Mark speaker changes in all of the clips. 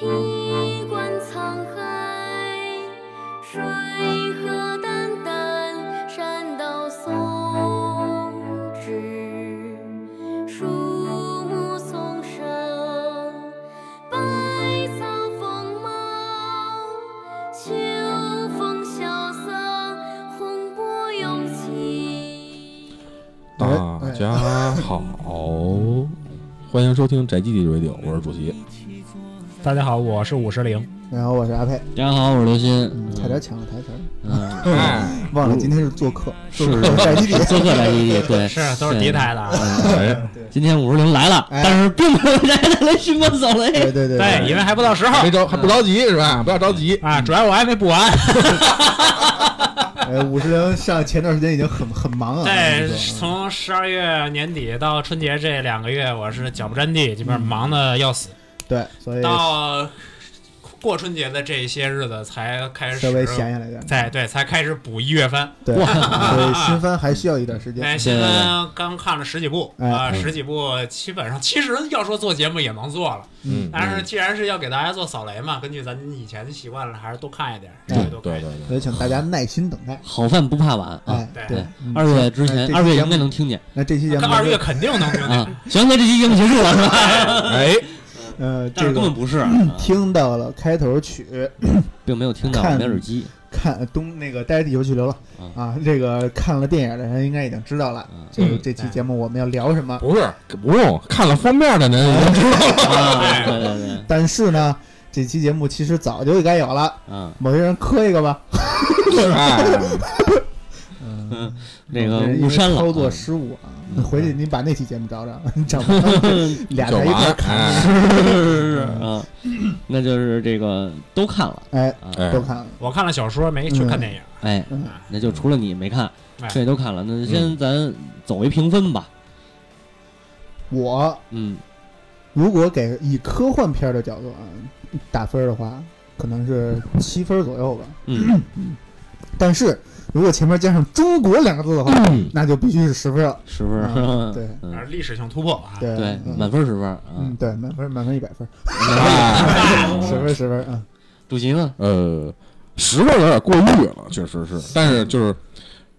Speaker 1: 一观沧海，水何澹澹，山岛竦峙。树木丛生，百草丰茂。秋风萧瑟，洪波涌起。
Speaker 2: 大
Speaker 3: 哎
Speaker 2: 家好，欢迎收听宅基地 radio，我是主席。
Speaker 4: 大家好，我是五十铃。
Speaker 3: 大家好，我是阿佩，
Speaker 5: 大家好，我是刘
Speaker 3: 嗯
Speaker 5: 鑫。
Speaker 3: 差点抢了台词儿，
Speaker 5: 嗯，
Speaker 4: 哎
Speaker 3: 忘了今天是做客，
Speaker 5: 是
Speaker 3: 做客宅基地
Speaker 5: 是，做客来基地，对，嗯
Speaker 4: 是都是敌台的啊。
Speaker 2: 哎，
Speaker 5: 今天五十零来了，
Speaker 3: 哎
Speaker 5: 但是并没有来来寻我走
Speaker 3: 对
Speaker 5: 嘞。
Speaker 3: 对对
Speaker 4: 对，因为还不到时候
Speaker 2: 没着还不着急是吧？不要着急，
Speaker 4: 啊，主要我还没补完。
Speaker 3: 哎，五十铃上前段时间已经很很忙啊，
Speaker 4: 对
Speaker 3: 就是，说
Speaker 4: 从十二月年底到春节这两个月，我是脚不沾地，基本上忙的要死。
Speaker 3: 对，所以
Speaker 4: 到过春节的这些日子才开始
Speaker 3: 稍微闲下来点儿，
Speaker 4: 在对，才开始补一月番。
Speaker 3: 对，所以新番还需要一段时间，
Speaker 4: 哎，现在刚看了十几部
Speaker 3: 哎
Speaker 4: 啊，十几部基本上，其实要说做节目也能做了，
Speaker 2: 嗯，
Speaker 4: 但是既然是要给大家做扫雷嘛，根据咱以前的习惯了，还是多看一点，
Speaker 3: 对
Speaker 4: 稍微多看
Speaker 2: 对
Speaker 4: 一
Speaker 2: 对
Speaker 4: 点。
Speaker 3: 所以请大家耐心等待，
Speaker 5: 好饭不怕晚啊
Speaker 3: 哎！，
Speaker 4: 哦对
Speaker 3: 对，嗯
Speaker 5: 二月之前，
Speaker 3: 哎
Speaker 5: 二
Speaker 3: 这
Speaker 5: 月
Speaker 3: 期节
Speaker 5: 应
Speaker 3: 目
Speaker 5: 该能听见
Speaker 3: 那这期节目
Speaker 4: 看二月肯定能听见。
Speaker 5: 啊。行，那这期节目结束了是吧？
Speaker 2: 哎，
Speaker 3: 呃，
Speaker 5: 但
Speaker 3: 这
Speaker 5: 是根本
Speaker 3: 个
Speaker 5: 不是，啊
Speaker 3: 听到了开头曲，
Speaker 5: 并没有听到，
Speaker 3: 看
Speaker 5: 没耳机。
Speaker 3: 看东那个待着地球去流浪
Speaker 5: 嗯
Speaker 3: 啊，这个看了电影的人应该已经知道了
Speaker 5: 嗯，
Speaker 3: 这这期节目我们要聊什么。
Speaker 2: 不是不用看了封面的人已经知道了。
Speaker 5: 啊，对对对，
Speaker 3: 但是呢，这期节目其实早就该有了，
Speaker 5: 嗯，
Speaker 3: 某些人磕一个吧。
Speaker 2: 哎，
Speaker 5: 嗯那个
Speaker 3: 某些人因为
Speaker 5: 误删了
Speaker 3: 操作
Speaker 5: 嗯
Speaker 3: 失误啊！
Speaker 5: 嗯
Speaker 3: 回去你把那期节目找找，找不到俩
Speaker 2: 就
Speaker 3: 在一块
Speaker 2: 完
Speaker 3: 儿看，
Speaker 2: 哎，
Speaker 5: 是是是啊，那就是这个都看了
Speaker 3: 哎，
Speaker 5: 啊，
Speaker 2: 哎
Speaker 3: 都看了。
Speaker 4: 我看了小说，没去看电影。
Speaker 5: 哎
Speaker 3: 嗯，
Speaker 5: 那就除了你没看，
Speaker 4: 哎
Speaker 5: 这都看了，那先咱走一评分吧。
Speaker 3: 我
Speaker 5: 嗯，
Speaker 3: 如果给以科幻片的角度啊打分的话，可能是七分左右吧。
Speaker 5: 嗯，
Speaker 3: 但是如果前面加上“中国”两个字的话，那就必须是十分了。
Speaker 5: 十分
Speaker 3: 啊
Speaker 5: 儿，
Speaker 3: 对
Speaker 5: 嗯
Speaker 4: 而历史性突破啊！
Speaker 3: 对
Speaker 5: 对，
Speaker 3: 嗯
Speaker 5: 满分十分儿
Speaker 3: 嗯，
Speaker 5: 啊。
Speaker 3: 对，满分满分一百分，
Speaker 2: 哎
Speaker 3: 十分十分啊。
Speaker 5: 主席呢？
Speaker 2: 呃，十分有点过滤了，确实是，但是就是。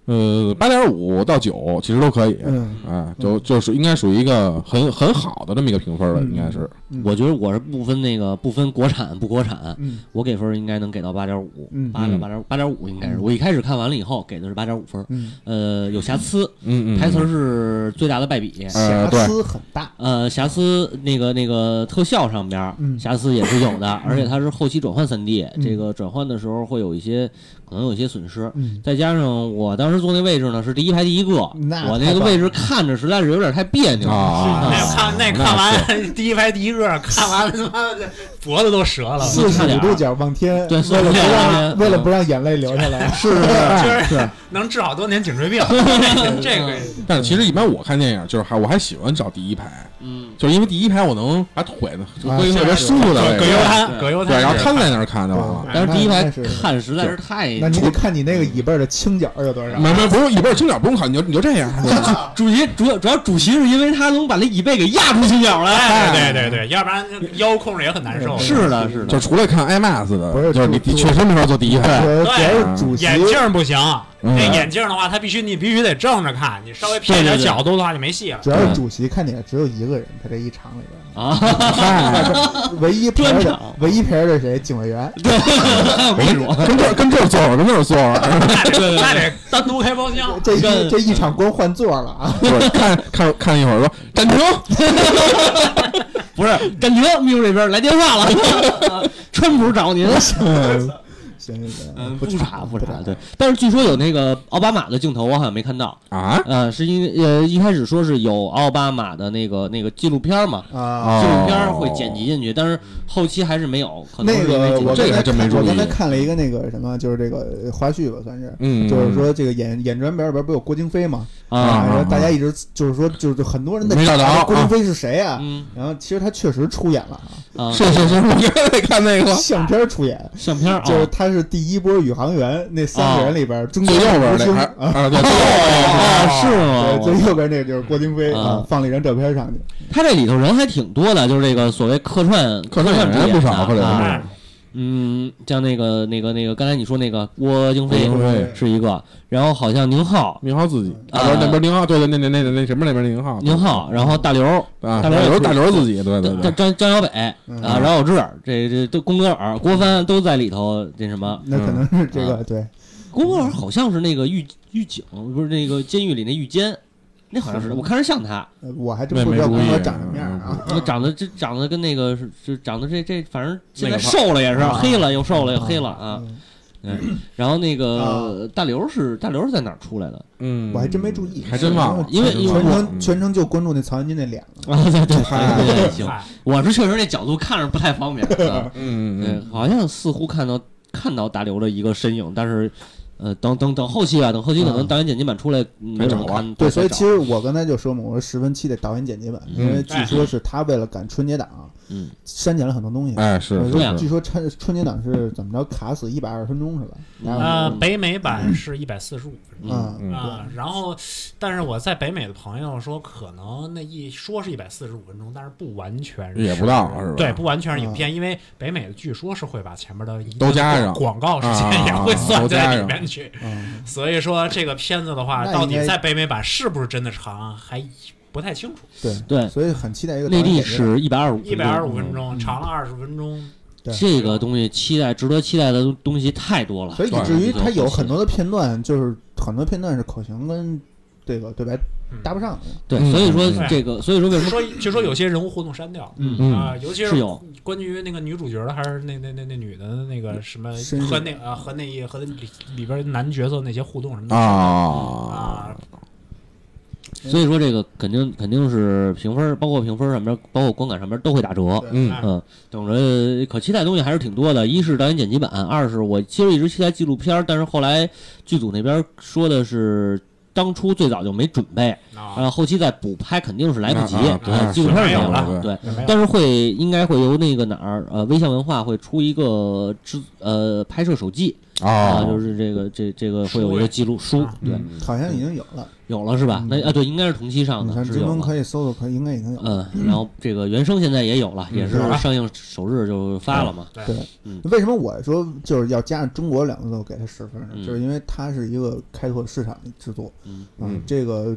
Speaker 2: 呃，八点五到九其实都可以，
Speaker 3: 嗯
Speaker 2: 啊，就就是应该属于一个很很好的这么一个评分了，
Speaker 3: 嗯
Speaker 2: 应该是，
Speaker 3: 嗯
Speaker 5: 我觉得我是不分那个不分国产不国产，
Speaker 3: 嗯
Speaker 5: 我给分儿应该能给到八点五
Speaker 3: 嗯，
Speaker 5: 八到八点八点五应该是。我一开始看完了以后给的是八点五分儿，
Speaker 3: 嗯，
Speaker 5: 呃，有瑕疵，
Speaker 2: 嗯嗯，
Speaker 5: 台词儿是最大的败笔。
Speaker 2: 呃
Speaker 3: 瑕
Speaker 2: 对
Speaker 3: 疵很大。
Speaker 5: 呃，瑕疵那个那个特效上边儿
Speaker 3: 嗯
Speaker 5: 瑕疵也是有的，而且它是后期转换三 D，
Speaker 3: 嗯
Speaker 5: 这个转换的时候会有一些可能有一些损失。
Speaker 3: 嗯
Speaker 5: 再加上我当时坐那位置呢是第一排第一个，
Speaker 3: 那
Speaker 5: 我那
Speaker 3: 太
Speaker 5: 个
Speaker 3: 棒
Speaker 5: 位置看着实在是有点太别扭了。
Speaker 2: 啊，
Speaker 4: 那看嗯那看
Speaker 2: 是
Speaker 4: 完第一排第一个，看完了他妈的脖子都折了。
Speaker 3: 四十五度角望天，
Speaker 5: 对
Speaker 3: 为了不让
Speaker 5: 45度角望天嗯
Speaker 3: 为了不让眼泪流下 来，哎是
Speaker 4: 就是能治好多年颈椎病，这这个
Speaker 2: 但是其实一般我看电影就是还我还喜欢找第一排，
Speaker 5: 嗯，
Speaker 2: 就是因为第一排我能把腿呢
Speaker 3: 啊
Speaker 2: 会特别舒服的位
Speaker 4: 葛
Speaker 2: 置
Speaker 4: 优，瘫，葛优
Speaker 2: 对，
Speaker 4: 瘫，
Speaker 2: 然后瘫在那儿看就完了。
Speaker 3: 对
Speaker 5: 但是第一
Speaker 3: 那
Speaker 5: 排
Speaker 3: 是
Speaker 5: 看实在是太
Speaker 3: 那你得看你那个椅背儿的倾角有多少。
Speaker 2: 没没不用一边轻脚不用考，你就你就这样，
Speaker 5: 主席主要主要主席是因为他能把那椅背给压出 去角来。
Speaker 4: 哎，对对对，要不然腰控制也很难受。
Speaker 5: 是的，是
Speaker 2: 就
Speaker 5: 的，
Speaker 2: 除了看 IMAX 的，
Speaker 3: 不是
Speaker 2: 就是你
Speaker 3: 主
Speaker 2: 你确实没法坐第一排。
Speaker 3: 我主
Speaker 4: 对
Speaker 3: 要是主席
Speaker 4: 眼镜儿不行，
Speaker 2: 嗯
Speaker 4: 那眼镜儿的话，它必须你必须得正着看，你稍微偏一点
Speaker 5: 对对对
Speaker 4: 角度的话就没戏了。
Speaker 3: 主要
Speaker 5: 嗯
Speaker 3: 是主席看见只有一个人，他这一场里
Speaker 5: 啊，
Speaker 3: 边，唯一陪
Speaker 5: 专
Speaker 3: 的
Speaker 5: 场
Speaker 3: 唯一陪着谁？警卫员。
Speaker 2: 跟这儿跟这儿坐会儿，跟这儿坐会儿，
Speaker 4: 那得那得单独开包厢。
Speaker 3: 这一
Speaker 5: 跟
Speaker 3: 这一场光换座了 啊！
Speaker 2: 对看看看一会儿说暂停，
Speaker 5: 不是，感觉秘书这边来电话 了，川普找您。
Speaker 3: 行行行，
Speaker 5: 嗯，
Speaker 3: 呃不
Speaker 5: 不
Speaker 3: 查
Speaker 5: 查不查，对。但是据说有那个奥巴马的镜头，我好像没看到。
Speaker 2: 啊
Speaker 5: 呃，是因为呃一开始说是有奥巴马的那个那个纪录片嘛，
Speaker 3: 啊。
Speaker 5: 纪录片会剪辑进去，但是后期还是没有，可能
Speaker 3: 那
Speaker 5: 是因为
Speaker 3: 个
Speaker 5: 剪
Speaker 3: 我
Speaker 5: 辑
Speaker 2: 这
Speaker 3: 刚
Speaker 2: 个
Speaker 3: 才
Speaker 2: 还真没
Speaker 3: 看
Speaker 2: 注
Speaker 3: 我
Speaker 2: 意
Speaker 3: 刚才看了一个那个什么，就是这个呃花絮吧，算是，
Speaker 2: 嗯
Speaker 3: 就是说这个演演员表里边不是有郭京飞嘛，
Speaker 5: 啊，
Speaker 3: 然后大家一直就是说，就是很多人在
Speaker 2: 没找着
Speaker 3: 查
Speaker 2: 啊
Speaker 3: 郭京飞是谁啊？
Speaker 5: 嗯
Speaker 3: 然后 其实他确实出演了啊，
Speaker 5: 啊，
Speaker 2: 是是是，我刚才看那个了，
Speaker 3: 相片出演，
Speaker 5: 相片儿啊
Speaker 3: 就是他他是第一波宇航员那三个人里边，中
Speaker 2: 啊最
Speaker 3: 间
Speaker 2: 右边
Speaker 3: 吴
Speaker 2: 那
Speaker 3: 昕
Speaker 2: 还哦
Speaker 3: 啊，
Speaker 2: 啊，对，最右边那个
Speaker 3: 对，
Speaker 5: 哦
Speaker 2: 是吗？
Speaker 3: 最右边那个就是郭京飞啊
Speaker 5: 啊，
Speaker 3: 放了一张照片上去。
Speaker 5: 他这里头人还挺多的，就是这个所谓客串
Speaker 2: 客串演员
Speaker 5: 主的
Speaker 2: 不少客串演员
Speaker 4: 哎
Speaker 5: 啊嗯，像那个那个那个，刚才你说那个郭京飞
Speaker 2: 郭京飞
Speaker 5: 是一个，然后好像宁浩
Speaker 2: 宁浩自己，
Speaker 5: 啊
Speaker 2: 啊，不是那边宁浩，对对，那那那那那什么那边宁浩，
Speaker 5: 宁浩，然后大刘
Speaker 2: 啊，
Speaker 5: 大
Speaker 2: 大
Speaker 5: 刘
Speaker 2: 刘大刘自己，对对
Speaker 5: 张张
Speaker 2: 对，
Speaker 5: 张张小北
Speaker 3: 嗯
Speaker 5: 啊，饶有志，这这都宫格尔、郭帆都在里头。那什
Speaker 2: 嗯
Speaker 5: 么，
Speaker 3: 那可能是这
Speaker 2: 啊
Speaker 3: 个对，
Speaker 5: 宫格尔好像是那个狱狱警，不是那个监狱里那狱监，那好像是，我看着像他，
Speaker 3: 呃我还
Speaker 2: 那
Speaker 3: 真不知
Speaker 2: 没
Speaker 3: 道
Speaker 2: 注
Speaker 3: 郭
Speaker 2: 意嗯
Speaker 3: 哥长什么样啊。
Speaker 5: 我长得这长得跟那个是就长得这这，反正现在
Speaker 4: 那个
Speaker 5: 瘦了也是，
Speaker 4: 啊
Speaker 5: 黑了又瘦了又黑了啊。
Speaker 3: 嗯
Speaker 5: 嗯，然后那个大刘是大刘是在哪儿出来的？
Speaker 2: 嗯，
Speaker 3: 我还真没注意，
Speaker 2: 还真忘了，
Speaker 5: 因为因为
Speaker 2: 嗯
Speaker 3: 全
Speaker 5: 我
Speaker 3: 程全程就关注那曹云金那脸了。
Speaker 5: 啊，对对
Speaker 2: 嗨
Speaker 5: 对对，行，
Speaker 4: 嗨
Speaker 5: 我是确实那角度看着不太方便。啊
Speaker 2: 嗯嗯
Speaker 5: 对
Speaker 2: 嗯，，
Speaker 5: 好像似乎看到看到大刘的一个身影，但是，呃，等等等后期啊，等后期可能
Speaker 3: 嗯
Speaker 5: 导演剪辑版出来，嗯没
Speaker 2: 找
Speaker 5: 怎么
Speaker 2: 吧
Speaker 5: 看。
Speaker 3: 对，
Speaker 5: 再
Speaker 3: 所以
Speaker 5: 找
Speaker 3: 其实我刚才就说嘛，我说十分期待导演剪辑版，因为据说是他为了赶春节档，
Speaker 5: 嗯，
Speaker 3: 删减了很多东西。
Speaker 2: 哎是
Speaker 3: 我
Speaker 2: 是
Speaker 5: 对啊
Speaker 3: 说，
Speaker 2: 是
Speaker 3: 据说春春节档是怎么着卡死一百二十分钟是吧？
Speaker 5: 嗯
Speaker 4: 呃，
Speaker 3: 啊，
Speaker 4: 北美版是一百四十五分钟
Speaker 3: 嗯，
Speaker 2: 嗯
Speaker 4: 啊，然后，但是我在北美的朋友说，可能那一说是一百四十五分钟，但是不完全
Speaker 2: 也不到是吧
Speaker 4: 对，不完全是影
Speaker 3: 嗯
Speaker 4: 片，因为北美的据说是会把前面的一
Speaker 2: 都加上啊
Speaker 4: 广告时间也会算在里面去，
Speaker 3: 嗯，
Speaker 4: 所以说这个片子的话，
Speaker 3: 那
Speaker 4: 到
Speaker 3: 应
Speaker 4: 底
Speaker 3: 该
Speaker 4: 在北美版是不是真的长，还不太清
Speaker 2: 嗯
Speaker 4: 楚。
Speaker 3: 对
Speaker 5: 对
Speaker 3: 所以很期待一个
Speaker 5: 内
Speaker 3: 导
Speaker 5: 地
Speaker 3: 演剪辑版
Speaker 5: 是一百二十五，
Speaker 4: 一百二十五分。钟，长了二十分钟，
Speaker 3: 对
Speaker 5: 这个东西期待，值得期待的东西太多了。
Speaker 3: 所以以
Speaker 2: 对
Speaker 3: 至于他有很多的片段，就是很多片段是口型跟这个对白
Speaker 4: 嗯
Speaker 3: 搭不上的。
Speaker 5: 对，
Speaker 2: 嗯
Speaker 5: 所以说
Speaker 4: 对
Speaker 5: 这个，所以说为
Speaker 4: 据
Speaker 5: 什么
Speaker 4: 说据说有些人物互动删掉
Speaker 5: 嗯
Speaker 2: 嗯
Speaker 4: 啊，尤其
Speaker 5: 是有
Speaker 4: 关于那个女主角的，还是那那那那女的那个什么
Speaker 3: 绅士
Speaker 4: 和那啊和那一和里里边男角色那些互动什么的
Speaker 2: 啊，
Speaker 4: 啊，
Speaker 5: 所以说这个肯定肯定是评分，包括评分上面，包括观感上面都会打折。
Speaker 2: 嗯
Speaker 4: 哎
Speaker 5: 嗯，等着可期待的东西还是挺多的。一是导演剪辑版，二是我其实一直期待纪录片儿，但是后来剧组那边说的是当初最早就没准备，
Speaker 4: 啊
Speaker 5: 啊，后期再补拍肯定是来不及，
Speaker 2: 啊啊对
Speaker 5: 呃纪录片儿没有了，
Speaker 2: 是
Speaker 5: 对。
Speaker 4: 也没有
Speaker 5: 但是会应该会由那个哪儿呃，微笑文化会出一个制呃拍摄手记啊，
Speaker 3: 哦
Speaker 2: 啊，
Speaker 5: 就是这个这这个会有一
Speaker 4: 书
Speaker 5: 个记录书
Speaker 4: 啊，
Speaker 5: 对，
Speaker 2: 嗯
Speaker 3: 好像已经有了，
Speaker 5: 有了是吧？那啊对，应该是同期上
Speaker 3: 你
Speaker 5: 的，
Speaker 3: 看
Speaker 5: 是
Speaker 3: 追
Speaker 5: 有
Speaker 3: 踪
Speaker 5: 了。
Speaker 3: 可以搜搜，可以应该已经有了。
Speaker 5: 嗯，然后这个原声现在也嗯有了，也是
Speaker 4: 有了
Speaker 5: 上映首日就发了嘛。
Speaker 3: 对
Speaker 5: 嗯
Speaker 3: 为什么我说就是要加上中国两个字，我给他十分呢
Speaker 5: 嗯？
Speaker 3: 就是因为它是一个开拓市场的制作，啊
Speaker 5: 嗯
Speaker 2: 嗯
Speaker 3: 这个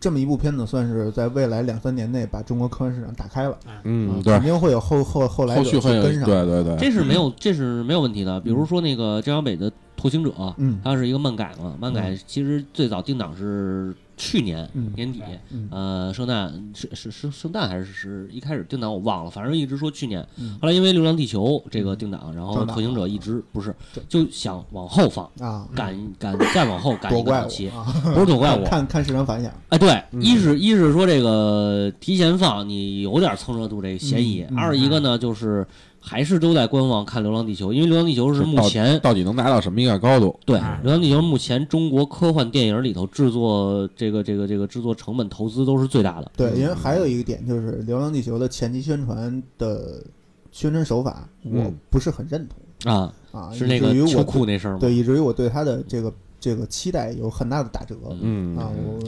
Speaker 3: 这么一部片子算是在未来两三年内把中国科幻市场打开了，啊
Speaker 2: 嗯对
Speaker 3: 肯，定会有后后后来
Speaker 2: 后
Speaker 3: 者
Speaker 2: 续会有
Speaker 3: 跟上。
Speaker 2: 对对对，
Speaker 5: 这是没有，这是没有问题的。比如说那个张小北的《拓行者》，
Speaker 3: 嗯
Speaker 5: 它是一个漫改嘛，漫改其实最早定档是去年
Speaker 3: 嗯
Speaker 5: 年底，
Speaker 3: 嗯
Speaker 5: 呃，圣诞是是是圣诞还是是一开始定档我忘了，反正一直说去年
Speaker 3: 嗯，
Speaker 5: 后来因为《流浪地球》这个定档，然后
Speaker 3: 撞
Speaker 5: 《
Speaker 3: 档嗯
Speaker 5: 拓行者》一直不是
Speaker 3: 对
Speaker 5: 就想往后放，
Speaker 3: 啊，
Speaker 5: 赶赶再往后赶
Speaker 3: 躲
Speaker 5: 一个
Speaker 3: 怪
Speaker 5: 档
Speaker 3: 我
Speaker 5: 期，
Speaker 3: 啊，
Speaker 5: 不是躲怪我，
Speaker 3: 看看市场反响。
Speaker 5: 哎，对，一是一是说这个提前放，你有点蹭热度这个嫌疑；
Speaker 3: 嗯嗯
Speaker 5: 二一个呢，就是还是都在观望看《流浪地球》，因为《流浪地球》是
Speaker 2: 是
Speaker 5: 目
Speaker 2: 到
Speaker 5: 前
Speaker 2: 到底能达到什么一个高度？
Speaker 5: 对
Speaker 3: 哎
Speaker 4: 嗯
Speaker 5: 《流浪地球》目前中国科幻电影里头制作这个这个这个制作成本投资都是最大的。
Speaker 3: 对，因为还有一个点就是《流浪地球》的前期宣传的宣传手法，我
Speaker 2: 嗯
Speaker 3: 不是很认同、
Speaker 5: 啊，
Speaker 3: 啊，
Speaker 5: 是
Speaker 3: 以
Speaker 5: 那
Speaker 3: 至
Speaker 5: 个
Speaker 3: 于
Speaker 5: 秋
Speaker 3: 我
Speaker 5: 裤那事儿吗？
Speaker 3: 对，以至于我对他的这个这个期待有很大的打折、
Speaker 2: 嗯
Speaker 3: 啊。我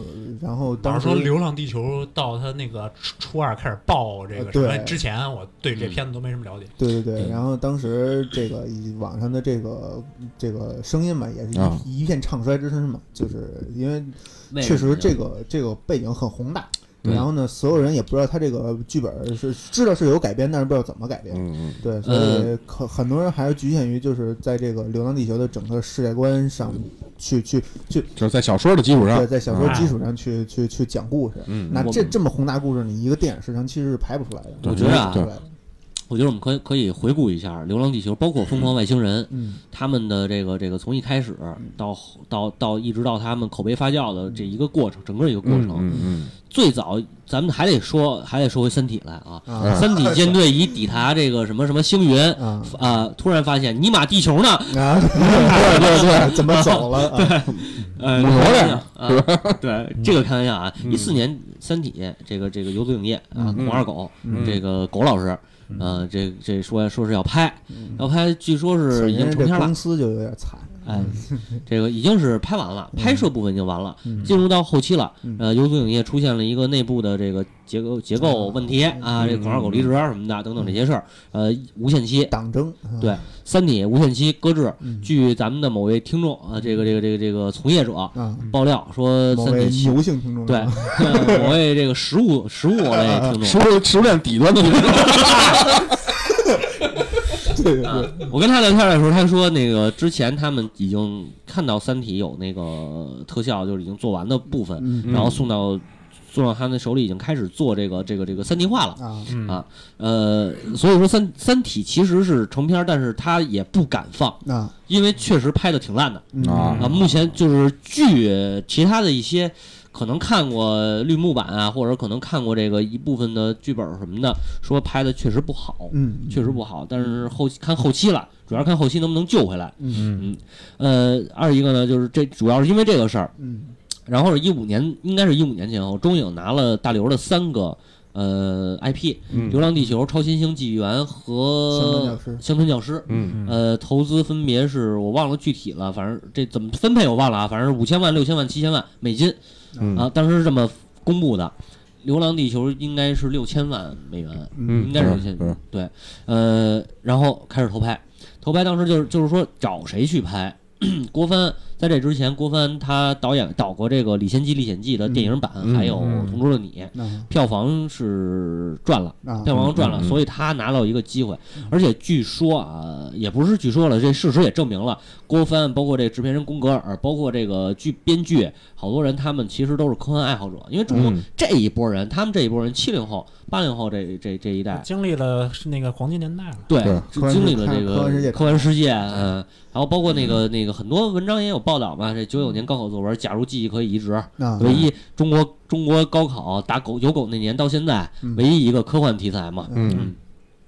Speaker 3: 然后当
Speaker 4: 老
Speaker 3: 时
Speaker 4: 师说《流浪地球》到他那个初初二开始爆这个什么
Speaker 3: 对
Speaker 4: 之前，我对这片子都没什么了解。
Speaker 3: 对对对，
Speaker 2: 嗯
Speaker 5: 对
Speaker 3: 然后当时这个以网上的这个这个声音嘛，也是一、
Speaker 2: 啊
Speaker 3: 一片唱衰之声嘛，就是因为
Speaker 5: 那
Speaker 3: 确实
Speaker 5: 人
Speaker 3: 这个这个背景很宏大。
Speaker 2: 对
Speaker 3: 然后呢，所有人也不知道他这个剧本是知道是有改编，但是不知道怎么改编。
Speaker 2: 嗯嗯
Speaker 3: 对，所以很很多人还是局限于就是在这个《流浪地球》的整个世界观上去去去，
Speaker 2: 就是在小说的基础上
Speaker 3: 对，，在小说
Speaker 5: 嗯
Speaker 3: 基础上去去去讲故事。
Speaker 2: 嗯，
Speaker 3: 那
Speaker 5: 我
Speaker 3: 这这么宏大故事，你一个电影市场其实是拍不出来的。
Speaker 2: 对
Speaker 5: 我觉得
Speaker 3: 拍
Speaker 5: 啊
Speaker 3: 不出来的
Speaker 5: 我觉得我们可以可以回顾一下《流浪地球》，包括《疯狂外星人》
Speaker 3: 嗯，
Speaker 5: 他们的这个这个从一开始到后到到一直到他们口碑发酵的这一个过程，整个一个过
Speaker 2: 嗯
Speaker 5: 程。
Speaker 2: 嗯嗯，
Speaker 5: 最早咱们还得说，还得说回《三体》来啊，
Speaker 3: 啊
Speaker 5: 三体舰队一抵达这个什么什么星云啊、
Speaker 3: 啊
Speaker 5: 突然发现尼玛地球呢，
Speaker 3: 啊！对对对，怎么走了？啊
Speaker 5: 呃，
Speaker 2: 抹
Speaker 5: 开玩
Speaker 2: 点
Speaker 5: 笑啊，对，这个开玩笑啊。一四年《三体》这个这个游子影业啊，
Speaker 3: 嗯
Speaker 5: 孔二狗
Speaker 2: 嗯
Speaker 5: 这个狗老师，呃，这这说说是要拍，要拍，据说是已经成
Speaker 3: 这
Speaker 5: 片了
Speaker 3: 公，司就有点惨，
Speaker 5: 哎，这个已经是拍完了，拍摄部分已经完了，
Speaker 3: 嗯
Speaker 5: 进入到后期了
Speaker 3: 嗯。
Speaker 5: 呃，游族影业出现了一个内部的这个结构结构
Speaker 3: 嗯
Speaker 5: 问题啊，这孔二狗离职啊什么的等等这些事儿，呃，无限期。
Speaker 3: 党争。啊
Speaker 5: 对，《三体》无限期搁置。
Speaker 3: 嗯
Speaker 5: 据咱们的某位听众啊，这个这个这个这个从业者
Speaker 3: 啊，
Speaker 5: 爆料说，《
Speaker 3: 某
Speaker 5: 三
Speaker 3: 位
Speaker 5: 体》期
Speaker 3: 游性听众啊
Speaker 5: 对 某位这个食物食物类 听众
Speaker 2: 食物食物链底端的人，
Speaker 3: 对对
Speaker 5: 啊
Speaker 3: 对，，
Speaker 5: 我跟他聊天的时候，他说那个之前他们已经看到《三体》有那个特效，就是已经做完的部分，
Speaker 3: 嗯
Speaker 5: 然后送到送到他们手里，已经开始做这个这个这个三体化了。
Speaker 3: 啊，
Speaker 4: 嗯
Speaker 5: 啊呃，所以说三《三体》其实是成片儿，但是他也不敢放，
Speaker 3: 那
Speaker 5: 因为确实拍的挺烂的
Speaker 3: 嗯
Speaker 2: 啊
Speaker 5: 啊。目前就是据其他的一些可能看过绿幕版啊，或者可能看过这个一部分的剧本什么的，说拍的确实不好。
Speaker 3: 嗯
Speaker 5: 确实不好，但是后期看后期了，主要看后期能不能救回来。
Speaker 4: 嗯
Speaker 5: 呃，二一个呢，就是这主要是因为这个事儿，
Speaker 3: 嗯
Speaker 5: 然后是一五年，应该是一五年前后，中影拿了大刘的三个呃 IP，、流
Speaker 2: 嗯
Speaker 5: 浪地球》《超新星纪元》和
Speaker 3: 乡村教师
Speaker 5: 乡村教师》。
Speaker 2: 嗯
Speaker 5: 呃，投资分别是我忘了具体了，反正这怎么分配我忘了啊，反正是五千万、六千万、七千万美金
Speaker 2: 嗯
Speaker 5: 啊，当时是这么公布的。《流浪地球》应该是六千万美元，
Speaker 2: 嗯
Speaker 5: 应该是有些
Speaker 2: 对
Speaker 5: 对，呃，然后开始投拍，投拍当时就是就是说找谁去拍。郭帆在这之前，郭帆他导演导过这个《李仙姬历险记》的电影版，
Speaker 2: 嗯
Speaker 5: 还有
Speaker 4: 嗯
Speaker 5: 《同桌的你》，
Speaker 3: 那
Speaker 5: 票房是赚了，
Speaker 3: 那
Speaker 5: 票房赚了，
Speaker 2: 嗯嗯
Speaker 5: 所以他拿到一个机会。而且据说啊，也不是据说了，这事实也证明了，郭帆包括这制片人宫格尔，包括这个剧编剧，好多人他们其实都是科幻爱好者，因为中国
Speaker 2: 嗯
Speaker 5: 这一波人，他们这一波人七零后、八零后这这这一代，
Speaker 4: 经历了是那个黄金年代了，
Speaker 5: 对
Speaker 2: 对，
Speaker 5: 就
Speaker 3: 科幻
Speaker 5: 经
Speaker 3: 世
Speaker 5: 历了
Speaker 3: 看
Speaker 5: 这
Speaker 3: 科幻世
Speaker 5: 个
Speaker 3: 界
Speaker 5: 科幻世界，嗯，然后包括
Speaker 2: 嗯
Speaker 5: 那个那个很多文章也有报道嘛，这九九年高考作文，假如记忆可以移植，
Speaker 3: 那
Speaker 5: 唯一中国中国高考打狗有狗那年到现在
Speaker 3: 嗯
Speaker 5: 唯一一个科幻题材嘛，
Speaker 2: 嗯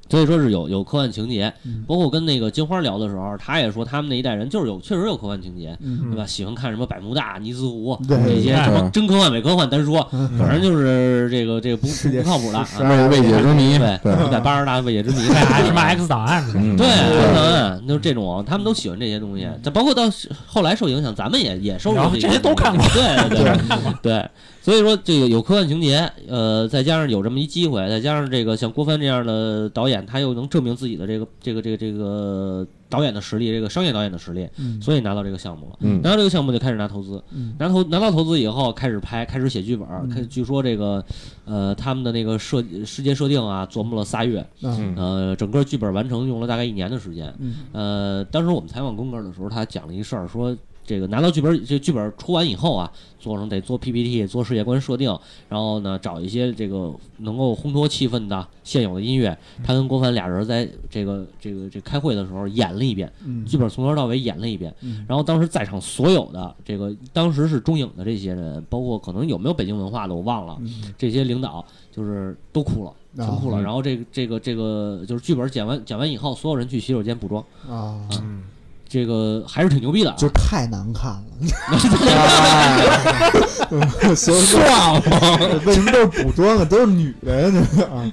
Speaker 5: 所以说是有有科幻情节
Speaker 3: 嗯。
Speaker 5: 包括我跟那个金花聊的时候，他也说他们那一代人就是有确实有科幻情节，
Speaker 3: 嗯
Speaker 5: 对吧？喜欢看什么百慕大、尼斯湖
Speaker 3: 对
Speaker 5: 这些
Speaker 4: 嗯
Speaker 5: 什么真科幻伪科幻单说，
Speaker 3: 嗯
Speaker 5: 反正就是这个这个不
Speaker 3: 世界
Speaker 5: 不靠谱的啊。
Speaker 3: 十
Speaker 2: 未
Speaker 3: 二
Speaker 2: 未解之谜，
Speaker 5: 对，一百八十大未解之谜，
Speaker 4: 哎什么 X 档案什
Speaker 2: 嗯
Speaker 4: 么的，
Speaker 5: 对，
Speaker 2: 对
Speaker 5: 嗯，就是这种，他们都喜欢这些东
Speaker 3: 嗯
Speaker 5: 西。这包括到后来受影响，咱们也也受
Speaker 4: 然
Speaker 5: 了
Speaker 4: 后
Speaker 5: 些
Speaker 4: 这些都看过
Speaker 5: 影响对对
Speaker 3: 对
Speaker 5: 对对。所以说，这个有科幻情节，呃，再加上有这么一机会，再加上这个像郭帆这样的导演，他又能证明自己的这个这个这个这个导演的实力，这个商业导演的实力，
Speaker 3: 嗯
Speaker 5: 所以拿到这个项目了。
Speaker 2: 嗯
Speaker 5: 拿到这个项目就开始拿投资，
Speaker 3: 嗯
Speaker 5: 拿投拿到投资以后开始拍，开始写剧本。开据说这个，呃，他们的那个设世界设定啊，琢磨了仨月。
Speaker 3: 嗯
Speaker 5: 呃，整个剧本完成用了大概一年的时间。
Speaker 3: 嗯
Speaker 5: 呃，当时我们采访宫格尔的时候，他讲了一事儿，说这个拿到剧本，这剧本出完以后啊，做成得做 PPT，做世界观设定，然后呢找一些这个能够烘托气氛的现有的音乐。他跟郭帆俩人在这个这个这开会的时候演了一遍，
Speaker 3: 嗯
Speaker 5: 剧本从头到尾演了一遍
Speaker 3: 嗯。
Speaker 5: 然后当时在场所有的这个，当时是中影的这些人，包括可能有没有北京文化的我忘了，
Speaker 3: 嗯
Speaker 5: 这些领导就是都哭了，全哭了。
Speaker 2: 啊
Speaker 5: 然后这个这个这个就是剧本剪完剪完以后，所有人去洗手间补妆，
Speaker 3: 啊，
Speaker 4: 嗯，
Speaker 5: 这个还是挺牛逼的啊。
Speaker 3: 就太难看了。所以 说，
Speaker 5: 啊
Speaker 3: 为什么都是补妆啊？都是女人啊？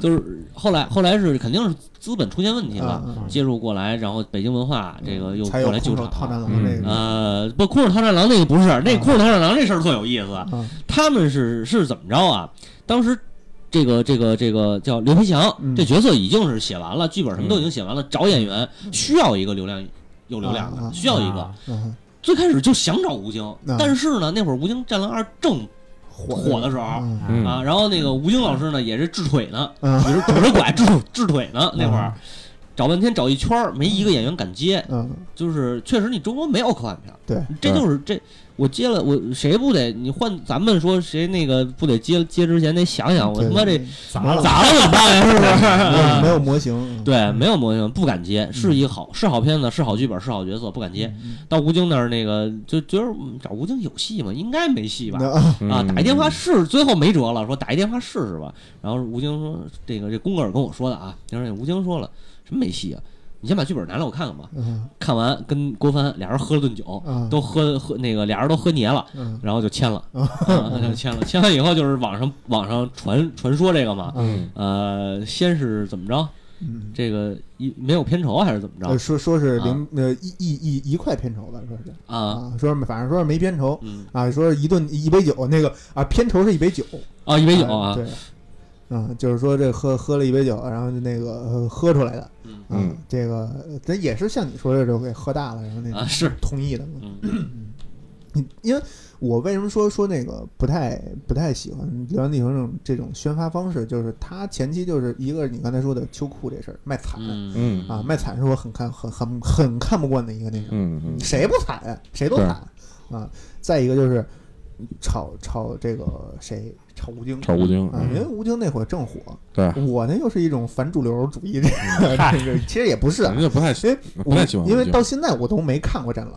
Speaker 5: 就是后来后来是肯定是资本出现问题了，
Speaker 3: 啊啊
Speaker 5: 介入过来，然后北京文化这个又
Speaker 3: 才有
Speaker 5: 过来救
Speaker 3: 空手
Speaker 5: 场
Speaker 3: 套
Speaker 5: 了。
Speaker 3: 战狼那个
Speaker 5: 呃，不，空手套战狼那个不是，那空手套战狼这事儿特有意思。
Speaker 3: 啊，
Speaker 5: 他们是是怎么着啊？当时这个这个这个叫刘培强、
Speaker 3: 嗯
Speaker 5: 这角色已经是写完了，剧本什么都已经写完了，找演员需要一个流量有流量的，
Speaker 3: 嗯啊啊
Speaker 5: 需要一个。
Speaker 4: 啊
Speaker 3: 嗯，
Speaker 5: 最开始就想找吴京，
Speaker 3: 啊
Speaker 5: 但是呢，那会儿《吴京战狼二》正
Speaker 3: 火
Speaker 5: 火的时候。
Speaker 3: 嗯
Speaker 2: 嗯
Speaker 5: 啊，然后那个吴京老师呢，也是治腿呢，
Speaker 3: 嗯
Speaker 5: 也是拄着拐治治腿呢。那会儿找半天找一圈儿，没一个演员敢接，
Speaker 3: 嗯，
Speaker 5: 就是确实你中国没有科幻片儿，
Speaker 3: 对，
Speaker 5: 这就是这我接了我谁不得你换咱们说谁那个不得接接之前得想想我他妈这
Speaker 4: 砸了，
Speaker 5: 砸了怎么办呀？是不是？ 啊
Speaker 3: 没有模型，嗯
Speaker 5: 对，没有模型，不敢接，是一好是好片子，是好剧本，是好角色，不敢
Speaker 3: 嗯
Speaker 5: 接。到吴京那儿，那个就觉得嗯找吴京有戏吗？应该没戏吧？
Speaker 3: 啊，
Speaker 5: 啊，打一电话试，最后没辙了，说打一电话试试吧。然后吴京说，这个这宫格尔跟我说的啊，就是那吴京说了，什么没戏啊？你先把剧本拿来我看看吧。
Speaker 3: 嗯
Speaker 5: 看完跟郭帆俩人喝了顿酒，
Speaker 3: 啊，
Speaker 5: 都喝喝那个俩人都喝黏了，
Speaker 3: 嗯
Speaker 5: 然后就 签了，啊就签了。签完以后就是网上网上传传说这个嘛，
Speaker 3: 嗯
Speaker 5: 呃，先是怎么着？
Speaker 3: 嗯，
Speaker 5: 这个一没有片酬还是怎么
Speaker 3: 呃
Speaker 5: 着
Speaker 3: 说说是
Speaker 5: 啊
Speaker 3: 零呃一一一一块片酬吧，说是
Speaker 5: 啊？
Speaker 3: 啊，说是反正说是没片酬
Speaker 5: 嗯
Speaker 3: 啊，说一顿一杯酒那个啊，片酬是一杯酒，
Speaker 5: 啊，一杯酒
Speaker 3: 啊
Speaker 5: 啊，
Speaker 3: 对，嗯，就是说这喝喝了一杯酒，然后就那个呃喝出来的，
Speaker 5: 嗯
Speaker 3: 啊
Speaker 2: 嗯，
Speaker 3: 这个咱也是像你说的，就给喝大了，然后那
Speaker 5: 啊
Speaker 3: 个
Speaker 5: 是，
Speaker 3: 同意的嘛，
Speaker 5: 嗯
Speaker 3: 你因为我为什么说说那个不太不太喜欢《流浪地球》这种这种宣发方式，就是它前期就是一个你刚才说的秋裤这事儿卖惨、
Speaker 5: 嗯
Speaker 3: 啊，卖惨是我很看很很很看不惯的一个那什么，
Speaker 2: 嗯嗯
Speaker 3: 谁不惨啊？谁都
Speaker 2: 对
Speaker 3: 惨啊。再一个就是炒炒这个谁炒吴京。
Speaker 2: 炒吴京，嗯
Speaker 3: 啊，因为吴京那会儿正火，
Speaker 2: 对，嗯
Speaker 3: 我呢又是一种反主流主义这个这个，其实也不是啊
Speaker 2: 人，家不太喜
Speaker 3: 因为
Speaker 2: 不太喜欢
Speaker 3: 因为
Speaker 2: 吴京
Speaker 3: 到现在我都没看过《战狼》，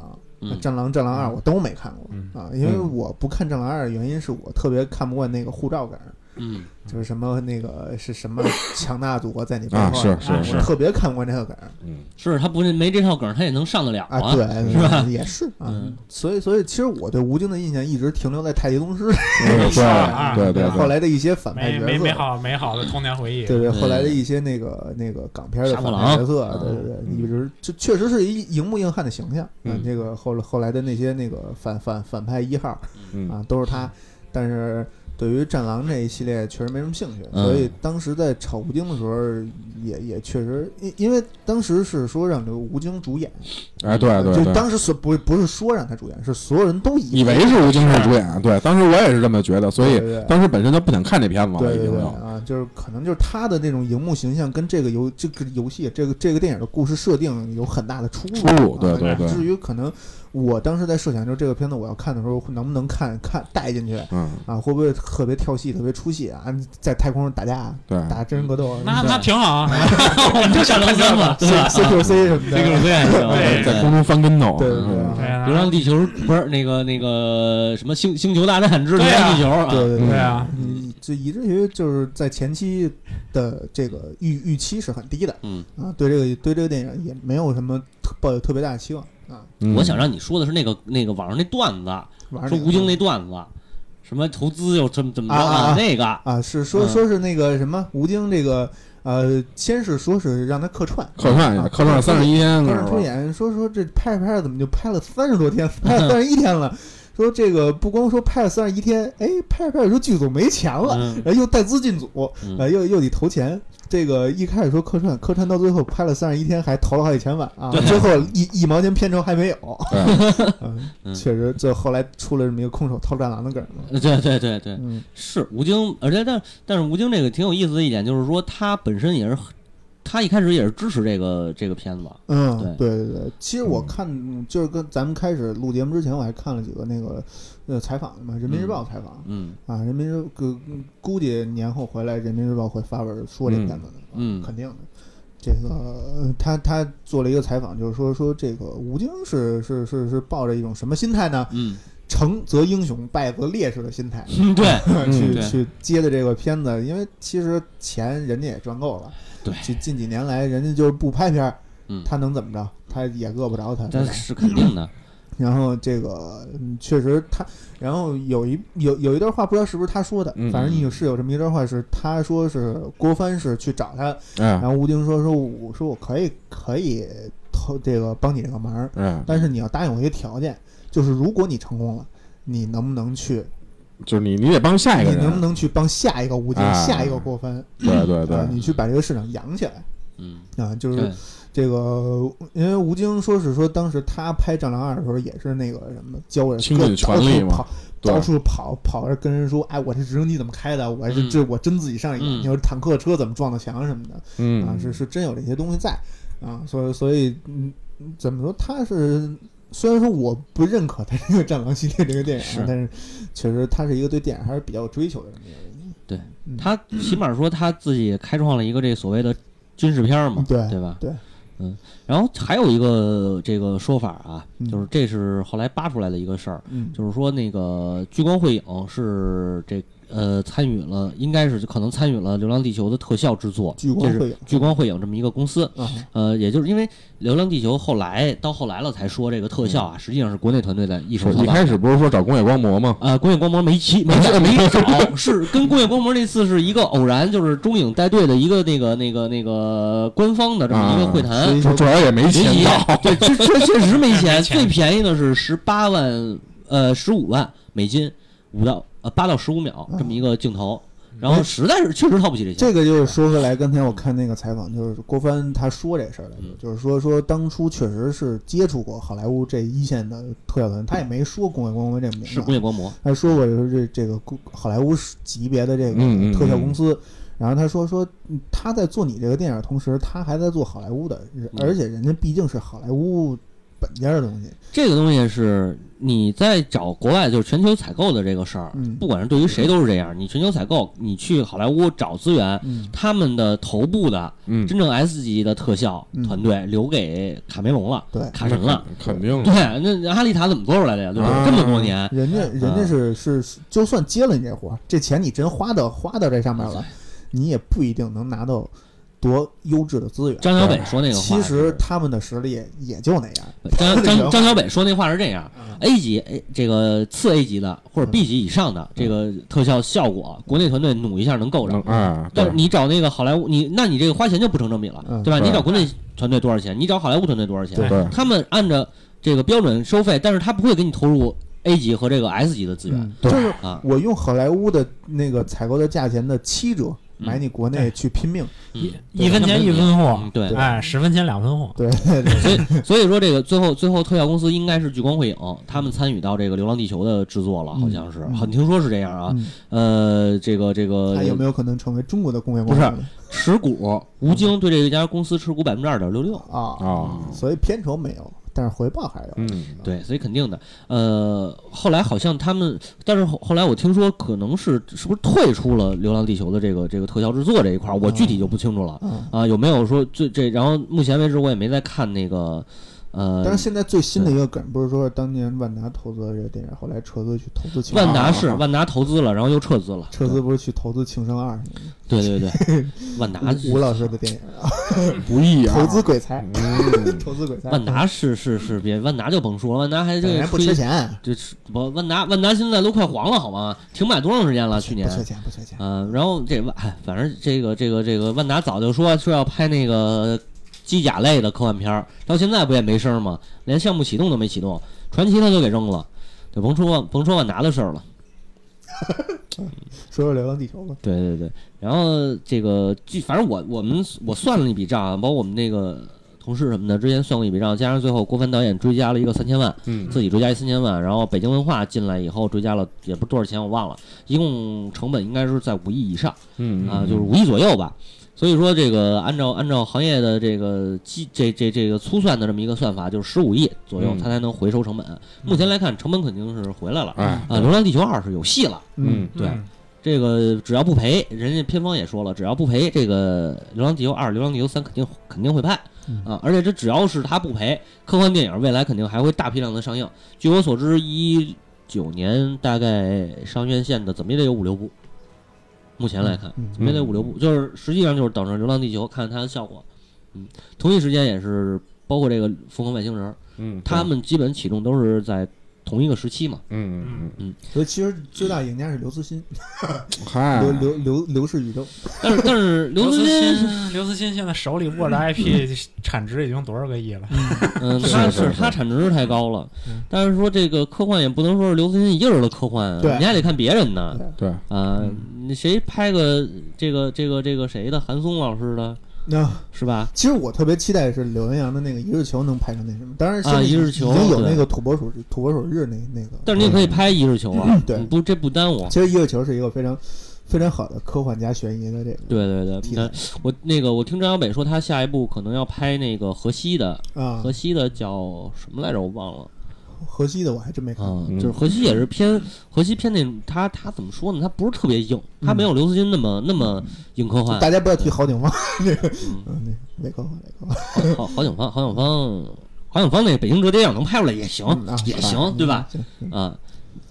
Speaker 5: 嗯
Speaker 3: 战狼》《战狼二》我都没看过、
Speaker 4: 嗯
Speaker 3: 啊，因为
Speaker 2: 嗯
Speaker 3: 我不看《战狼二》的原因是我特别看不惯那个护照梗，
Speaker 5: 嗯
Speaker 3: 就是什么那个是什么强大祖国在你背后
Speaker 2: 啊，是
Speaker 4: 啊
Speaker 2: 是
Speaker 3: 我
Speaker 2: 是，
Speaker 3: 特别看不惯这个梗
Speaker 2: 嗯
Speaker 5: 是他不是没这套梗，他也能上得了
Speaker 3: 啊，对，也是啊、
Speaker 5: 嗯
Speaker 3: 所以所以其实我对吴京的印象一直停留在太极宗师，
Speaker 2: 嗯
Speaker 4: 啊
Speaker 2: 对对对
Speaker 3: 后
Speaker 2: 对，
Speaker 3: 来的一些反派
Speaker 4: 美
Speaker 3: 角
Speaker 4: 美美
Speaker 3: 色。
Speaker 4: 好美好的童年回忆，
Speaker 3: 对对，
Speaker 5: 对
Speaker 3: 后来的
Speaker 2: 嗯
Speaker 3: 一些那个那个港片的
Speaker 5: 杀破
Speaker 3: 反
Speaker 5: 狼
Speaker 3: 派角色，啊
Speaker 5: 嗯
Speaker 3: 对对对，一直这确实是一荧幕硬汉的形象。
Speaker 2: 嗯
Speaker 3: 这个后来后来的那些那个反反反派一号，
Speaker 2: 嗯
Speaker 3: 啊，都是他。但是对于《战狼》这一系列确实没什么兴趣，
Speaker 5: 嗯
Speaker 3: 所以当时在炒吴京的时候也，也确实，因因为当时是说让刘吴京主演，
Speaker 2: 哎，对对
Speaker 3: 就
Speaker 2: 对，
Speaker 3: 当时所不不是说让他主演，是所有人都以
Speaker 2: 以为是吴京是主演，对，当时我也是这么觉得，所以
Speaker 3: 啊对对对
Speaker 2: 当时本身就不想看这片子了，
Speaker 3: 对
Speaker 2: 已
Speaker 3: 对
Speaker 2: 经
Speaker 3: 对
Speaker 2: 就，
Speaker 3: 啊，就是可能就是他的那种荧幕形象跟这个游这个游戏这个这个电影的故事设定有很大的出入。
Speaker 2: 出入，对
Speaker 3: 啊
Speaker 2: 对对，
Speaker 3: 至于可能我当时在设想，就是这个片子我要看的时候，能不能看看带进去
Speaker 2: 嗯，
Speaker 3: 啊？会不会特别跳戏、特别出戏啊？在太空上打架，
Speaker 2: 对，
Speaker 3: 打真人格斗，
Speaker 4: 那那挺好啊，
Speaker 5: 我们就想能三 嘛，对吧
Speaker 3: C Q 啊 C 什么
Speaker 5: 这个
Speaker 3: 的，
Speaker 5: 最爱
Speaker 4: 对
Speaker 2: 在空中翻跟头，
Speaker 3: 对对对
Speaker 2: 嗯
Speaker 4: 对啊
Speaker 5: 流浪地球不是那个那个什么星星球大战之流浪地球啊，
Speaker 3: 对对
Speaker 4: 对啊，
Speaker 3: 你就以至于就是在前期的这个预预期是很低的，
Speaker 5: 嗯
Speaker 3: 啊，对这个对这个电影也没有什么特抱有特别大的期望啊。
Speaker 2: 嗯
Speaker 5: 我想让你说的是那个那个网上那段子，
Speaker 3: 玩
Speaker 5: 说
Speaker 3: 那个
Speaker 5: 吴京那段子，什么投资又怎么怎么着
Speaker 3: 啊啊啊
Speaker 5: 那个
Speaker 3: 啊，是说
Speaker 5: 嗯
Speaker 3: 说是那个什么吴京这个呃，先是说是让他客串，
Speaker 2: 客串一下，
Speaker 3: 啊
Speaker 2: 客串三十一天，
Speaker 5: 嗯
Speaker 3: 客串出演，说说这拍着拍着怎么就拍了三十多 天，拍了三十一天了。说这个不光说拍了三十一天，哎，拍着拍着说剧组没钱了，
Speaker 5: 嗯
Speaker 3: 然后又带资进组，
Speaker 5: 嗯
Speaker 3: 呃，又又得投钱。这个一开始说客串，客串到最后拍了三十一天，还投了好几千万 啊！
Speaker 5: 对
Speaker 3: 最后一一毛钱片酬还没有。
Speaker 2: 对，
Speaker 3: 嗯，
Speaker 5: 嗯
Speaker 3: 确实，这后来出了这么一个空手套战狼的梗嘛。
Speaker 5: 对对对对，
Speaker 3: 嗯，
Speaker 5: 是吴京，而且但但是吴京这个挺有意思的一点就是说，他本身也是他一开始也是支持这个这个片子，
Speaker 3: 嗯，对对对。其实我看嗯就是跟咱们开始录节目之前，我还看了几个那个呃采访嘛，《人民日报》采访
Speaker 5: 嗯
Speaker 3: 啊，《人民日》估估计年后回来，《人民日报》会发文说这片子的，
Speaker 5: 嗯嗯
Speaker 3: 肯定的。这个呃他他做了一个采访，就是说说这个吴京是是是是抱着一种什么心态呢？
Speaker 5: 嗯
Speaker 3: 成则英雄，败则烈士的心态
Speaker 5: 嗯，对，
Speaker 3: 去
Speaker 5: 对
Speaker 3: 去接的这个片子，因为其实钱人家也赚够了，
Speaker 5: 对
Speaker 3: 近近几年来人家就是不拍片儿，
Speaker 5: 嗯
Speaker 3: 他能怎么着？他也饿不着他，对
Speaker 5: 这
Speaker 3: 吧
Speaker 5: 是肯定的，
Speaker 3: 然后这个嗯确实他，然后有一有有一段话不知道是不是他说的，
Speaker 2: 嗯
Speaker 3: 反正有是有这么一段话是他说是郭帆是去找他，
Speaker 5: 啊
Speaker 2: 哎
Speaker 3: 然后吴京说说我说我可以可以投这个帮你这个忙，
Speaker 2: 哎，
Speaker 3: 但是你要答应我一个条件，就是如果你成功了，你能不能去？
Speaker 2: 就是你，你得帮下一个
Speaker 3: 你能不
Speaker 2: 人，
Speaker 3: 能去帮下一个吴京、
Speaker 2: 啊
Speaker 3: 下一个郭帆？
Speaker 2: 对对
Speaker 3: 啊，
Speaker 2: 对，
Speaker 3: 你去把这个市场养起来
Speaker 5: 嗯，
Speaker 3: 啊！就是
Speaker 5: 对，
Speaker 3: 这个，因为吴京说是说当时他拍《战狼二》的时候也是那个什么教人
Speaker 2: 倾尽
Speaker 3: 各
Speaker 2: 全力嘛
Speaker 3: 到处跑
Speaker 2: 对
Speaker 3: 到处跑跑着跟人说，哎，我这直升机怎么开的？我是
Speaker 5: 嗯
Speaker 3: 这我真自己上瘾，
Speaker 5: 嗯
Speaker 3: 你说坦克车怎么撞到墙什么的。啊，
Speaker 2: 嗯，
Speaker 3: 是是真有这些东西在啊，所以所以嗯，怎么说他是虽然说我不认可他这个《战狼》系列这个电影啊，
Speaker 5: 是
Speaker 3: 但是确实他是一个对电影还是比较有追求的这么一个人。
Speaker 5: 对
Speaker 3: 嗯
Speaker 5: 他起码说他自己开创了一个这所谓的军事片儿嘛，
Speaker 3: 对
Speaker 5: 对吧？
Speaker 3: 啊对，
Speaker 5: 嗯，然后还有一个这个说法啊，
Speaker 3: 嗯
Speaker 5: 就是这是后来扒出来的一个事儿，
Speaker 3: 嗯
Speaker 5: 就是说那个聚光会影是这呃参与了，应该是可能参与了《流浪地球》的特效制作，
Speaker 3: 聚光
Speaker 5: 这是
Speaker 3: 会影
Speaker 5: 聚光会影这么一个公司。
Speaker 3: 啊，
Speaker 5: 呃，也就是因为《流浪地球》后来到后来了才说这个特效
Speaker 3: 嗯
Speaker 5: 啊，实际上是国内团队在一手操
Speaker 2: 一
Speaker 5: 办。
Speaker 2: 开始不是说找工业光魔吗？
Speaker 5: 呃，工业光魔没 期没没没找，是跟工业光魔那次是一个偶然，就是中影带队的一个那个那个那个官方的这么一
Speaker 3: 啊
Speaker 5: 个会谈。
Speaker 3: 所以
Speaker 2: 主主要也没
Speaker 5: 学
Speaker 2: 钱
Speaker 5: 习
Speaker 2: 到，
Speaker 5: 对，确确确实没
Speaker 4: 没
Speaker 5: 钱，
Speaker 4: 钱
Speaker 5: 最便宜的是十八万呃十五万美金，五到呃八到十五秒
Speaker 3: 嗯
Speaker 5: 这么一个镜头，然后实在是确实掏不起这钱。
Speaker 3: 这个就是说回来，刚才我看那个采访，就是郭帆他说这事儿来着，就是说说当初确实是接触过好莱坞这一线的特效团，他也没说工业光辉这名
Speaker 5: 是
Speaker 3: 字啊，
Speaker 5: 工业光魔，
Speaker 3: 他说过就是这这个公好莱坞级别的这个
Speaker 2: 嗯嗯嗯
Speaker 3: 特效公司。然后他说说嗯他在做你这个电影的同时，他还在做好莱坞的，而且人家毕竟是好莱坞本家的东西。
Speaker 5: 这个东西是你在找国外就是全球采购的这个事儿，
Speaker 3: 嗯
Speaker 5: 不管是对于谁都是这样。你全球采购，你去好莱坞找资源，
Speaker 3: 嗯
Speaker 5: 他们的头部的
Speaker 2: 嗯，
Speaker 5: 真正 S 级的特效
Speaker 3: 嗯
Speaker 5: 团队留给卡梅隆了，
Speaker 3: 对
Speaker 5: 卡神了。
Speaker 2: 肯定
Speaker 5: 对，那阿丽塔怎么做出来的呀？对吧？
Speaker 2: 啊
Speaker 5: 这么多 年，
Speaker 3: 人家人家
Speaker 5: 啊
Speaker 3: 是是，就算接了你这活儿，这钱你真花到花到这上面了，你也不一定能拿到多优质的资源。
Speaker 5: 张小北说那个话
Speaker 3: 其
Speaker 5: 是，
Speaker 3: 实他们的实力也就那样，
Speaker 5: 张
Speaker 3: 那个
Speaker 5: 张张小北说那话是这样：A 级 A 这个次 A 级的或者 B 级以上的这个特效效果，国内团队努一下能够
Speaker 2: 能
Speaker 5: 着。
Speaker 2: 啊，
Speaker 5: 但
Speaker 2: 对
Speaker 5: 是你找那个好莱坞，你那你这个花钱就不成正比了，
Speaker 3: 嗯
Speaker 5: 对吧？
Speaker 2: 对
Speaker 5: 你找国内团队多少钱？你找好莱坞团队多少钱？
Speaker 4: 对
Speaker 2: 对
Speaker 5: 他们按照这个标准收费，但是他不会给你投入 A 级和这个 S 级的资源
Speaker 3: 嗯就是
Speaker 5: 啊。
Speaker 3: 我用好莱坞的那个采购的价钱的七折
Speaker 5: 嗯
Speaker 3: 买你国内去拼 命，
Speaker 5: 嗯
Speaker 4: 一分钱一分
Speaker 5: 嗯
Speaker 4: 货，
Speaker 5: 对，
Speaker 4: 哎，十分钱两分货，
Speaker 3: 对，对
Speaker 5: 所以所以说这个最后最后特效公司应该是聚光会影，他们参与到这个《流浪地球》的制作了，好像是，
Speaker 3: 嗯嗯
Speaker 5: 好听说是这样啊。
Speaker 3: 嗯
Speaker 5: 呃，这个这个
Speaker 3: 还有没有可能成为中国的工业
Speaker 5: 不
Speaker 3: 光
Speaker 5: 是
Speaker 3: 环呢
Speaker 5: 持股，吴京对这家公司持股百分之二点六六，
Speaker 3: 啊？
Speaker 2: 啊，
Speaker 3: 所以片酬没有，但是回报还有。
Speaker 2: 嗯，
Speaker 5: 对，所以肯定的。呃，后来好像他们，但是后后来我听说可能是是不是退出了《流浪地球》的这个这个特效制作这一块儿，我具体就不清楚了。
Speaker 3: 嗯，
Speaker 5: 啊，有没有说这这？然后目前为止我也没在看那个，呃，
Speaker 3: 但是现在最新的一个梗不是说当年万达投资了这个电影，后来撤资去投资青
Speaker 5: 万
Speaker 3: 山
Speaker 5: 达
Speaker 3: 二
Speaker 5: 是
Speaker 2: 啊
Speaker 5: 万达投资了，然后又撤资了。
Speaker 3: 撤资不是去投资《情商二》
Speaker 5: 对对对， 万达
Speaker 3: 吴吴老师的电影啊，
Speaker 2: 不易啊，
Speaker 3: 投资鬼才，
Speaker 2: 嗯
Speaker 3: 投资鬼才，
Speaker 5: 万达是是是别万达就甭说了，万达还这
Speaker 3: 本
Speaker 5: 个
Speaker 3: 来不
Speaker 5: 吹
Speaker 3: 缺钱，
Speaker 5: 这是不万达万达现在都快黄了好吗？停摆多长时间了？去年
Speaker 3: 不缺钱，不缺钱，
Speaker 5: 嗯，然后这万，哎反正这个这个这个万达早就说说要拍那个机甲类的科幻片儿，到现在不也没声儿吗？连项目启动都没启动，传奇他都给扔了，就甭说万甭说万达的事儿了。
Speaker 3: 说说《流浪地球》吧，
Speaker 5: 对对对，然后这个据反正我我们我算了一笔账啊，包括我们那个同事什么的，之前算过一笔账，加上最后郭帆导演追加了一个三千万，
Speaker 2: 嗯
Speaker 5: 自己追加一三千万，然后北京文化进来以后追加了也不多少钱我忘了，一共成本应该是在五亿以上。
Speaker 2: 嗯
Speaker 5: 啊，就是五亿左右吧。所以说，这个按照按照行业的这个基这这这个粗算的这么一个算法，就是十五亿左右，
Speaker 2: 嗯
Speaker 5: 它才能回收成本。目前来看，成本肯定是回来了。
Speaker 2: 哎
Speaker 5: 啊，《流浪地球二》是有戏了。
Speaker 2: 嗯，
Speaker 5: 对
Speaker 4: 嗯
Speaker 5: 这个只要不赔，人家片方也说了，只要不赔，这个《流浪地球二》《流浪地球三》肯定肯定会拍
Speaker 3: 嗯
Speaker 5: 啊！而且这只要是他不赔，科幻电影未来肯定还会大批量的上映。据我所知，一九年大概上院线的怎么也得有五六部，目前来看。
Speaker 3: 嗯，
Speaker 5: 没得五六部，就是实际上就是等着《流浪地球》看看它的效果。嗯，同一时间也是包括这个《疯狂外星人》，
Speaker 2: 嗯，
Speaker 5: 他们基本启动都是在同一个时期嘛。
Speaker 2: 嗯嗯
Speaker 3: 所以其实最大赢家是刘慈欣，
Speaker 2: 嗯，嗨，
Speaker 3: 刘刘刘刘氏宇宙，
Speaker 5: 但是但是刘
Speaker 4: 刘
Speaker 5: 慈
Speaker 4: 慈
Speaker 5: 欣，
Speaker 4: 欣，刘慈欣现在手里握着 IP 产值已经多少个亿了？
Speaker 5: 嗯，
Speaker 2: 是
Speaker 5: 他
Speaker 2: 是是
Speaker 5: 他产值太高了
Speaker 4: 嗯，
Speaker 5: 但是说这个科幻也不能说是刘慈欣一个人的科幻啊，
Speaker 3: 对
Speaker 5: 你还得看别人呢。
Speaker 2: 对，
Speaker 5: 啊，你谁拍个这个这个这个谁的韩松老师的
Speaker 3: 那
Speaker 5: 是吧？
Speaker 3: 其实我特别期待是柳岩阳的那个《一日球》能拍成那什么，当然现
Speaker 5: 啊
Speaker 3: 在
Speaker 5: 一日球
Speaker 3: 已经有
Speaker 5: 对
Speaker 3: 那个土拨鼠土拨鼠日那那个，
Speaker 5: 但是你也可以拍《一日球》啊，
Speaker 3: 对
Speaker 5: 不这不耽误。
Speaker 3: 其实《一日球》是一个非常非常好的科幻加悬疑的这个
Speaker 5: 对对对，
Speaker 3: 题
Speaker 5: 你
Speaker 3: 材
Speaker 5: 看我那个，我听张小北说他下一步可能要拍那个河西的，
Speaker 3: 啊
Speaker 5: 河，西的叫什么来着？我忘了
Speaker 3: 河西的我还真没看过，
Speaker 5: 啊、
Speaker 2: 嗯
Speaker 5: 就是河西也是偏河西偏那种，他他怎么说呢？他不是特别硬，他没有刘慈欣那么那么硬科幻。
Speaker 3: 大家不要提郝景芳那个，嗯，那个没看过，没看过，
Speaker 5: 好好景芳，好景芳，好景芳那北京折叠要能拍出来也行
Speaker 3: 嗯啊，
Speaker 5: 也
Speaker 3: 是
Speaker 5: 行，对吧？
Speaker 3: 行
Speaker 5: 啊，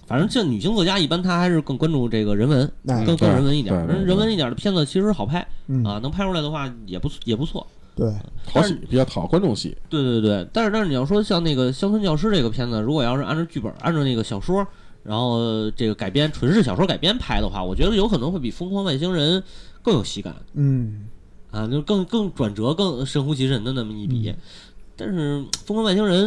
Speaker 5: 反正这女性作家一般她还是更关注这个人文，
Speaker 3: 那
Speaker 5: 更更
Speaker 2: 对
Speaker 5: 人文一点儿。
Speaker 2: 对对
Speaker 5: 人
Speaker 2: 对
Speaker 5: 人文一点儿的片子其实好拍
Speaker 3: 嗯
Speaker 5: 啊，能拍出来的话也不也不错。
Speaker 3: 对，嗯
Speaker 2: 讨喜比较讨观众喜，
Speaker 5: 对对对，但是但是你要说像那个《乡村教师》这个片子，如果要是按照剧本，按照那个小说，然后呃这个改编纯是小说改编拍的话，我觉得有可能会比《疯狂外星人》更有喜感
Speaker 3: 嗯
Speaker 5: 啊，就更更转折、更神乎其神的那么一笔。
Speaker 2: 嗯
Speaker 5: 但是《疯狂外星人》，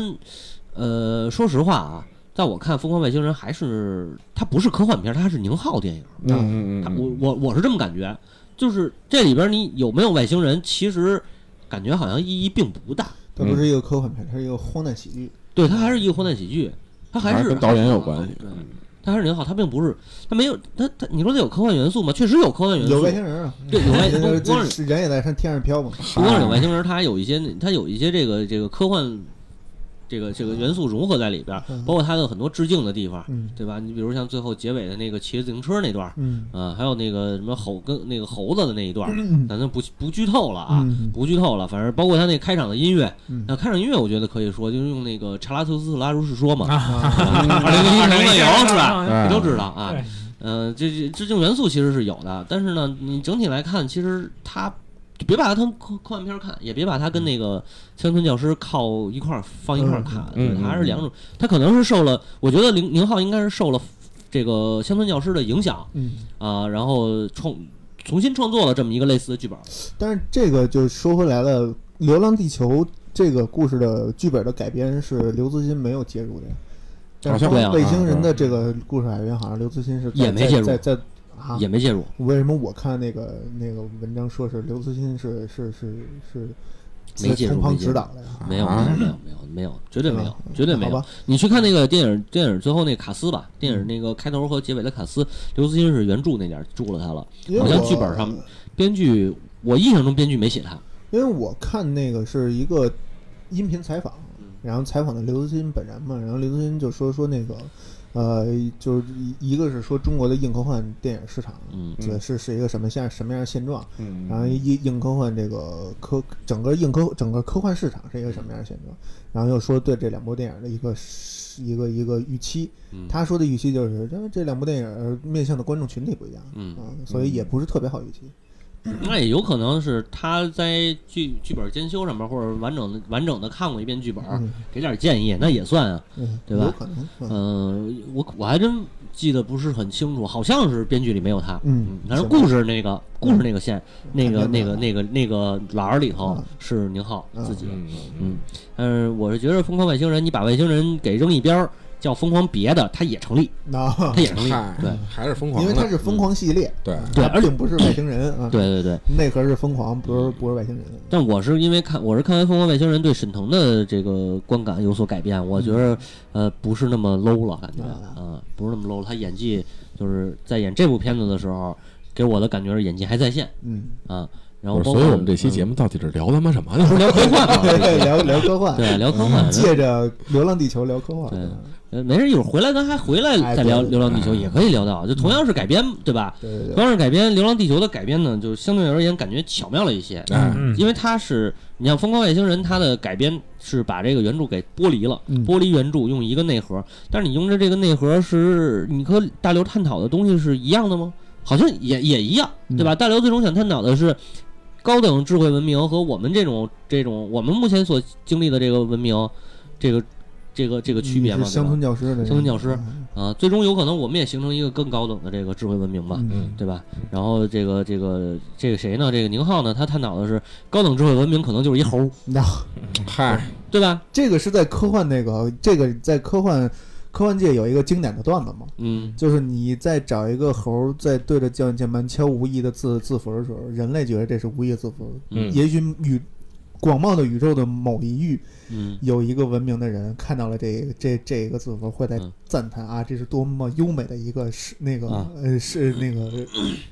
Speaker 5: 呃，说实话啊，在我看《疯狂外星人》还是它不是科幻片，它是宁浩电影。
Speaker 2: 嗯嗯
Speaker 5: 他我我我是这么感觉，就是这里边你有没有外星人，其实感觉好像意义并不大。
Speaker 3: 它不是一个科幻片，它是一个荒诞喜剧。
Speaker 5: 对，它还是一个荒诞喜剧，它还
Speaker 2: 还
Speaker 5: 是
Speaker 2: 是跟导演有关系
Speaker 5: 对，它还是宁浩，它并不是，它没有它它，你说它有科幻元素吗？确实有科幻元素，
Speaker 3: 有外星人啊，
Speaker 5: 对，有外
Speaker 3: 人
Speaker 5: 不光是
Speaker 3: 是人也在上天上飘嘛。
Speaker 5: 不光是有
Speaker 2: 嗨
Speaker 5: 外星人，它还有一些它有一些这个这个科幻。这个这个元素融合在里边儿，包括它的很多致敬的地方，
Speaker 3: 嗯
Speaker 5: 对吧？你比如像最后结尾的那个骑着自行车那段儿，
Speaker 3: 嗯
Speaker 5: 啊，还有那个什么猴跟那个猴子的那一段儿，咱就不不剧透了啊，
Speaker 3: 嗯
Speaker 5: 不剧透了。反正包括他那开场的音乐，
Speaker 3: 嗯
Speaker 5: 那开场音乐我觉得可以说，就是用那个查拉图斯特拉如是说 嘛，
Speaker 3: 啊
Speaker 5: 二零零一年漫游是吧？
Speaker 2: 哎
Speaker 5: 你都知道啊
Speaker 4: 对。
Speaker 5: 嗯，这这致敬元素其实是有的，但是呢，你整体来看，其实它就别把它当科科幻片儿看，也别把它跟那个乡村教师靠一块儿放一块儿看，
Speaker 2: 嗯
Speaker 5: 对，它还是
Speaker 2: 嗯
Speaker 5: 两种。它可能是受了，我觉得宁宁浩应该是受了这个乡村教师的影响。
Speaker 3: 嗯，
Speaker 5: 啊，然后创重新创作了这么一个类似的剧本。
Speaker 3: 但是这个就说回来了，《流浪地球》这个故事的剧本的改编是刘慈欣没有介入的呀。但是
Speaker 2: 好像
Speaker 5: 没有
Speaker 3: 外星人的这个故事改编，好像刘慈欣是在
Speaker 5: 啊嗯也没介入
Speaker 3: 在在在啊，
Speaker 5: 也没介入，
Speaker 3: 为什么我看那个那个文章说是刘慈欣是是是是
Speaker 5: 没介入
Speaker 3: 从旁
Speaker 5: 没介入
Speaker 3: 指导的呀？
Speaker 5: 没有，
Speaker 2: 啊
Speaker 5: 没有，没有，没有，绝对没有
Speaker 3: 啊，
Speaker 5: 绝对没
Speaker 3: 好
Speaker 5: 有
Speaker 3: 吧。嗯
Speaker 5: 你去看那个电影，电影最后那卡斯吧，电影那个开头和结尾的卡斯，刘慈欣是原著那点儿注了他了，
Speaker 3: 因为
Speaker 5: 好像
Speaker 3: 我
Speaker 5: 剧本上编剧我印象中编剧没写他。
Speaker 3: 因为我看那个是一个音频采访，
Speaker 5: 嗯
Speaker 3: 然后采访的刘慈欣本人嘛，然后刘慈欣就说说那个，呃，就是一一个是说中国的硬科幻电影市场，
Speaker 5: 嗯
Speaker 3: 这个是是一个什么现什么样的现状，
Speaker 2: 嗯
Speaker 3: 然后硬硬科幻这个科整个硬科整个科幻市场是一个什么样的现状，然后又说对这两部电影的一个一个一个预期，
Speaker 5: 嗯
Speaker 3: 他说的预期就是这这两部电影面向的观众群体不一样，
Speaker 5: 嗯
Speaker 3: 啊，所以也不是特别好预期，
Speaker 5: 那也有可能是他在剧剧本监修上面，或者完整的完整的看过一遍剧本，
Speaker 3: 嗯
Speaker 5: 给点建议，那也算啊。
Speaker 3: 嗯，
Speaker 5: 对吧
Speaker 3: 有可能，嗯
Speaker 5: 嗯，我我还真记得不是很清楚，好像是编剧里没有他。
Speaker 3: 嗯
Speaker 5: 反正
Speaker 3: 行吧
Speaker 5: 故事那个故事那个线，那个
Speaker 3: 看编
Speaker 5: 那个
Speaker 3: 的
Speaker 5: 那个那个栏儿里头
Speaker 3: 嗯
Speaker 5: 是宁浩自己。
Speaker 2: 嗯
Speaker 5: 嗯，但是我是觉得《疯狂外星人》，你把外星人给扔一边儿，叫疯狂别的，它也成立，
Speaker 3: 那、
Speaker 5: 它也成立。
Speaker 2: 嗨，
Speaker 5: 对，
Speaker 2: 还是疯狂
Speaker 3: 因
Speaker 2: 的，嗯
Speaker 3: 为它是疯狂系列，
Speaker 2: 对
Speaker 5: 对
Speaker 3: 它
Speaker 5: 而
Speaker 3: 并不是外星人啊，，
Speaker 5: 对对对。
Speaker 3: 内核是疯狂，不是不是外星人，
Speaker 5: 但我是因为看我是看完《疯狂外星人》，对沈腾的这个观感有所改
Speaker 3: 嗯
Speaker 5: 变，我觉得呃不是那么 low 了，感觉啊、不是那么 low 了。他演技就是在演这部片子的时候，给我的感觉是演技还在线。
Speaker 3: 嗯，
Speaker 5: 啊，然后
Speaker 2: 不是所
Speaker 5: 包括嗯
Speaker 2: 以我们这期节目到底是聊他妈什么呢？
Speaker 5: 聊科幻 嘛，
Speaker 3: 聊聊科幻，
Speaker 5: 对，聊科幻。
Speaker 2: 嗯
Speaker 3: 借着《流浪地球》聊科幻，啊
Speaker 5: 对呃，没事，一会儿回来咱还回来
Speaker 3: 哎
Speaker 5: 再聊《
Speaker 3: 对
Speaker 5: 流浪地球》，也可以聊到，就同样是改编，对吧？
Speaker 3: 对对
Speaker 5: 同
Speaker 3: 对，
Speaker 5: 样是改编，《流浪地球》的改编呢，就相对而言感觉巧妙了一些，
Speaker 2: 哎，
Speaker 4: 嗯
Speaker 5: 因为它是你像《疯狂外星人》，它的改编是把这个原著给剥离了，
Speaker 3: 嗯
Speaker 5: 剥离原著用一个内核，但是你用着这个内核是你和大刘探讨的东西是一样的吗？好像也也一样，
Speaker 3: 嗯
Speaker 5: 对吧？大刘最终想探讨的是高等智慧文明和我们这种这种我们目前所经历的这个文明，这个这个这个区别
Speaker 3: 你
Speaker 5: 嘛，
Speaker 3: 嗯是
Speaker 5: 对
Speaker 3: 乡
Speaker 5: 吧
Speaker 3: 村？教师的嗯
Speaker 5: 乡村教师啊，最终有可能我们也形成一个更高等的这个智慧文明吧。
Speaker 3: 嗯
Speaker 5: 对吧？然后这个这个这个谁呢？这个宁浩呢？他探讨的是高等智慧文明可能就是一猴儿，
Speaker 3: 那
Speaker 2: 嗨，
Speaker 5: 对吧？
Speaker 3: 这个是在科幻那个，这个在科幻科幻界有一个经典的段子嘛，
Speaker 5: 嗯，
Speaker 3: 就是你在找一个猴儿在对着键键盘敲无意的字字符的时候，人类觉得这是无意字符，
Speaker 5: 嗯
Speaker 3: 也许宇广袤的宇宙的某一域，
Speaker 5: 嗯，
Speaker 3: 有一个文明的人看到了这这这个字符，会在
Speaker 5: 嗯
Speaker 3: 赞叹啊，这是多么优美的一个史那个、
Speaker 5: 啊
Speaker 3: 呃是那个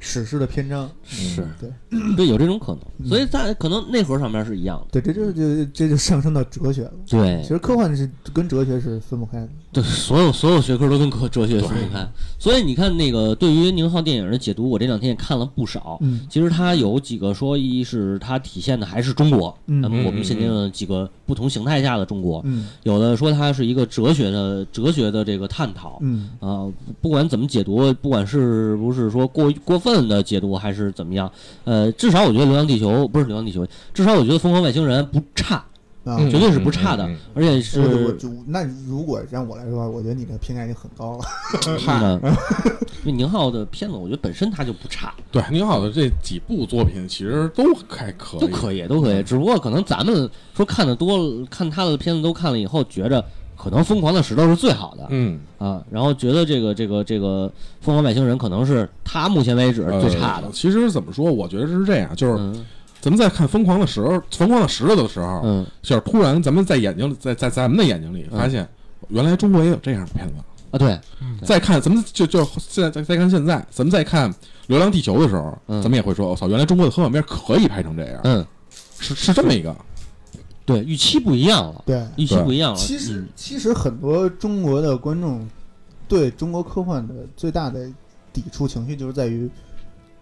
Speaker 3: 史诗的篇章。嗯
Speaker 5: 是
Speaker 3: 对
Speaker 5: 对，有这种可能，所以在可能内核上面是一样
Speaker 3: 对，
Speaker 5: 的。
Speaker 3: 这就就这就上升到哲学了。
Speaker 5: 对
Speaker 3: 其，实科幻是跟哲学是分不开的。
Speaker 5: 对，所有所有学科都跟科哲学分不开。所以你看那个对于宁浩电影的解读，我这两天也看了不少。
Speaker 3: 嗯
Speaker 5: 其实他有几个说，一是他体现的还是中国，
Speaker 3: 嗯
Speaker 5: 那么我们现今的几个不同形态下的中国，
Speaker 3: 嗯
Speaker 5: 有的说它是一个哲学的哲学的这个探讨，
Speaker 3: 嗯
Speaker 5: 啊、不不管怎么解读，不管是不是说过过分的解读还是怎么样，呃，至少我觉得《流浪地球》不是《流浪地球》，至少我觉得《疯狂外星人》不差，
Speaker 3: 啊。
Speaker 5: 绝对是不差的，
Speaker 6: 嗯嗯
Speaker 5: 而且
Speaker 3: 我我
Speaker 5: 是
Speaker 3: 就那如果让我来说，我觉得你的评价已经很高了。
Speaker 5: 嗯 因为宁浩的片子，我觉得本身它就不差，
Speaker 2: 对，你好的这几部作品其实都还可以，
Speaker 5: 都可以，都
Speaker 6: 嗯
Speaker 5: 可以。只不过可能咱们说看的多了，看他的片子都看了以后，觉着可能《疯狂的石头》是最好的、
Speaker 6: 嗯，
Speaker 5: 啊，然后觉得这个这个这个《疯狂外星人》可能是他目前为止
Speaker 2: 呃
Speaker 5: 最差的。
Speaker 2: 其实怎么说，我觉得是这样，
Speaker 6: 呃
Speaker 2: 就是
Speaker 5: 嗯
Speaker 2: 咱们在看《疯狂的石头》《疯狂的石头》的时候，
Speaker 5: 嗯
Speaker 2: 就是突然咱们在眼睛里，在在咱们的眼睛里
Speaker 5: 嗯
Speaker 2: 发现，原来中国也有这样的片子。
Speaker 5: 啊，对，对
Speaker 2: 再看咱们就就现在再再看现在，咱们再看《流浪地球》的时候，
Speaker 5: 嗯
Speaker 2: 咱们也会说，我哦操，原来中国的科幻片可以拍成这样，
Speaker 5: 嗯，
Speaker 2: 是是这么一个。
Speaker 5: 对，预期不一样了，
Speaker 3: 对，
Speaker 5: 预期不一样了。
Speaker 3: 其实
Speaker 5: 嗯
Speaker 3: 其实很多中国的观众对中国科幻的最大的抵触情绪就是在于，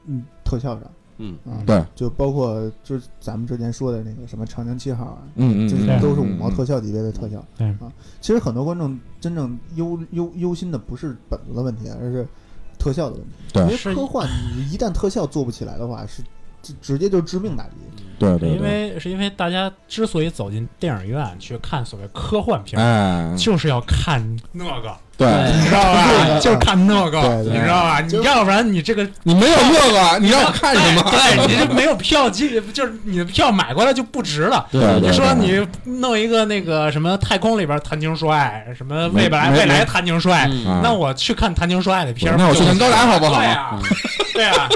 Speaker 3: 嗯，特效上，
Speaker 5: 嗯
Speaker 3: 啊，
Speaker 2: 对，
Speaker 3: 就包括就是咱们之前说的那个什么长江七号啊，
Speaker 2: 嗯嗯，
Speaker 3: 就是
Speaker 2: 嗯
Speaker 3: 都是五
Speaker 2: 嗯
Speaker 3: 毛特效级别的特效。
Speaker 4: 对
Speaker 3: 啊，其实很多观众真正忧忧忧心的不是本子的问题，而是特效的问题。
Speaker 2: 对
Speaker 3: 因为
Speaker 4: 是
Speaker 3: 科幻你一旦特效做不起来的话，是直直接就致命打击。
Speaker 2: 对
Speaker 4: 是
Speaker 2: 对
Speaker 4: 因
Speaker 2: 对，
Speaker 4: 为是因为大家之所以走进电影院去看所谓科幻片儿，
Speaker 2: 哎，
Speaker 4: 就是要看那个，
Speaker 2: 对
Speaker 4: 你知 道吧？
Speaker 3: 对
Speaker 4: 就是看那个，
Speaker 3: 对对
Speaker 4: 你知道吧？你要不然你这个
Speaker 2: 你没有这个， 你让我看什么？
Speaker 4: 哎对，你这没有票机，就是你的票买过来就不值了。
Speaker 5: 对
Speaker 2: 对
Speaker 4: 你
Speaker 5: 对
Speaker 4: 说你弄一个那个什么太空里边谈情说爱，什么未来
Speaker 2: 没没
Speaker 4: 未来谈情说爱，
Speaker 5: 嗯
Speaker 2: 啊
Speaker 4: 那我去看谈情说爱的片儿，
Speaker 2: 哎那我去看高达好不好
Speaker 4: 对
Speaker 5: 啊
Speaker 4: 呀，对呀，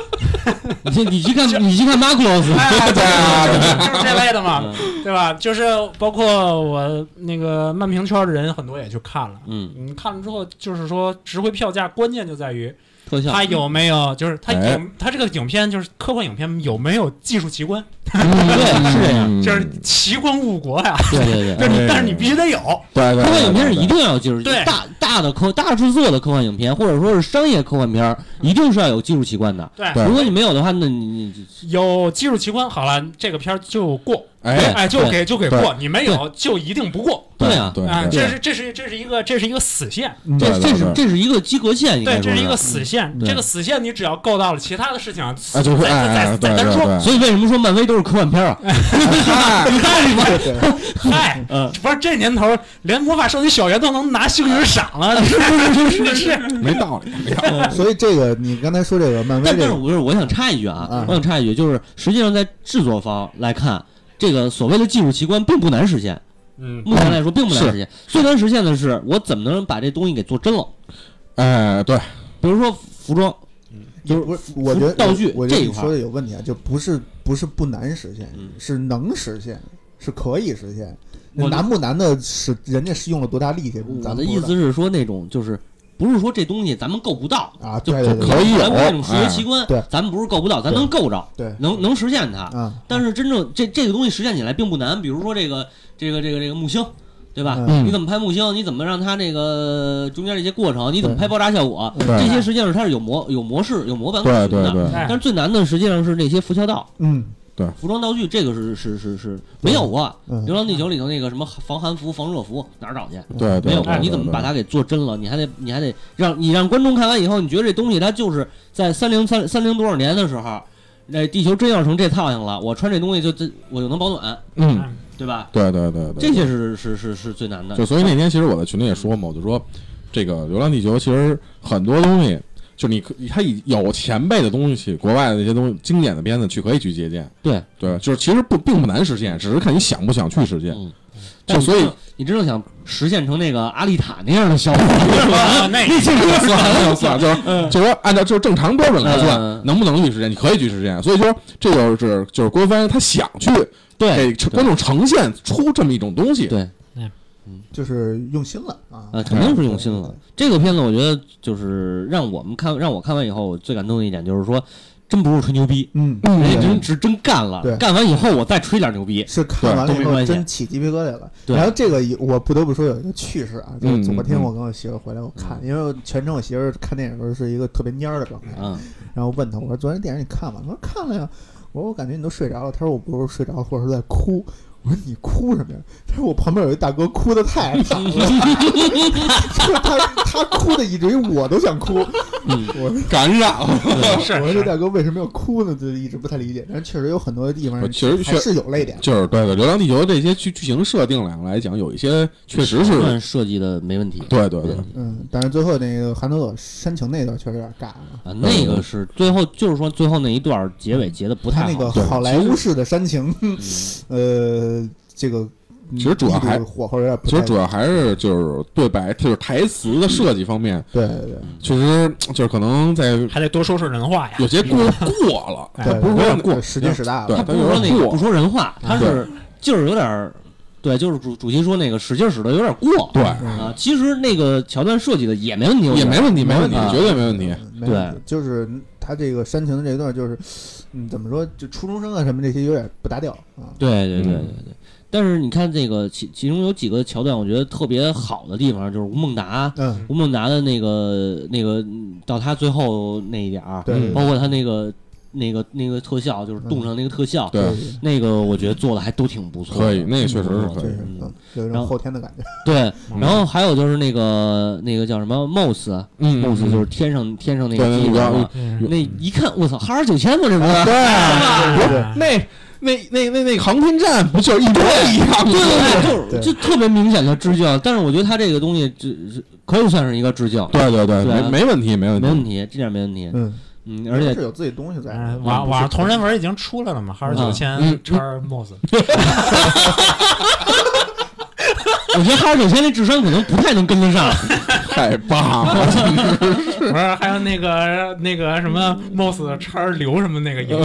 Speaker 5: 你去你去看你去看马库罗斯，
Speaker 4: 哎
Speaker 2: 对啊嗯
Speaker 4: 就是这类的嘛，对吧？就是包括我那个漫评圈的人很多也去看了。
Speaker 5: 嗯，
Speaker 4: 你看了之后，就是说值回票价，关键就在于
Speaker 5: 特效
Speaker 4: 它有没有，就是它
Speaker 2: 哎
Speaker 4: 影，它这个影片就是科幻影片有没有技术奇观，
Speaker 5: 嗯对是这样，
Speaker 2: 嗯
Speaker 4: 就是奇观误国呀。
Speaker 5: 对对
Speaker 4: 就
Speaker 5: 对。
Speaker 4: 是
Speaker 2: 哎
Speaker 4: 你，但是你必须得有。
Speaker 2: 对对，
Speaker 5: 科幻
Speaker 2: 对
Speaker 5: 影片是
Speaker 2: 对
Speaker 5: 一定要有技术，
Speaker 4: 对
Speaker 5: 大大的科大制作的科幻影片，或者说是商业科幻片儿，一定是要有技术奇观的。
Speaker 4: 对
Speaker 2: 对
Speaker 5: 如果你没有的话，那你你你
Speaker 4: 有技术奇观，好了，这个片儿就过，
Speaker 2: 哎，
Speaker 4: 哎，就给就给
Speaker 2: 对
Speaker 4: 过，你没有就一定不过，
Speaker 5: 对啊，
Speaker 2: 对
Speaker 4: 啊，
Speaker 2: 对
Speaker 4: 这是这是这是一个这是一个死线，
Speaker 5: 这
Speaker 2: 对
Speaker 5: 这
Speaker 2: 对
Speaker 5: 是
Speaker 2: 对
Speaker 5: 这是一个及格线，应该
Speaker 4: 对，这
Speaker 5: 说
Speaker 4: 是一个
Speaker 5: 是。
Speaker 4: 死线，
Speaker 5: 对
Speaker 4: 这个死线你只要够到了，其他的事情
Speaker 2: 嗯
Speaker 4: 啊，
Speaker 2: 啊，
Speaker 4: 再
Speaker 2: 就是哎
Speaker 4: 再
Speaker 2: 哎，
Speaker 4: 再
Speaker 2: 对
Speaker 4: 单
Speaker 2: 对
Speaker 4: 说，
Speaker 2: 对，
Speaker 5: 所以为什么说漫威都是科幻片儿
Speaker 4: 哎
Speaker 5: 啊？
Speaker 2: 哎
Speaker 5: 你看 什么？
Speaker 4: 嗨，
Speaker 5: 嗯
Speaker 4: 不是这年头连魔法少女小圆都能拿幸运赏 了，是是是，
Speaker 2: 没道理，没道理，
Speaker 3: 所以这个你刚才说这个漫威
Speaker 5: 但但
Speaker 3: 这
Speaker 5: 是
Speaker 3: 个，
Speaker 5: 我是我想插一句啊
Speaker 2: 嗯
Speaker 3: 啊，
Speaker 5: 我想插一句，就是实际上在制作方来看，这个所谓的技术奇观并不难实现，
Speaker 4: 嗯，
Speaker 5: 目前来说并不难实现。最难实现的是我怎么能把这东西给做真了？
Speaker 2: 哎，对，
Speaker 5: 比如说服装，就是
Speaker 3: 不是我觉得
Speaker 5: 道具
Speaker 3: 我觉得
Speaker 5: 这一
Speaker 3: 你
Speaker 5: 块
Speaker 3: 说的有问题啊，就不是不是不难实现
Speaker 5: 嗯，
Speaker 3: 是能实现，是可以实现。
Speaker 5: 我
Speaker 3: 难不难的是人家是用了多大力气，
Speaker 5: 我
Speaker 3: 嗯咱
Speaker 5: 的
Speaker 3: 们不
Speaker 5: 意
Speaker 3: 知道
Speaker 5: 思是说那种就是。不是说这东西咱们够不到
Speaker 3: 啊
Speaker 5: 就
Speaker 3: 对对对哎
Speaker 5: 可
Speaker 2: 可以有
Speaker 5: 咱们那种视觉奇观，
Speaker 3: 对
Speaker 5: 咱们不是够不到，咱能够着，
Speaker 3: 对
Speaker 5: 能能实现它。
Speaker 3: 啊，
Speaker 5: 但是真正这这个东西实现起来并不难，比如说这个这个这个这个木星，对吧？
Speaker 3: 嗯
Speaker 5: 你怎么拍木星？你怎么让它那个中间这些过程？你怎么
Speaker 3: 对
Speaker 5: 拍爆炸效果？
Speaker 3: 对
Speaker 5: 这些实际上它是有模有模式有模板可
Speaker 2: 对
Speaker 5: 循
Speaker 2: 对
Speaker 5: 的。
Speaker 2: 对，
Speaker 4: 哎
Speaker 5: 但是最难的实际上是那些服销道、
Speaker 3: 嗯
Speaker 5: 服装道具，这个是是是是没有啊。
Speaker 3: 嗯
Speaker 5: 《流浪地球》里头那个什么防寒服、防热服哪儿找去？
Speaker 2: 对对，
Speaker 5: 没有啊
Speaker 2: 对
Speaker 5: 你怎么把？它给做真了？你还得你还得让你让观众看完以后，你觉得这东西它就是在三零三三零多少年的时候，那地球真要成这套样了，我穿这东西就这我就能保暖，
Speaker 2: 对嗯，
Speaker 5: 对吧？
Speaker 2: 对对对对，
Speaker 5: 这些是是是是最难的。
Speaker 2: 就所以那天其实我在群里也说嘛，我就说这个《流浪地球》其实很多东西，就是你可它以有前辈的东西，国外的那些东西经典的片子去可以去借鉴，
Speaker 5: 对，
Speaker 2: 对，就是其实不并不难实现，只是看你想不想去实现。
Speaker 5: 嗯，
Speaker 2: 就所以
Speaker 5: 但你真正想实现成那个阿丽塔那样的效果，
Speaker 4: 啊
Speaker 5: 那那 确实
Speaker 2: 算了算了，就是
Speaker 5: 嗯
Speaker 2: 就是说按照就是正常标准来
Speaker 5: 嗯
Speaker 2: 算，能不能去实现？你可以去实现。所以说，这就是就是郭帆他想去
Speaker 5: 对
Speaker 2: 给观众呈现出这么一种东西。
Speaker 5: 对，
Speaker 3: 就是用心了啊
Speaker 5: 呃，肯定是用心了。这个片子我觉得就是让我们看，让我看完以后我最感动的一点就是说，真不是吹牛逼，
Speaker 3: 嗯，
Speaker 5: 人家
Speaker 3: 对
Speaker 5: 真是真干了，
Speaker 3: 对
Speaker 5: 干完以后我再吹点牛逼，
Speaker 3: 是看完了以
Speaker 5: 都没
Speaker 3: 后
Speaker 5: 关系
Speaker 3: 真起鸡皮疙瘩了。
Speaker 5: 对
Speaker 3: 然后这个也我不得不说有一个趣事啊，就
Speaker 2: 嗯
Speaker 3: 是昨天
Speaker 2: 嗯
Speaker 3: 我跟我媳妇儿回来我看，因为我全程我媳妇儿看电影的时候是一个特别蔫儿的状态，
Speaker 5: 嗯，
Speaker 3: 然后问她我说昨天电影你看吗？她说看了呀。我说我感觉你都睡着了，她说我不是睡着，或者是在哭。我说你哭什么呀？他说我旁边有一大哥哭的太惨了， 就是他他哭的以至于我都想哭。我
Speaker 2: 感染 了。
Speaker 4: 是
Speaker 3: 我说这
Speaker 4: 是
Speaker 3: 大哥为什么要哭呢？就一直不太理解。但是确实有很多地方
Speaker 2: 我其实
Speaker 3: 还是有泪点。
Speaker 2: 就是对的，《流浪地球》这些剧剧情设定来来讲，有一些确实是，
Speaker 5: 算设计的没问题。
Speaker 2: 对对对，
Speaker 3: 嗯，但是最后那个韩德尔煽情那段确实有点尬啊。
Speaker 5: 啊，那个是最后，就是说最后那一段结尾结的不
Speaker 3: 他
Speaker 5: 太
Speaker 3: 那个
Speaker 5: 好。
Speaker 2: 对
Speaker 3: 好莱坞式的煽情， 呃，这个
Speaker 2: 其实主要还
Speaker 3: 力度火候有点不
Speaker 2: 其
Speaker 3: 太
Speaker 2: 实主要还是就是对白，就是台词的设计方面，
Speaker 3: 对对对
Speaker 2: 确实就是可能在
Speaker 4: 还得多说说人话呀。
Speaker 2: 有些过过了，
Speaker 4: 哎
Speaker 2: 它
Speaker 3: 对，
Speaker 2: 不是
Speaker 3: 有
Speaker 2: 说
Speaker 3: 点
Speaker 2: 过
Speaker 3: 过，使劲使大
Speaker 2: 对
Speaker 3: 了。
Speaker 5: 他不是说
Speaker 2: 有
Speaker 5: 那
Speaker 2: 点
Speaker 5: 个
Speaker 2: 过嗯
Speaker 5: 不说人话，他
Speaker 2: 对
Speaker 5: 是就是有点儿，对，就是主主席说那个使劲使的有点过。
Speaker 2: 对
Speaker 5: 啊，其实那个桥段设计的也没问题，我觉
Speaker 2: 也
Speaker 5: 得
Speaker 2: 没问题，没问题，
Speaker 5: 啊
Speaker 2: 绝对没问题。
Speaker 3: 嗯没问题就是他这个煽情的这一段，就是嗯，怎么说，就初中生啊什么这些有点不搭调啊。
Speaker 5: 对对对对
Speaker 2: 嗯
Speaker 5: 对。但是你看这个其其中有几个桥段，我觉得特别好的地方，就是吴孟达，
Speaker 3: 嗯，
Speaker 5: 吴孟达的那个那个嗯到他最后那一点儿，
Speaker 3: 对对
Speaker 5: 包括他那个那个那个特效，就是冻上那个特效，
Speaker 2: 对，
Speaker 5: 那个我觉得做的还都挺不错的。
Speaker 2: 可以，那个确实是可
Speaker 3: 确
Speaker 2: 以
Speaker 3: 实，。嗯，有一种后天的感觉。
Speaker 5: 对，然后还有就是那个那个叫什么 Moss，Moss、
Speaker 2: 嗯，
Speaker 5: Moss 就是天上天上那
Speaker 2: 对
Speaker 5: 个
Speaker 2: 那
Speaker 5: 机
Speaker 2: 个
Speaker 5: 嘛
Speaker 4: 嗯
Speaker 5: 那一看我操，哈尔九千 吗？这不是？
Speaker 2: 对， 不是
Speaker 4: 啊
Speaker 2: 那那那那那个航天站不 就是一模一样
Speaker 5: 对
Speaker 2: 吗？
Speaker 5: 对对，
Speaker 3: 对
Speaker 5: 就是就特别明显的致敬。但是我觉得他这个东西只是可以算是一个致敬，
Speaker 2: 对对对，
Speaker 5: 对啊
Speaker 2: 没没问题，没问
Speaker 5: 没问
Speaker 2: 题。
Speaker 5: 题，这点没问题。
Speaker 3: 嗯，
Speaker 5: 嗯，而且
Speaker 3: 是有自己东西在。
Speaker 4: 嗯网网上同人文已经出来了嘛，哈尔九
Speaker 2: 嗯
Speaker 4: 千叉 mos，
Speaker 5: 我觉得哈尔九千那智商可能不太能跟得上。
Speaker 2: 太棒 了！
Speaker 4: 不是还有那个那个什么 mos 叉流什么那个影片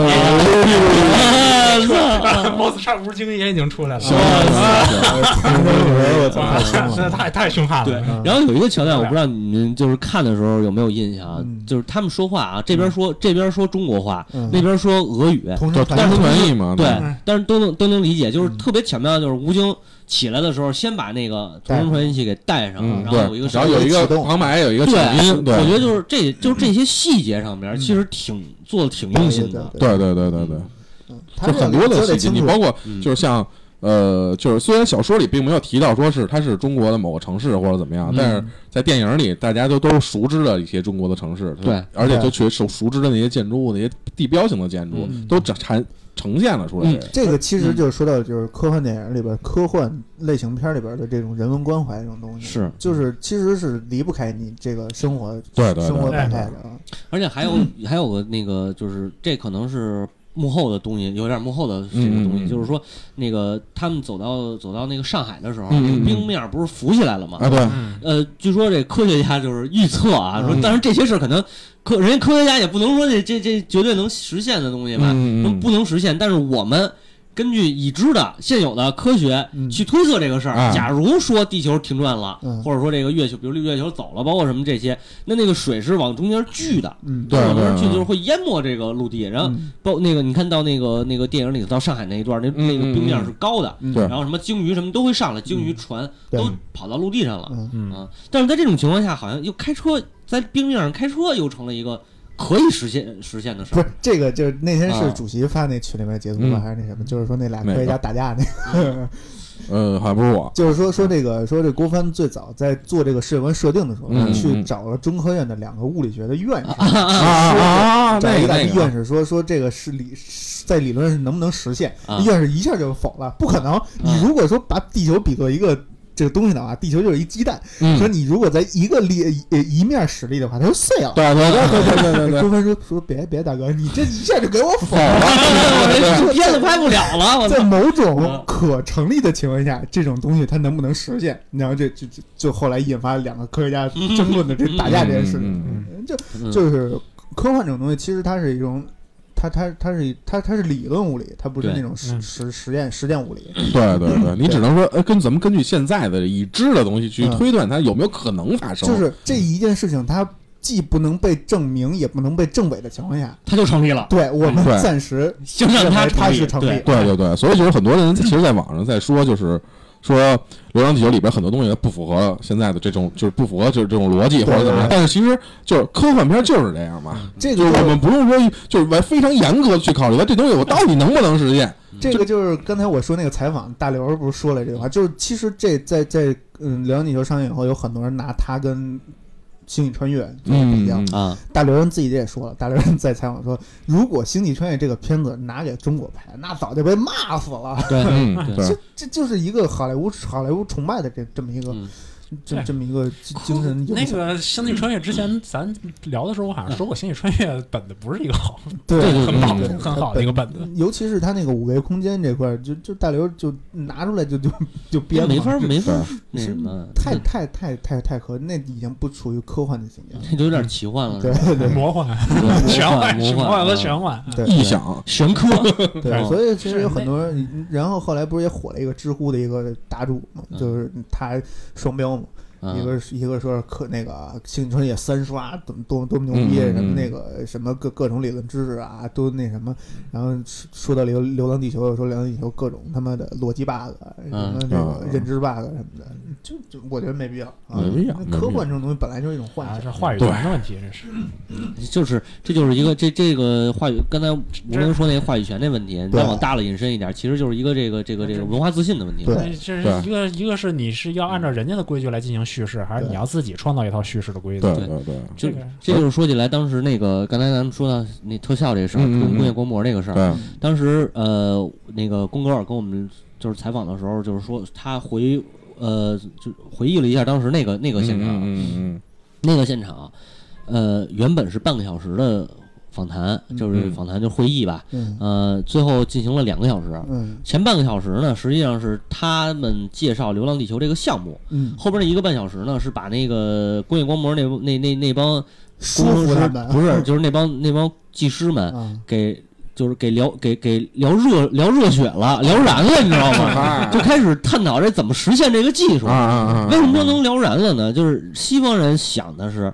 Speaker 4: ，mos 叉吴京也已经出来了，
Speaker 3: 我
Speaker 4: 哇，实在
Speaker 3: 操！
Speaker 4: 太太凶悍了。
Speaker 5: 然后有一个桥段，我不知道你们就是看的时候有没有印象啊
Speaker 3: 嗯，
Speaker 5: 就是他们说话啊，这边说这边说中国话
Speaker 3: 嗯，
Speaker 5: 那边说俄语，
Speaker 3: 同
Speaker 2: 就同
Speaker 3: 声
Speaker 2: 声
Speaker 3: 传
Speaker 2: 传译嘛，
Speaker 5: 对
Speaker 4: 嗯，
Speaker 5: 但是都能都能理解，就是特别巧妙，就是吴京起来的时候，先把那个同声传音器给带上了，
Speaker 2: 嗯，
Speaker 5: 然后有
Speaker 2: 对然后有
Speaker 5: 一个，
Speaker 2: 一
Speaker 3: 稍微
Speaker 2: 个
Speaker 3: 启动
Speaker 2: 旁白，有一个
Speaker 5: 对哎
Speaker 2: 声音，，对，嗯
Speaker 5: 我觉得就是这就是这些细节上面，其实挺做的挺用心的，
Speaker 3: 对
Speaker 2: 对
Speaker 3: 嗯
Speaker 2: 对对对对，
Speaker 3: 他
Speaker 2: 就很多的细节，你包
Speaker 3: 括
Speaker 2: 括
Speaker 5: 嗯
Speaker 2: 就是像呃，就是虽然小说里并没有提到说是它是中国的某个城市或者怎么
Speaker 3: 嗯
Speaker 2: 样，但是在电影里大家都都熟知的一些中国的城市，
Speaker 5: 对，
Speaker 2: 而且
Speaker 3: 对
Speaker 2: 就去熟熟知的那些建筑物、那些地标性的建筑
Speaker 3: 嗯
Speaker 2: 都展呈呈现了出来
Speaker 5: 嗯。
Speaker 3: 这个，其实就是说到就是科幻电影里边、科幻类型片里边的这种人文关怀这种东西，
Speaker 5: 是，
Speaker 3: 就是其实是离不开你这个生活
Speaker 2: 对对
Speaker 3: 生活
Speaker 2: 对，
Speaker 3: 百态的啊。
Speaker 5: 而且还有
Speaker 2: 嗯
Speaker 5: 还有个那个就是这可能是。幕后的东西有点幕后的这个东
Speaker 2: 嗯嗯
Speaker 5: 西，
Speaker 2: 嗯
Speaker 5: 就是说，那个他们走到走到那个上海的时候，
Speaker 2: 嗯嗯
Speaker 5: 那
Speaker 2: 嗯
Speaker 5: 个冰面儿不是浮起来了吗？
Speaker 2: 啊，对，
Speaker 4: 嗯，
Speaker 5: 呃，据说这科学家就是预测啊，说
Speaker 3: 嗯
Speaker 5: 但是这些事儿可能科人家科学家也不能说这这这绝对能实现的东西吧，
Speaker 2: 嗯嗯嗯
Speaker 5: 不不能实现。但是我们根据已知的现有的科学
Speaker 3: 嗯
Speaker 5: 去推测这个事儿，
Speaker 2: 哎
Speaker 5: 假如说地球停转了，
Speaker 3: 嗯
Speaker 5: 或者说这个月球，比如月球走了，包括什么这些，那那个水是往中间聚的。
Speaker 3: 嗯，
Speaker 2: 对
Speaker 5: 往中间
Speaker 2: 对
Speaker 5: 聚
Speaker 2: 对
Speaker 5: 就是会淹没这个陆地，然后
Speaker 3: 嗯
Speaker 5: 包那个你看到那个那个电影里头到上海那一段，那那个
Speaker 2: 嗯嗯
Speaker 5: 冰面
Speaker 2: 嗯
Speaker 5: 是高的，
Speaker 3: 嗯
Speaker 2: 对
Speaker 5: 然后什么鲸鱼什么都会上来，鲸鱼船
Speaker 3: 对
Speaker 5: 都跑到陆地上了。
Speaker 3: 嗯，
Speaker 4: 嗯
Speaker 5: 啊，但是在这种情况下，好像又开车在冰面上开车，又成了一个可以实现实现的事
Speaker 3: 不
Speaker 5: 儿。
Speaker 3: 是这个，就是那天
Speaker 5: 啊
Speaker 3: 是主席发那群里面截图吧，
Speaker 2: 嗯
Speaker 3: 还是那什么？就是说那俩
Speaker 2: 哪
Speaker 3: 科
Speaker 2: 个
Speaker 3: 学家打架那个， 嗯
Speaker 2: 呃，好像不是我，
Speaker 3: 就是说说这个说这郭帆最早在做这个世界观设定的时候，
Speaker 2: 嗯
Speaker 3: 去
Speaker 2: 嗯
Speaker 3: 找了中科院的两个物理学的院士，
Speaker 2: 啊啊啊，
Speaker 3: 找了
Speaker 2: 那
Speaker 3: 一
Speaker 2: 个
Speaker 3: 大
Speaker 2: 那
Speaker 3: 批
Speaker 2: 个
Speaker 3: 院，士说说这个是理是在理论上能不能实现
Speaker 5: 啊，
Speaker 3: 院士一下就否了，不可能。
Speaker 2: 啊
Speaker 3: 你如果说把地球比作一个。这个东西的啊话，地球就是一鸡蛋。
Speaker 2: 嗯
Speaker 3: 说你如果在一个力呃一面使力的话，它就碎了。
Speaker 2: 对对 对对对对对对
Speaker 3: 郭帆说说别别，大哥，你这一下就给我否
Speaker 2: 好
Speaker 3: 了。
Speaker 2: 了，
Speaker 5: 哎这片子拍不了了， 我
Speaker 3: 在
Speaker 5: 操！
Speaker 3: 某
Speaker 5: 嗯
Speaker 3: 种可成立的情况下，这种东西它能不能实现？然后这就就就后来引发两个科学家争论的这打架这件事
Speaker 2: 嗯
Speaker 3: 情就
Speaker 4: 嗯。
Speaker 3: 就是科幻这种东西，其实它是一种，它它它是它它是理论物理，它不是
Speaker 5: 对
Speaker 3: 那种实
Speaker 4: 嗯
Speaker 3: 实实验实践物理。
Speaker 2: 嗯对对对，你只能说，呃，跟咱们根据现在的已知的东西去
Speaker 3: 嗯
Speaker 2: 推断它有没有可能发生，
Speaker 3: 就是这一件事情，它既不能被证明，也不能被证伪的情况下，
Speaker 5: 他就成立了，
Speaker 3: 对我们
Speaker 2: 对
Speaker 3: 暂时
Speaker 5: 就让
Speaker 3: 认为
Speaker 5: 他
Speaker 3: 它
Speaker 5: 立，
Speaker 3: 是成立
Speaker 5: 对
Speaker 2: 对对对，所以就是很多人其实，在网上在说，就是说《流浪地球》里边很多东西它不符合现在的这种，就是不符合就是这种逻辑或
Speaker 3: 对
Speaker 2: 者怎么样。
Speaker 3: 对嗯
Speaker 2: 但是其实就是科幻片就是这样嘛，
Speaker 3: 这
Speaker 2: 就是
Speaker 3: 个
Speaker 2: 我
Speaker 3: 就
Speaker 2: 们不用说就是完非常严格的去考虑它这东西我到底能不能实现。
Speaker 5: 嗯
Speaker 3: 这个就是刚才我说那个采访，大刘不是说了这句话，就是其实这在在嗯《流浪地球》上映以后，有很多人拿它跟《星际穿越》做比较。
Speaker 2: 嗯，
Speaker 5: 啊，
Speaker 3: 大刘人自己也说了，大刘人在采访说，如果《星际穿越》这个片子拿给中国拍，那早就被骂死了。
Speaker 5: 对，
Speaker 2: 嗯，对
Speaker 3: 这，这就是一个好莱坞好莱坞崇拜的这这么一个
Speaker 5: 嗯
Speaker 3: 这
Speaker 4: 对
Speaker 3: 这么一个精精神影
Speaker 4: 那
Speaker 3: 响。
Speaker 4: 个《星际穿越》之前咱聊的时候，我好像说过，《星际穿越》本子不是一个好，
Speaker 3: 对
Speaker 5: 对对
Speaker 4: 很
Speaker 5: 对
Speaker 4: 好
Speaker 3: 对
Speaker 4: 的、很好的一个本子。
Speaker 3: 尤其是他那个五维空间这块儿，就就大刘就拿出来就就就编
Speaker 5: 没
Speaker 3: 嘛
Speaker 5: 法没法那
Speaker 3: 是
Speaker 5: 什么，
Speaker 2: 嗯
Speaker 3: 太太太太太可，那已经不属于科幻的情节了。
Speaker 5: 那就有点奇幻了，是
Speaker 3: 对
Speaker 5: 吧
Speaker 3: 对
Speaker 4: 魔幻、
Speaker 5: 对
Speaker 4: 玄
Speaker 5: 魔幻
Speaker 4: 幻、是
Speaker 5: 魔
Speaker 4: 魔
Speaker 5: 幻
Speaker 4: 幻和
Speaker 5: 啊
Speaker 4: 玄幻。
Speaker 3: 对
Speaker 2: 臆想，
Speaker 5: 玄科，
Speaker 3: 对，
Speaker 5: 嗯
Speaker 3: 所以其实有很多人，嗯然后后来不是也火了一个知乎的一个答主嘛，
Speaker 5: 嗯
Speaker 3: 就是他双标
Speaker 2: 嗯
Speaker 3: 嘛，
Speaker 5: 啊
Speaker 3: 一个是一个说是科那个青春也三刷，怎么多多么牛逼，啊
Speaker 2: 嗯嗯嗯
Speaker 3: 什么那个什么各各种理论知识啊，都那什么，然后说说到流流浪地球，又说流浪地球各种他妈的逻辑 bug，什啊么这个
Speaker 2: 嗯
Speaker 3: 认知 bug 啊什么的，就就我觉得没必要啊，
Speaker 2: 没必要没必要
Speaker 3: 科幻这种东西本来就是一种幻
Speaker 4: 啊，
Speaker 3: 想，
Speaker 4: 这话语
Speaker 2: 对
Speaker 4: 权的问题，这是
Speaker 5: 就是这就是一个这这个话语，刚才吴能说那个话语权这问题，你再
Speaker 3: 对
Speaker 5: 往大了引申一点，其实就是一个这个这个这个文化自信的问题。
Speaker 3: 对
Speaker 4: 这是一个一个是你是要按照人家的规矩来进行叙事，还是你要自己创造一套叙事的规
Speaker 2: 对
Speaker 4: 则？
Speaker 2: 对对，
Speaker 5: 就
Speaker 4: 这个
Speaker 5: 这就是说起来，当时那个刚才咱们说到那特效这事儿，
Speaker 2: 嗯嗯嗯
Speaker 5: 跟工业光魔这个事儿，
Speaker 2: 对，
Speaker 5: 当时呃那个宫格尔跟我们就是采访的时候，就是说他回呃就回忆了一下当时那个那个现场，
Speaker 2: 嗯嗯
Speaker 5: 那个现场，呃原本是半个小时的访谈，就是
Speaker 2: 嗯
Speaker 5: 访谈就会议吧，
Speaker 3: 嗯
Speaker 5: 呃最后进行了两个小时，
Speaker 3: 嗯
Speaker 5: 前半个小时呢，实际上是他们介绍《流浪地球》这个项目，
Speaker 3: 嗯，
Speaker 5: 后边那一个半小时呢，是把那个工业光魔那那那那帮
Speaker 3: 说
Speaker 5: 工程
Speaker 3: 服
Speaker 5: 师
Speaker 3: 他们
Speaker 5: 不是，就是那帮那帮技师们
Speaker 4: 嗯
Speaker 3: 啊。
Speaker 5: 给就是给聊给给聊热聊热血了，聊燃了，你知道吗？就开始探讨这怎么实现这个技术
Speaker 2: 啊嗯啊。啊啊！
Speaker 5: 为什么能聊燃了呢？就是西方人想的是，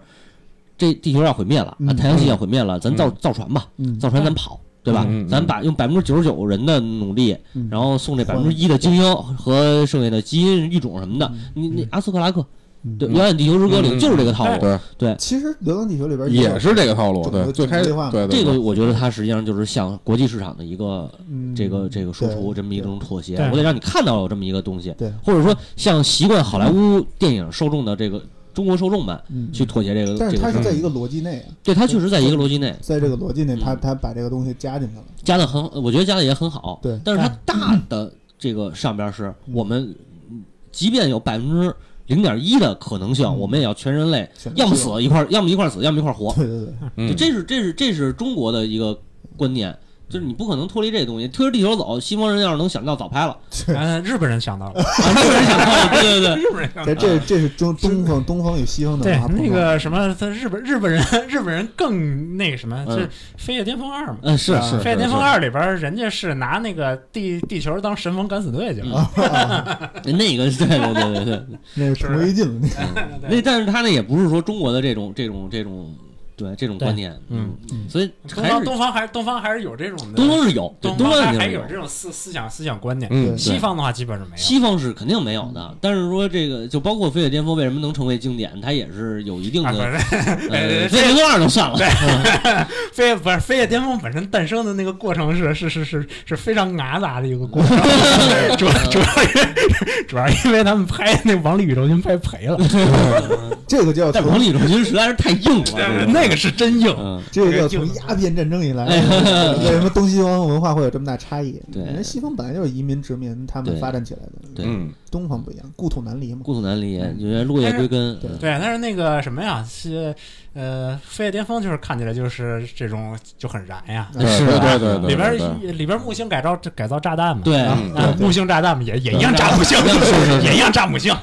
Speaker 5: 这地球要毁灭了，啊
Speaker 3: 嗯
Speaker 5: 太阳系要毁灭了，咱造造船吧，
Speaker 3: 嗯，
Speaker 5: 造船咱跑，对吧
Speaker 2: 嗯嗯？嗯
Speaker 5: 咱把用百分之九十九人的努力，
Speaker 3: 嗯
Speaker 5: 然后送这百
Speaker 3: 换
Speaker 5: 分之一的精英和剩下的基因育种什么的，你你阿斯克拉克，
Speaker 3: 嗯
Speaker 5: 对，《遥远地球之歌》
Speaker 2: 嗯
Speaker 5: 里
Speaker 2: 嗯
Speaker 5: 就是这个套路。
Speaker 2: 对，
Speaker 5: 对，
Speaker 3: 其实《流浪地球》里边儿
Speaker 2: 也
Speaker 3: 有
Speaker 2: 是这个套路，
Speaker 3: 整个
Speaker 2: 对，最开始
Speaker 3: 规划
Speaker 2: 对对
Speaker 5: 这
Speaker 2: 对
Speaker 5: 个我觉得它实际上就是向国际市场的一个
Speaker 3: 嗯
Speaker 5: 这个这个输
Speaker 3: 对
Speaker 5: 出这么一种妥协
Speaker 4: 对，
Speaker 5: 我得让你看到有这么一个东西，
Speaker 3: 对
Speaker 5: 或者说向习惯好莱坞电影受众的这个中国受众们
Speaker 3: 嗯
Speaker 5: 去妥协这个
Speaker 3: 但
Speaker 5: 这
Speaker 3: 是
Speaker 5: 个
Speaker 3: 它
Speaker 5: 事
Speaker 3: 是
Speaker 5: 儿。
Speaker 3: 在一个逻辑内啊，
Speaker 5: 对，它确实在一个逻辑内
Speaker 3: 在这个逻辑内，它
Speaker 5: 嗯
Speaker 3: 它把这个东西加进去了。
Speaker 5: 加的很，我觉得加的也很好。
Speaker 3: 对嗯
Speaker 5: 但是它大的这个上边是我们，即便有百分之零点一的可能性，我们也要全人类
Speaker 3: 嗯全
Speaker 5: 要么
Speaker 3: 是
Speaker 5: 死一块儿，要么一块儿死，要么一块儿活。
Speaker 3: 对对对，
Speaker 5: 就
Speaker 2: 嗯
Speaker 5: 这是这是这是中国的一个观念，就是你不可能脱离这东西，推着地球走。西方人要是能想到，早 拍了。
Speaker 4: 嗯，日本人想到了，
Speaker 5: 啊日本人想到了，对对对，
Speaker 4: 日本人想到
Speaker 3: 这
Speaker 4: 了。
Speaker 5: 嗯
Speaker 3: 这这是中东方东方与西方的
Speaker 4: 对
Speaker 3: 文化，碰
Speaker 4: 那
Speaker 3: 撞
Speaker 4: 个什么，他日本日本人 日本人更那个什么，
Speaker 5: 嗯
Speaker 4: 这《飞越巅峰二》嘛，
Speaker 5: 嗯，是
Speaker 3: 啊
Speaker 5: 是
Speaker 4: 《
Speaker 5: 是
Speaker 4: 飞越巅
Speaker 5: 是
Speaker 4: 峰二》里边儿人家是拿那个地地球当神风敢死队去
Speaker 5: 嗯
Speaker 4: 了，啊
Speaker 5: 那个，对对对对对，
Speaker 3: 啊那个同归于尽了。
Speaker 5: 那但是他那也不是说中国的这种这种这种对这种观念，
Speaker 4: 对
Speaker 5: 嗯，所以
Speaker 4: 东
Speaker 5: 还
Speaker 4: 方
Speaker 5: 是
Speaker 4: 东方还是东方还是有这种的，
Speaker 5: 东方是有，对
Speaker 4: 东
Speaker 5: 东
Speaker 4: 方
Speaker 5: 方
Speaker 4: 还还
Speaker 5: 是
Speaker 4: 有这种思思想思想观念，
Speaker 2: 嗯
Speaker 4: 西方的话基本上没有。
Speaker 5: 西方是肯定没有
Speaker 4: 嗯
Speaker 5: 的，但是说这个就包括《飞雪巅峰》为什么能成为经典，它也是有一定
Speaker 4: 啊，
Speaker 5: 的
Speaker 4: 不
Speaker 5: 呃，
Speaker 4: 是，
Speaker 5: 《
Speaker 4: 对
Speaker 5: 飞雪巅峰二》都上了，
Speaker 4: 飞不是飞越巅峰本身诞生的那个过程是是是是是非常阿杂的一个过 程，主要主要是主要是因为 他们拍那《王力宇宙军》拍赔了，
Speaker 3: 这个就要
Speaker 5: 但王
Speaker 3: 从
Speaker 5: 力宇宙军实在是太硬了，这个
Speaker 4: 那个是真硬，
Speaker 5: 嗯，
Speaker 3: 这个就要从鸦片战争以来，为什么东西方文化会有这么大差异？
Speaker 5: 哎对
Speaker 3: 人家西方本来就是移民殖民他们
Speaker 5: 对
Speaker 3: 发展起来的，
Speaker 5: 对
Speaker 2: 嗯
Speaker 3: 东方不一样，故土难离嘛。
Speaker 5: 故土难离，就是落叶归根，
Speaker 3: 但是
Speaker 5: 嗯
Speaker 4: 对，但是那个什么呀，是呃，飞越巅峰就是看起来就是这种就很燃呀，
Speaker 2: 对
Speaker 5: 是
Speaker 2: 对
Speaker 5: 吧
Speaker 2: 对对，
Speaker 4: 里边
Speaker 2: 对
Speaker 4: 儿里边儿木星改造改造炸弹嘛，
Speaker 5: 对嗯
Speaker 4: 啊
Speaker 2: 嗯
Speaker 4: 啊木星炸弹嘛也也一样炸木星，也一样炸木 星，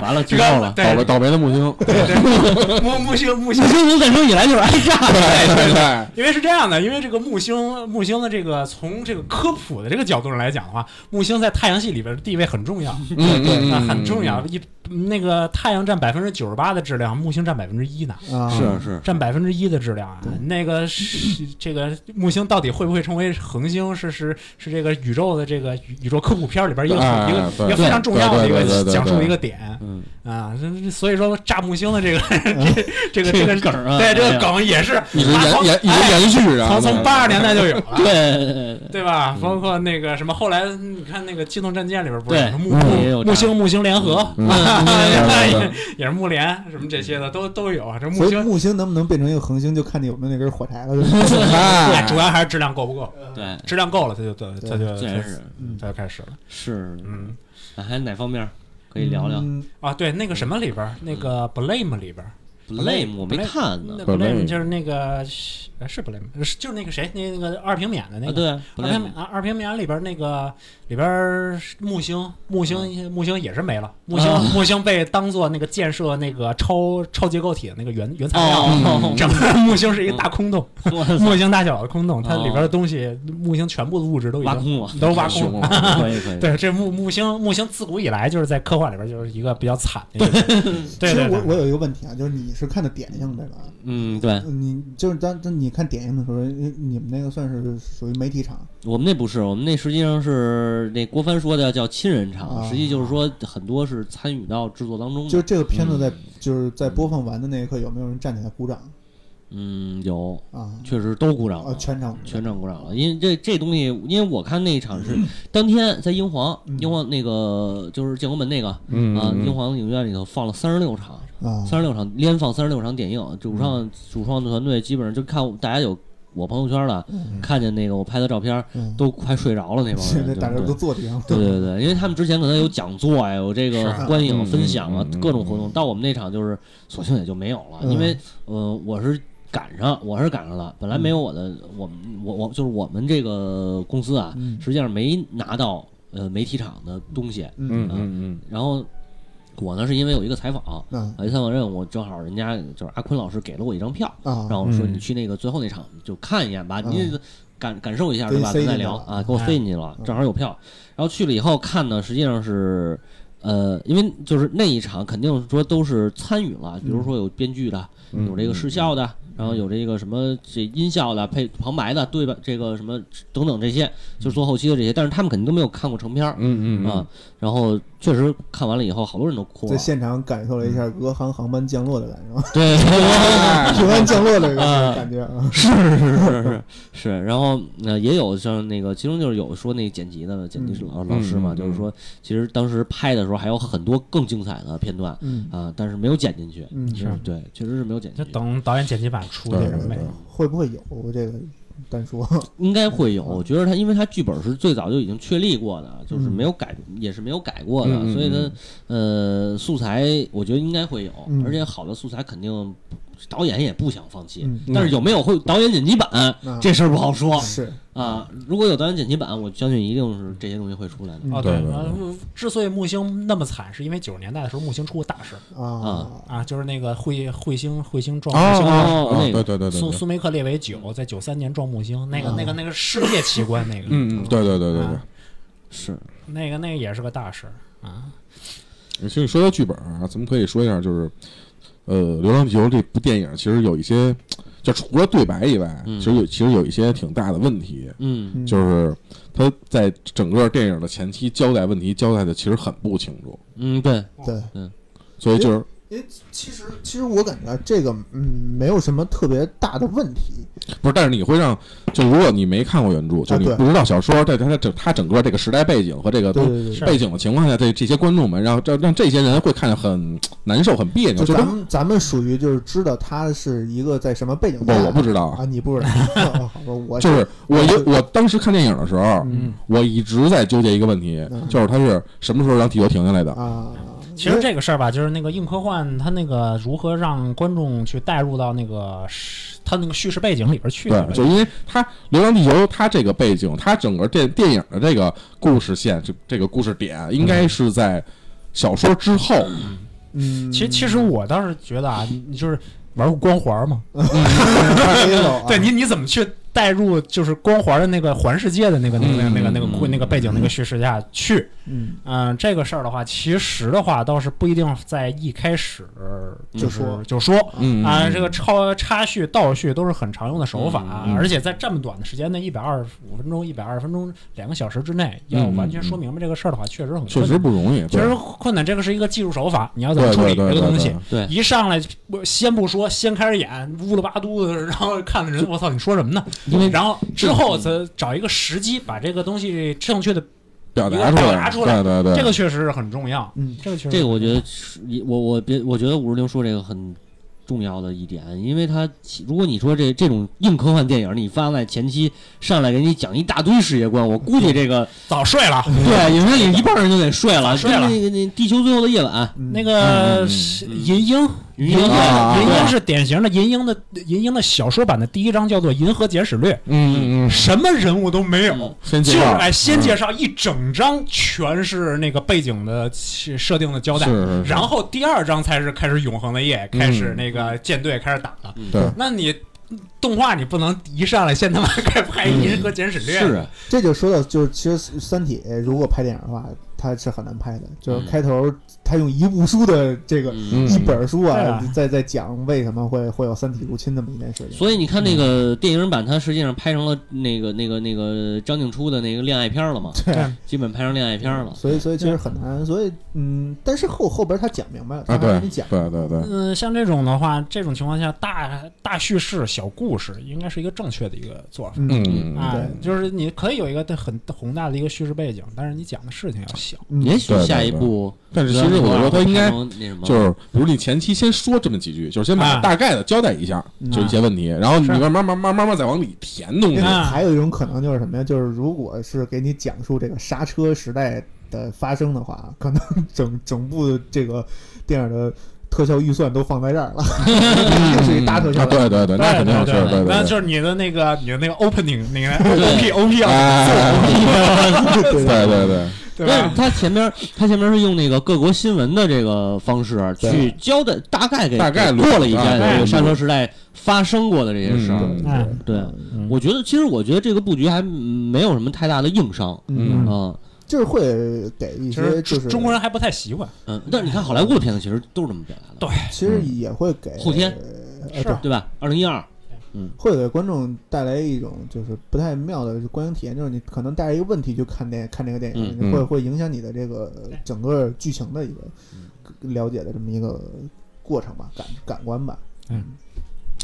Speaker 5: 完了剧透了，
Speaker 4: 对
Speaker 2: 倒霉倒霉的木星，对
Speaker 4: 木木星木星
Speaker 5: 木。星从诞生以来就是挨炸的，
Speaker 2: 对对。
Speaker 4: 因为是这样的，因为这个木星，木星的这个从这个科普的这个角度上来讲的话，木星在太阳系里边的地位很重要，
Speaker 2: 嗯嗯嗯
Speaker 4: 啊很重要。一那个太阳占百分之九十八的质量，木星占百分之一呢，
Speaker 3: 啊，
Speaker 5: 是是，
Speaker 4: 占百分之一的质量啊。那个是这个木星到底会不会成为恒星，是是是这个宇宙的这个宇宇宙科普片里边一个
Speaker 2: 哎
Speaker 4: 一个
Speaker 2: 对
Speaker 4: 一个非常重要的一
Speaker 2: 对对对对
Speaker 4: 个
Speaker 2: 对
Speaker 4: 讲述的一个点
Speaker 5: 嗯，
Speaker 4: 啊。这所以说炸木星的这个这这个这
Speaker 5: 这
Speaker 4: 个
Speaker 5: 个梗儿啊
Speaker 4: 对这
Speaker 5: 哎呀
Speaker 4: 个梗也是
Speaker 2: 一直
Speaker 4: 从
Speaker 2: 延延一直
Speaker 4: 哎
Speaker 2: 延续啊，
Speaker 4: 从从八十年代就有 了。
Speaker 5: 对，
Speaker 4: 对吧？包括那个什么，后来你看那个《机动战舰》里边不是
Speaker 5: 对
Speaker 4: 有什么木
Speaker 5: 嗯也有
Speaker 4: 木木
Speaker 5: 炸
Speaker 4: 星木星联合，
Speaker 2: 嗯
Speaker 4: 啊
Speaker 2: 嗯
Speaker 4: 也 也是木联什么这些的都都有啊。这木
Speaker 3: 所以
Speaker 4: 星
Speaker 3: 木星能不能变成一个恒星，就看你有没有那根火 柴了。就是
Speaker 4: 对，
Speaker 2: 哎
Speaker 4: 主要还是质量够不够，
Speaker 5: 对，
Speaker 4: 质量够了，它就它就它就
Speaker 5: 自然是
Speaker 3: 嗯
Speaker 4: 它就开始了。
Speaker 5: 是，
Speaker 4: 嗯
Speaker 5: 啊还有哪方面儿可以聊聊
Speaker 3: 嗯
Speaker 4: 啊，对，那个什么里边儿，那个 Blame 里边儿，
Speaker 5: ？Blame 我没
Speaker 4: Blame
Speaker 5: 看呢
Speaker 4: 那，
Speaker 2: Blame
Speaker 4: Blame 就是那个是呃是 Blame，是就是那个谁，那那个二平免的那
Speaker 5: 啊
Speaker 4: 个。
Speaker 5: 对
Speaker 4: 二平
Speaker 5: ，Blame
Speaker 4: 免啊，二平免里边那个里边儿是木星，木星木星也是没了，木星
Speaker 5: 啊
Speaker 4: 木星被当做那个建设那个超超结构体的那个原原材料，
Speaker 5: 哦，
Speaker 4: 整个木星是一个大空洞，
Speaker 5: 我操
Speaker 4: 木星大小的空洞，它里
Speaker 5: 哦
Speaker 4: 边的东西，木星全部的物质都已
Speaker 5: 挖
Speaker 4: 经
Speaker 5: 空我，
Speaker 4: 都挖
Speaker 2: 凶
Speaker 4: 空了。
Speaker 2: 啊！
Speaker 5: 可以 可 以，
Speaker 4: 对，这木木星木星自古以来就是在科幻里边就是一个比较惨的一个，
Speaker 3: 其
Speaker 4: 对
Speaker 3: 实
Speaker 4: 对
Speaker 3: 我
Speaker 4: 对，
Speaker 3: 我有一个问题啊，就是你是看的点映对吧？
Speaker 5: 嗯，对
Speaker 3: 你就是当当你看点映的时候，你你们那个算是属于媒体场，
Speaker 5: 我们那不是，我们那实际上是那郭帆说的叫亲人场，
Speaker 3: 啊
Speaker 5: 实际就是说很多是参与到制作当中
Speaker 3: 就是
Speaker 5: 的，
Speaker 3: 这个片子在就是在播放完的那一刻，有没有人站起来鼓掌
Speaker 5: 嗯，有
Speaker 3: 啊？
Speaker 5: 确实都鼓掌
Speaker 3: 啊，
Speaker 5: 了。
Speaker 3: 全场
Speaker 5: 全场鼓掌了，因为这这东西，因为我看那一场 是当天在英皇，
Speaker 3: 嗯
Speaker 5: 英皇那个就是建国门那个
Speaker 2: 嗯
Speaker 5: 啊，英皇影院里头放了三十六场，
Speaker 3: 啊，
Speaker 5: 三十六场连放三十六场点映，
Speaker 3: 嗯
Speaker 5: 主创主创的团队基本上就看我大家有我朋友圈了，看见那个我拍的照片
Speaker 3: 嗯，
Speaker 5: 都快睡着了那帮
Speaker 3: 现在
Speaker 5: 人，
Speaker 3: 大家
Speaker 5: 对
Speaker 3: 都坐地上
Speaker 5: 对对对，因为他们之前可能
Speaker 3: 嗯
Speaker 5: 有讲座呀，有这个
Speaker 4: 是
Speaker 5: 观影分享啊
Speaker 2: 嗯嗯嗯，
Speaker 5: 各种活动。到我们那场就是索性也就没有了，
Speaker 3: 嗯
Speaker 5: 因为呃，我是赶上，我是赶上了。本来
Speaker 3: 嗯
Speaker 5: 没有我的，我们我我就是我们这个公司啊，
Speaker 3: 嗯
Speaker 5: 实际上没拿到呃媒体场的东西。
Speaker 2: 嗯嗯
Speaker 5: 然后我呢是因为有一个采访，
Speaker 3: 嗯
Speaker 5: 有一采访任务，正好人家就是阿坤老师给了我一张票，
Speaker 3: 啊，
Speaker 5: 让我说
Speaker 2: 嗯
Speaker 5: 你去那个最后那场就看一眼吧，
Speaker 3: 嗯
Speaker 5: 你得感感受一下
Speaker 3: 给
Speaker 5: 对
Speaker 3: 你
Speaker 5: 吧？
Speaker 3: 塞
Speaker 5: 咱再
Speaker 3: 进去
Speaker 5: 聊
Speaker 3: 了
Speaker 5: 啊，给我
Speaker 4: 哎
Speaker 5: 塞进去了，
Speaker 3: 嗯
Speaker 5: 正好有票。然后去了以后看呢，实际上是。呃，因为就是那一场肯定说都是参与了，比如说有编剧的，
Speaker 2: 嗯
Speaker 5: 有这个视效的，
Speaker 3: 嗯
Speaker 5: 然后有这个什么这音效的、配旁白的、对吧？这个什么等等这些，就是做后期的这些，但是他们肯定都没有看过成片儿、
Speaker 2: 嗯嗯
Speaker 5: 啊。然后确实看完了以后，好多人都哭
Speaker 3: 在
Speaker 5: 了，
Speaker 3: 现场感受了一下
Speaker 5: 嗯
Speaker 3: 俄航航班降落的 感受，
Speaker 5: 对，
Speaker 3: 平安降落的一个感觉
Speaker 5: 嗯
Speaker 3: 啊，
Speaker 5: 是是是，然后呃也有像那个，其中就是有说那剪辑的剪辑师老、老师嘛，
Speaker 2: 嗯
Speaker 5: 就是说其实当时拍的时候还有很多更精彩的片段啊、
Speaker 3: 嗯
Speaker 5: 但是没有剪进去。
Speaker 3: 嗯，
Speaker 4: 是
Speaker 5: 对，确实是没有剪
Speaker 4: 就
Speaker 5: 进去，
Speaker 4: 等导演剪辑版出
Speaker 2: 对
Speaker 4: 去
Speaker 2: 对
Speaker 4: 没
Speaker 2: 对？
Speaker 3: 会不会有这个单 说？
Speaker 5: 应该会有。我觉得他，因为他剧本是最早就已经确立过的，就是
Speaker 3: 嗯
Speaker 5: 没有改，也是没有改过的，
Speaker 2: 嗯嗯
Speaker 5: 所以呢，呃，素材我觉得应该会有，
Speaker 3: 嗯
Speaker 5: 而且好的素材肯定导演也不想放弃，
Speaker 3: 嗯
Speaker 5: 但是有没有会导演剪辑版、
Speaker 3: 嗯
Speaker 5: 这事儿不好说。
Speaker 3: 是
Speaker 5: 啊，如果有导演剪辑版，我相信一定是这些东西会出来的。
Speaker 3: 嗯
Speaker 4: 哦，
Speaker 2: 对对对
Speaker 4: 然后之所以木星那么惨，是因为九十年代的时候木星出过大事儿
Speaker 5: 嗯
Speaker 3: 啊，
Speaker 4: 啊，就是那个彗彗星彗星撞木星，
Speaker 2: 哦哦，对对对对嗯哦
Speaker 4: 苏，苏梅克列维九在九三年撞木星，那个那个那个世界奇观，那个
Speaker 2: 嗯嗯，对对对对对。
Speaker 5: 是，
Speaker 4: 那个那个也是个大事儿啊。
Speaker 2: 其实你说到剧本啊，咱们可以说一下，就是呃，《流浪地球》这部电影其实有一些，就除了对白以外，
Speaker 5: 嗯
Speaker 2: 其实有其实有一些挺大的问题，
Speaker 5: 嗯，
Speaker 3: 嗯
Speaker 2: 就是他在整个电影的前期交代问题交代的其实很不清楚，
Speaker 5: 嗯，对，
Speaker 3: 对。
Speaker 2: 所以就是
Speaker 3: 因为其实其实我感觉这个嗯没有什么特别大的问题，
Speaker 2: 不是，但是你会让，就如果你没看过原著，就
Speaker 3: 啊
Speaker 2: 你
Speaker 3: 对
Speaker 2: 不知道小说，在它它整它整个这个时代背景和这个
Speaker 3: 对
Speaker 2: 东
Speaker 3: 对对
Speaker 4: 是
Speaker 2: 背景的情况下，这这些观众们让让让这些人会看着很难受、很别扭，
Speaker 3: 就
Speaker 2: 就
Speaker 3: 咱
Speaker 2: 跟
Speaker 3: 们咱们属于就是知道他是一个在什么背景
Speaker 2: 不，
Speaker 3: 下，
Speaker 2: 我不知道
Speaker 3: 啊，
Speaker 2: 啊，
Speaker 3: 你不知道， 哦好吧，我
Speaker 2: 就是我有我当时看电影的时候，
Speaker 3: 嗯
Speaker 2: 我一直在纠结一个问题，
Speaker 3: 嗯
Speaker 2: 就是它是什么时候让地球停下来的？
Speaker 3: 啊，
Speaker 4: 其实这个事儿吧，就是那个硬科幻，它那个如何让观众去带入到那个是它那个叙事背景里边去。
Speaker 2: 对，就因为它《流浪地球》它这个背景，它整个电电影的这个故事线，这这个故事点，应该是在小说之后，
Speaker 3: 嗯，
Speaker 4: 其实其实我倒是觉得啊，你你就是玩过光环嘛，
Speaker 3: 黑了啊，
Speaker 4: 对你你怎么去带入就是光环的那个环世界的那个那个那个那个
Speaker 5: 嗯
Speaker 4: 那个那个背景那个叙事下去。
Speaker 3: 嗯，
Speaker 4: 嗯，这个事儿的话，其实的话倒是不一定在一开始
Speaker 3: 就是说
Speaker 4: 就说。
Speaker 2: 嗯
Speaker 4: 啊，这个超插叙、倒叙都是很常用的手法，啊
Speaker 5: 嗯嗯
Speaker 4: 而且在这么短的时间内，一百二十五分钟、一百二十分钟、两个小时之内，要
Speaker 2: 嗯嗯
Speaker 4: 完全说明白这个事儿的话，确实很
Speaker 2: 确
Speaker 4: 困
Speaker 2: 实
Speaker 4: 难。
Speaker 2: 不容易，
Speaker 4: 确
Speaker 2: 对
Speaker 4: 实困难，这个是一个技术手法，你要怎么
Speaker 2: 对
Speaker 4: 处理
Speaker 2: 对
Speaker 4: 这
Speaker 2: 对
Speaker 4: 个
Speaker 2: 对
Speaker 4: 东西
Speaker 2: 对。
Speaker 5: 对，
Speaker 4: 一上来我先不说，先开始演乌了吧嘟的，然后看的人，我操，你说什么呢？
Speaker 5: 因为
Speaker 4: 然后之后再找一个时机，把这个东西正确的，
Speaker 2: 表达
Speaker 4: 表
Speaker 2: 出
Speaker 4: 达
Speaker 2: 来，
Speaker 4: 出来
Speaker 2: 对对对，
Speaker 4: 这个确实是很重要。
Speaker 3: 嗯，
Speaker 4: 这个确实，
Speaker 5: 这个我觉得是，我我别，我觉得五十铃说这个很重要的一点，因为它其如果你说这这种硬科幻电影，你放在前期上来给你讲一大堆世界观，我估计这个
Speaker 4: 早睡了。
Speaker 2: 嗯
Speaker 5: 对影片里一半人就得睡了，
Speaker 4: 睡
Speaker 5: 跟
Speaker 4: 了
Speaker 5: 那个那地球最后的夜晚，
Speaker 4: 那个
Speaker 2: 嗯嗯
Speaker 4: 是银鹰，
Speaker 5: 云
Speaker 4: 银
Speaker 5: 鹰
Speaker 2: 啊
Speaker 4: 银
Speaker 2: 啊
Speaker 4: 鹰
Speaker 2: 啊
Speaker 4: 是典型的银鹰的银鹰的小说版的第一章叫做《银河简史略
Speaker 2: 嗯嗯》，嗯，
Speaker 4: 什么人物都没有
Speaker 5: 嗯，
Speaker 2: 先
Speaker 4: 就
Speaker 2: 介
Speaker 4: 是
Speaker 2: 绍
Speaker 4: 哎，先介绍一整章全是那个背景的设设定的交代
Speaker 2: 是，是是
Speaker 4: 然后第二章才是开始永恒的夜，开始那个舰队开始打了。
Speaker 5: 嗯
Speaker 2: 对
Speaker 4: 那你动画你不能一上来先他妈开拍《银河简史略》
Speaker 5: 是啊，
Speaker 3: 这就说到，就是其实《三体》如果拍电影的话，它是很难拍的。
Speaker 2: 嗯
Speaker 3: 就是开头它用一部书的这个
Speaker 5: 嗯
Speaker 3: 一本书
Speaker 4: 对
Speaker 3: 啊
Speaker 4: 啊，
Speaker 3: 在在讲为什么会会有三体入侵这么一件事情。
Speaker 5: 所以你看那个电影版，它实际上拍成了那个那个那个张静初的那个恋爱片了嘛，
Speaker 3: 对
Speaker 4: 对
Speaker 5: 基本拍成恋爱片了。
Speaker 3: 所以所以其实很难，所以嗯，但是后后边他讲明白了，
Speaker 2: 啊，
Speaker 3: 他
Speaker 2: 对
Speaker 3: 跟你讲，
Speaker 2: 对对对，
Speaker 4: 嗯、像这种的话，这种情况下，大大叙事、小故事应该是一个正确的一个做法。
Speaker 3: 嗯
Speaker 2: 嗯，
Speaker 4: 啊
Speaker 3: 对，
Speaker 4: 就是你可以有一个很宏大的一个叙事背景，但是你讲的事情要小。
Speaker 5: 也
Speaker 3: 嗯，
Speaker 5: 许下一步，
Speaker 2: 但是其实我觉得他应该
Speaker 5: 那什么，
Speaker 2: 就是，比如你前期先说这么几句，就是先把
Speaker 4: 啊
Speaker 2: 大概的交代一下，
Speaker 3: 嗯
Speaker 2: 就一些问题，然后你
Speaker 4: 是
Speaker 2: 慢慢慢慢慢慢再往里填东西。
Speaker 4: 啊
Speaker 3: 还有一种可能就是什么呀？就是如果是给你讲述这个刹车时代的发生的话，可能整整部这个电影的特效预算都放在这儿了，一定是一大特效
Speaker 2: 啊，对对对，那肯定是
Speaker 4: 对
Speaker 2: 对
Speaker 4: 那
Speaker 2: 对
Speaker 4: 就是你的那个你的那个 opening 那个 OP OP 要
Speaker 2: 哎哎哎
Speaker 3: 对对
Speaker 2: 对对对，
Speaker 4: 对
Speaker 5: 但
Speaker 4: 吧
Speaker 5: 是？他前面他前面是用那个各国新闻的这个方式去
Speaker 3: 对
Speaker 5: 交代，大概给
Speaker 2: 大概
Speaker 5: 给
Speaker 2: 捋
Speaker 5: 过了一下
Speaker 2: 大概
Speaker 5: 这个
Speaker 2: 捋
Speaker 5: 刹车时代发生过的这些事儿。
Speaker 2: 嗯
Speaker 4: 哎
Speaker 5: 对，
Speaker 4: 嗯
Speaker 5: 我觉得其实我觉得这个布局还没有什么太大的硬伤
Speaker 3: 嗯，
Speaker 5: 啊，
Speaker 3: 就是会给一
Speaker 4: 其
Speaker 3: 些
Speaker 4: 实
Speaker 3: 就是
Speaker 4: 中国，人还不太习惯。
Speaker 5: 嗯，但是你看好莱坞的片子其实都是这么表达的，
Speaker 4: 对
Speaker 3: 其实也会给
Speaker 5: 后天
Speaker 3: 呃
Speaker 4: 是
Speaker 5: 对吧？二零一二，
Speaker 3: 会给观众带来一种就是不太妙的观影体验，就是你可能带着一个问题去看电看这个电影，
Speaker 2: 嗯
Speaker 3: 会
Speaker 2: 嗯
Speaker 3: 会影响你的这个呃
Speaker 4: 对
Speaker 3: 整个剧情的一个了解的这么一个过程吧，感感官吧。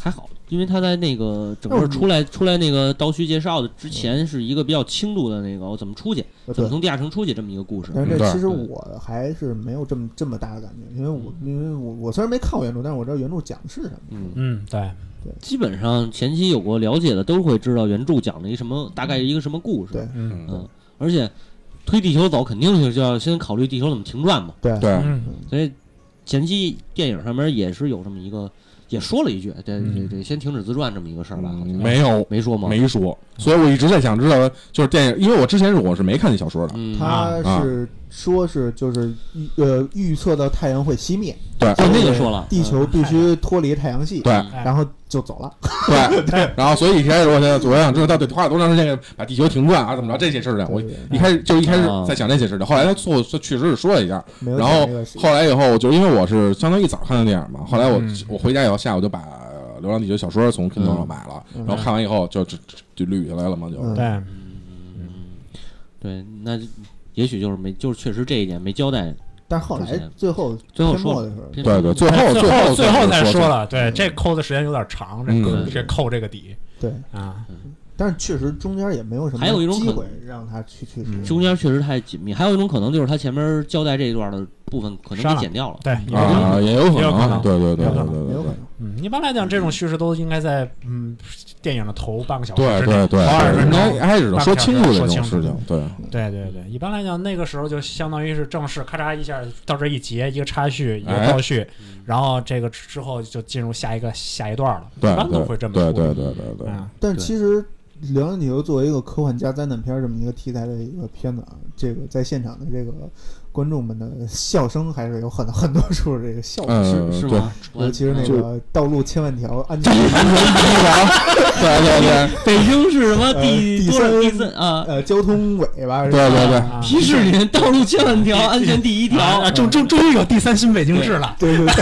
Speaker 5: 还好，因为他在那个整
Speaker 3: 那我
Speaker 5: 个出来出来那个道虚介绍的之前，是一个比较轻度的那个我怎么出去，
Speaker 3: 呃
Speaker 5: 怎
Speaker 3: 对
Speaker 5: 么，从地下城出去这么一个故事。
Speaker 3: 但是
Speaker 2: 嗯对
Speaker 3: 这其实
Speaker 5: 对
Speaker 3: 我还是没有这么这么大的感觉，因为我因为我我虽然没看过原著，但是我知道原著讲的是什么。
Speaker 5: 嗯，
Speaker 4: 嗯，对，
Speaker 5: 基本上前期有过了解的都会知道原著讲了一什么，大概一个什么故事。
Speaker 3: 对
Speaker 4: 嗯
Speaker 5: 嗯，而且推地球走肯定是就要先考虑地球怎么停转嘛，
Speaker 3: 对
Speaker 2: 对，
Speaker 4: 嗯，
Speaker 5: 所以前期电影上面也是有这么一个，也说了一句，对对
Speaker 4: 嗯
Speaker 5: 对，先停止自转这么一个事儿吧，好像
Speaker 3: 嗯
Speaker 2: 没有
Speaker 5: 没说吗？
Speaker 2: 没说，所以我一直在想知道，就是电影，因为我之前是我是没看见小说的，
Speaker 5: 嗯，
Speaker 3: 他
Speaker 2: 啊
Speaker 3: 是说是就是预呃预测到太阳会熄灭，
Speaker 2: 对
Speaker 5: 就那个说了，
Speaker 3: 地球必须脱离太阳系，
Speaker 2: 啊对
Speaker 4: 哎
Speaker 3: 然后就走了。
Speaker 2: 对对，然后所以一开始我现在我想知道到底花了多长时间把地球停转啊，怎么着这些事情，我
Speaker 3: 对
Speaker 2: 一开始就一开始
Speaker 5: 啊
Speaker 2: 在想这些事情，后来他做他确实是说了一下，
Speaker 3: 没有
Speaker 2: 然
Speaker 3: 讲
Speaker 2: 后
Speaker 3: 这个事情
Speaker 2: 后来以后，我就因为我是相当于一早看的电影嘛，后来我、
Speaker 4: 嗯
Speaker 2: 我回家以后下午就把《流浪地球》小说从 Kindle 上买了，
Speaker 4: 嗯
Speaker 2: 然后看完以后就就就就捋下来了嘛，就、
Speaker 3: 嗯
Speaker 4: 对，
Speaker 5: 对，那就也许就是没，就是确实这一点没交代。
Speaker 3: 但是后来最后
Speaker 5: 最后
Speaker 3: 篇
Speaker 5: 说
Speaker 3: 末
Speaker 5: 了
Speaker 3: 的时候，
Speaker 2: 对对，最后
Speaker 4: 哎最
Speaker 2: 后
Speaker 4: 最
Speaker 2: 后
Speaker 4: 后才
Speaker 2: 说
Speaker 4: 说
Speaker 2: 的，
Speaker 4: 了，对，这扣的时间有点长，这扣
Speaker 5: 嗯
Speaker 4: 这扣这个底
Speaker 3: 对，
Speaker 4: 啊，
Speaker 3: 但是确实中间也没有什么
Speaker 5: 还有一种
Speaker 3: 机
Speaker 5: 可
Speaker 3: 会让他去去
Speaker 4: 嗯
Speaker 3: 实
Speaker 5: 中间确实太紧密，还有一种可能就是他前面交代这一段的部分可能
Speaker 4: 删
Speaker 5: 给
Speaker 4: 了
Speaker 5: 剪掉了。
Speaker 4: 对，有这么
Speaker 2: 啊，也有可
Speaker 4: 也有可
Speaker 2: 能，
Speaker 4: 能
Speaker 2: 对对对
Speaker 4: 也有
Speaker 2: 对
Speaker 4: 可
Speaker 2: 对
Speaker 4: 能
Speaker 3: 没有可能。
Speaker 4: 嗯，一般来讲，这种叙事都应该在嗯电影的头半个小时
Speaker 2: 对
Speaker 4: 之
Speaker 2: 对对
Speaker 4: 内，
Speaker 2: 对，
Speaker 4: 头二
Speaker 2: 应
Speaker 4: 十分
Speaker 2: 该
Speaker 4: 钟
Speaker 2: 一。开始就说清楚这种事
Speaker 4: 说清
Speaker 2: 情
Speaker 4: 楚，
Speaker 2: 对，
Speaker 4: 对对对，一般来讲，那个时候就相当于是正式咔嚓一下到这一节，一个插叙，一个
Speaker 2: 哎
Speaker 4: 倒叙，然后这个之之后就进入下一个下一段了，
Speaker 2: 对
Speaker 4: 一般都会
Speaker 2: 对
Speaker 4: 这么
Speaker 2: 对
Speaker 4: 处
Speaker 2: 对
Speaker 4: 理
Speaker 2: 对对对，
Speaker 4: 啊。
Speaker 3: 但
Speaker 5: 对
Speaker 3: 其实《流浪地球》作为一个科幻加灾难片儿这么一个题材的一个片子啊，这个在现场的这个观众们的笑声还是有很很多处这个笑声，
Speaker 2: 嗯，
Speaker 5: 是是
Speaker 2: 对
Speaker 5: 吗？
Speaker 3: 尤呃其是那
Speaker 2: 就
Speaker 3: 个道路千万条， 安全
Speaker 2: 对对对
Speaker 5: 北京是什么
Speaker 3: 呃
Speaker 5: 第
Speaker 3: 第
Speaker 5: 多少
Speaker 3: 三
Speaker 5: 第三啊？
Speaker 3: 呃交通委吧，是吧
Speaker 2: 对对对，
Speaker 4: 啊
Speaker 5: 提示您道路千万条，安全第一条
Speaker 4: 啊，。终终终于有第三新北京市了。
Speaker 3: 对对对，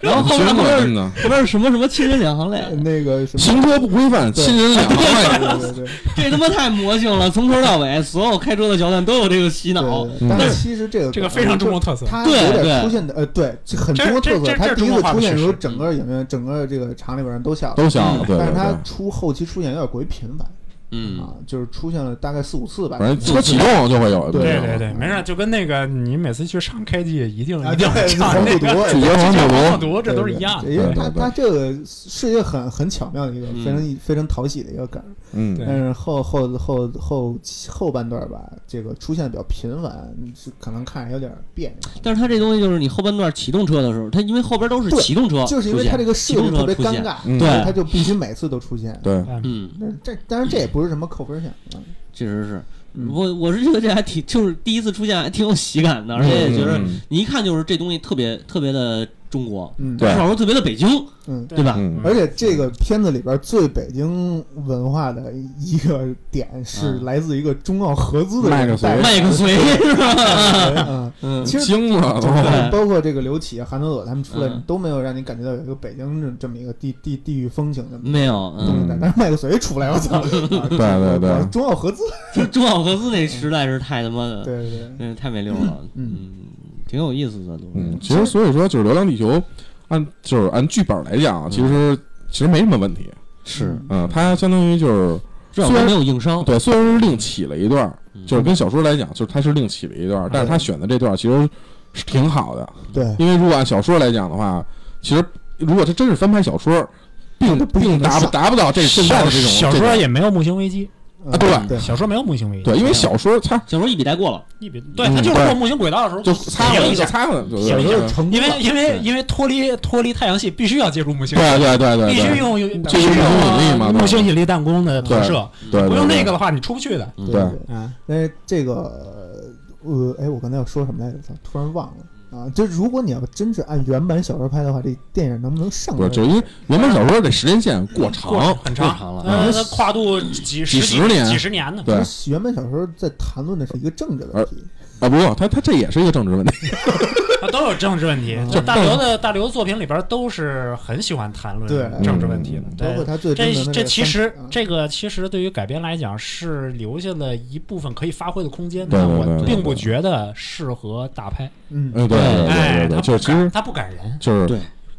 Speaker 5: 然后后
Speaker 2: 行
Speaker 5: 面后
Speaker 2: 了，真
Speaker 5: 面
Speaker 2: 的，
Speaker 5: 后面是什么什么亲人两行泪，
Speaker 3: 那个什么，
Speaker 2: 行车不规范，
Speaker 3: 对
Speaker 2: 亲人两行
Speaker 3: 对
Speaker 2: 外。
Speaker 3: 对对 对
Speaker 5: 这他妈太魔性了！从头到尾，所有开车的桥段都有这个洗脑。
Speaker 3: 对，
Speaker 2: 嗯
Speaker 3: 但是其实这个
Speaker 4: 这个非常中国特色
Speaker 3: 它
Speaker 5: 对
Speaker 3: 有
Speaker 5: 对
Speaker 3: 点出现的，呃，对，这很
Speaker 4: 这
Speaker 3: 中国
Speaker 4: 这
Speaker 3: 特色。
Speaker 4: 这
Speaker 3: 它
Speaker 4: 这
Speaker 3: 第一
Speaker 4: 中
Speaker 3: 个
Speaker 4: 国化
Speaker 3: 出
Speaker 4: 的
Speaker 3: 现的
Speaker 4: 事
Speaker 3: 时候，
Speaker 4: 实嗯
Speaker 3: 整个演员、整个这个厂里边人都笑了，
Speaker 2: 都笑了对
Speaker 3: 但
Speaker 2: 对
Speaker 3: 是它
Speaker 2: 对
Speaker 3: 出后期出现有点过于频繁
Speaker 5: 嗯，
Speaker 3: 啊，就是出现了大概四五次吧。
Speaker 2: 反正车启动就会有，
Speaker 3: 对
Speaker 4: 对
Speaker 2: 吧
Speaker 4: 对对，没事，就跟那个你每次去上开季一定
Speaker 3: 啊，
Speaker 4: 一定
Speaker 3: 对，
Speaker 4: 唱
Speaker 3: 黄
Speaker 4: 那
Speaker 3: 赌毒。
Speaker 4: 个
Speaker 2: 主角
Speaker 4: 这
Speaker 2: 黄
Speaker 4: 叫
Speaker 2: 赌
Speaker 4: 黄
Speaker 2: 毒，
Speaker 4: 赌毒，
Speaker 3: 对
Speaker 4: 这都是
Speaker 3: 对
Speaker 4: 一样的。
Speaker 3: 对因为
Speaker 2: 对
Speaker 3: 它
Speaker 2: 对
Speaker 3: 它这个是一个很很巧妙的一个非常非常讨喜的一个梗儿，
Speaker 2: 嗯，
Speaker 4: 对
Speaker 3: 但是后后后后后半段吧，这个出现的比较频繁，是可能看着有点别扭。
Speaker 5: 但是它这东西就是你后半段启动车的时候，它因为后边都是
Speaker 3: 对
Speaker 5: 启动车出现，
Speaker 3: 就是因为它这个
Speaker 5: 启
Speaker 3: 设置
Speaker 5: 动
Speaker 3: 特
Speaker 5: 车
Speaker 3: 别
Speaker 5: 出
Speaker 3: 尴
Speaker 5: 现，
Speaker 3: 尬，
Speaker 2: 嗯
Speaker 3: 所以
Speaker 5: 对
Speaker 3: 它就必须每次都出现。
Speaker 2: 对，
Speaker 5: 嗯，
Speaker 3: 那这当然这也不是什么扣分项啊，
Speaker 5: 确实是
Speaker 3: 嗯
Speaker 5: 我我是觉得这还挺，就是第一次出现还挺有喜感的，而且也觉得
Speaker 2: 嗯
Speaker 5: 你一看就是这东西特别特别的中国，
Speaker 3: 嗯，
Speaker 2: 对
Speaker 5: 至少说特别的北京，
Speaker 3: 嗯。
Speaker 5: 对吧？
Speaker 2: 嗯
Speaker 3: 而且这个片子里边最北京文化的一个点是
Speaker 5: 嗯
Speaker 3: 来自一个中澳合资的
Speaker 2: 麦
Speaker 3: 这
Speaker 2: 克
Speaker 3: 个
Speaker 2: 随
Speaker 3: 代理
Speaker 5: 麦克随 是吧？
Speaker 3: 嗯，
Speaker 5: 嗯，
Speaker 3: 其实
Speaker 2: 惊了都，
Speaker 5: 对
Speaker 3: 包括这个刘启、韩德佐他们出来
Speaker 5: 嗯
Speaker 3: 都没有让你感觉到有一个北京这这么一个地地地域风情的
Speaker 5: 没有，嗯，
Speaker 3: 东西在，但是麦克随出来，我操！对
Speaker 2: 对啊对
Speaker 3: 中澳合资，
Speaker 5: 就是中澳合资那实在是太他妈的，
Speaker 3: 对对对，
Speaker 5: 嗯，太没溜了，
Speaker 3: 嗯
Speaker 5: 嗯，挺有意思的都
Speaker 2: 嗯，
Speaker 5: 是，
Speaker 2: 其实所以说就是《流浪地球》，按就是按剧本来讲啊，其实其实没什么问题。
Speaker 5: 是，
Speaker 2: 嗯，它相当于就是
Speaker 5: 至少
Speaker 2: 虽
Speaker 5: 都
Speaker 2: 然
Speaker 5: 没有硬伤，
Speaker 2: 对，虽然是另起了一段儿，就是跟小说来讲，就是它是另起了一段儿，但是他选的这段儿其实是挺好的，
Speaker 3: 对，
Speaker 2: 因为如果按小说来讲的话，其实如果它真是翻拍小说，并并达不达不到这现在的这种
Speaker 4: 小
Speaker 2: 这
Speaker 4: 说
Speaker 2: 种
Speaker 4: 也嗯没有木星危机，
Speaker 3: 啊
Speaker 2: 对吧
Speaker 3: 对，
Speaker 4: 小说没有木星危机，
Speaker 2: 对，因为小说它
Speaker 5: 小说一笔带过了，
Speaker 4: 一比对，
Speaker 2: 嗯
Speaker 4: 他就是
Speaker 2: 对
Speaker 4: 过木星轨道的时候
Speaker 2: 就擦
Speaker 4: 停
Speaker 2: 了
Speaker 4: 一
Speaker 2: 就
Speaker 4: 下，
Speaker 2: 擦了，对
Speaker 4: 小
Speaker 2: 对对
Speaker 4: 说就
Speaker 2: 对
Speaker 3: 成
Speaker 4: 因为因为
Speaker 5: 对
Speaker 4: 因为脱离脱离太阳系必须要借助木星，
Speaker 2: 对对对
Speaker 4: 必须
Speaker 2: 对
Speaker 4: 用用
Speaker 2: 就
Speaker 4: 必
Speaker 2: 是木
Speaker 4: 须
Speaker 2: 星引力嘛
Speaker 4: 用
Speaker 2: 对
Speaker 4: 木星引力弹弓的投射，
Speaker 2: 对，
Speaker 4: 不用那个
Speaker 2: 了，
Speaker 4: 的话你出不去的。
Speaker 2: 对
Speaker 3: 对。
Speaker 4: 嗯，
Speaker 3: 但是这个呃，哎，我刚才要说什么来着？操突然忘了啊！就如果你要真是按原版小说拍的话，这电影能不能上
Speaker 2: 不
Speaker 3: 来？
Speaker 2: 是，就是因为原本小说这时间线过
Speaker 4: 过
Speaker 2: 长，
Speaker 4: 很
Speaker 5: 正
Speaker 4: 长，
Speaker 5: 常了，
Speaker 4: 呃，它跨度几
Speaker 2: 嗯几
Speaker 4: 几
Speaker 2: 十年
Speaker 4: 几十年呢。
Speaker 2: 对
Speaker 3: 就是原版小说在谈论的是一个政治问题，
Speaker 2: 啊，不，他他这也是一个政治问题，
Speaker 4: 啊，都有政治问题。
Speaker 3: 嗯
Speaker 4: 这大刘的大刘作品里边都是很喜欢谈论
Speaker 2: 嗯
Speaker 3: 对
Speaker 4: 政治问题的。
Speaker 3: 包括
Speaker 4: 对，
Speaker 3: 他最著名
Speaker 4: 这
Speaker 3: 的
Speaker 4: 这
Speaker 3: 个
Speaker 4: 其
Speaker 3: 三
Speaker 4: 实
Speaker 3: 啊
Speaker 4: 这个其实对于改编来讲是留下了一部分可以发挥的空间，
Speaker 2: 对
Speaker 4: 但
Speaker 2: 对对
Speaker 4: 我
Speaker 2: 对
Speaker 4: 并不
Speaker 2: 对
Speaker 4: 觉得适合大拍。
Speaker 3: 嗯，
Speaker 2: 嗯，对对
Speaker 4: 哎，
Speaker 2: 对对对，
Speaker 4: 他
Speaker 2: 就
Speaker 4: 不
Speaker 2: 是其实
Speaker 4: 感他不感人。
Speaker 2: 就是
Speaker 5: 对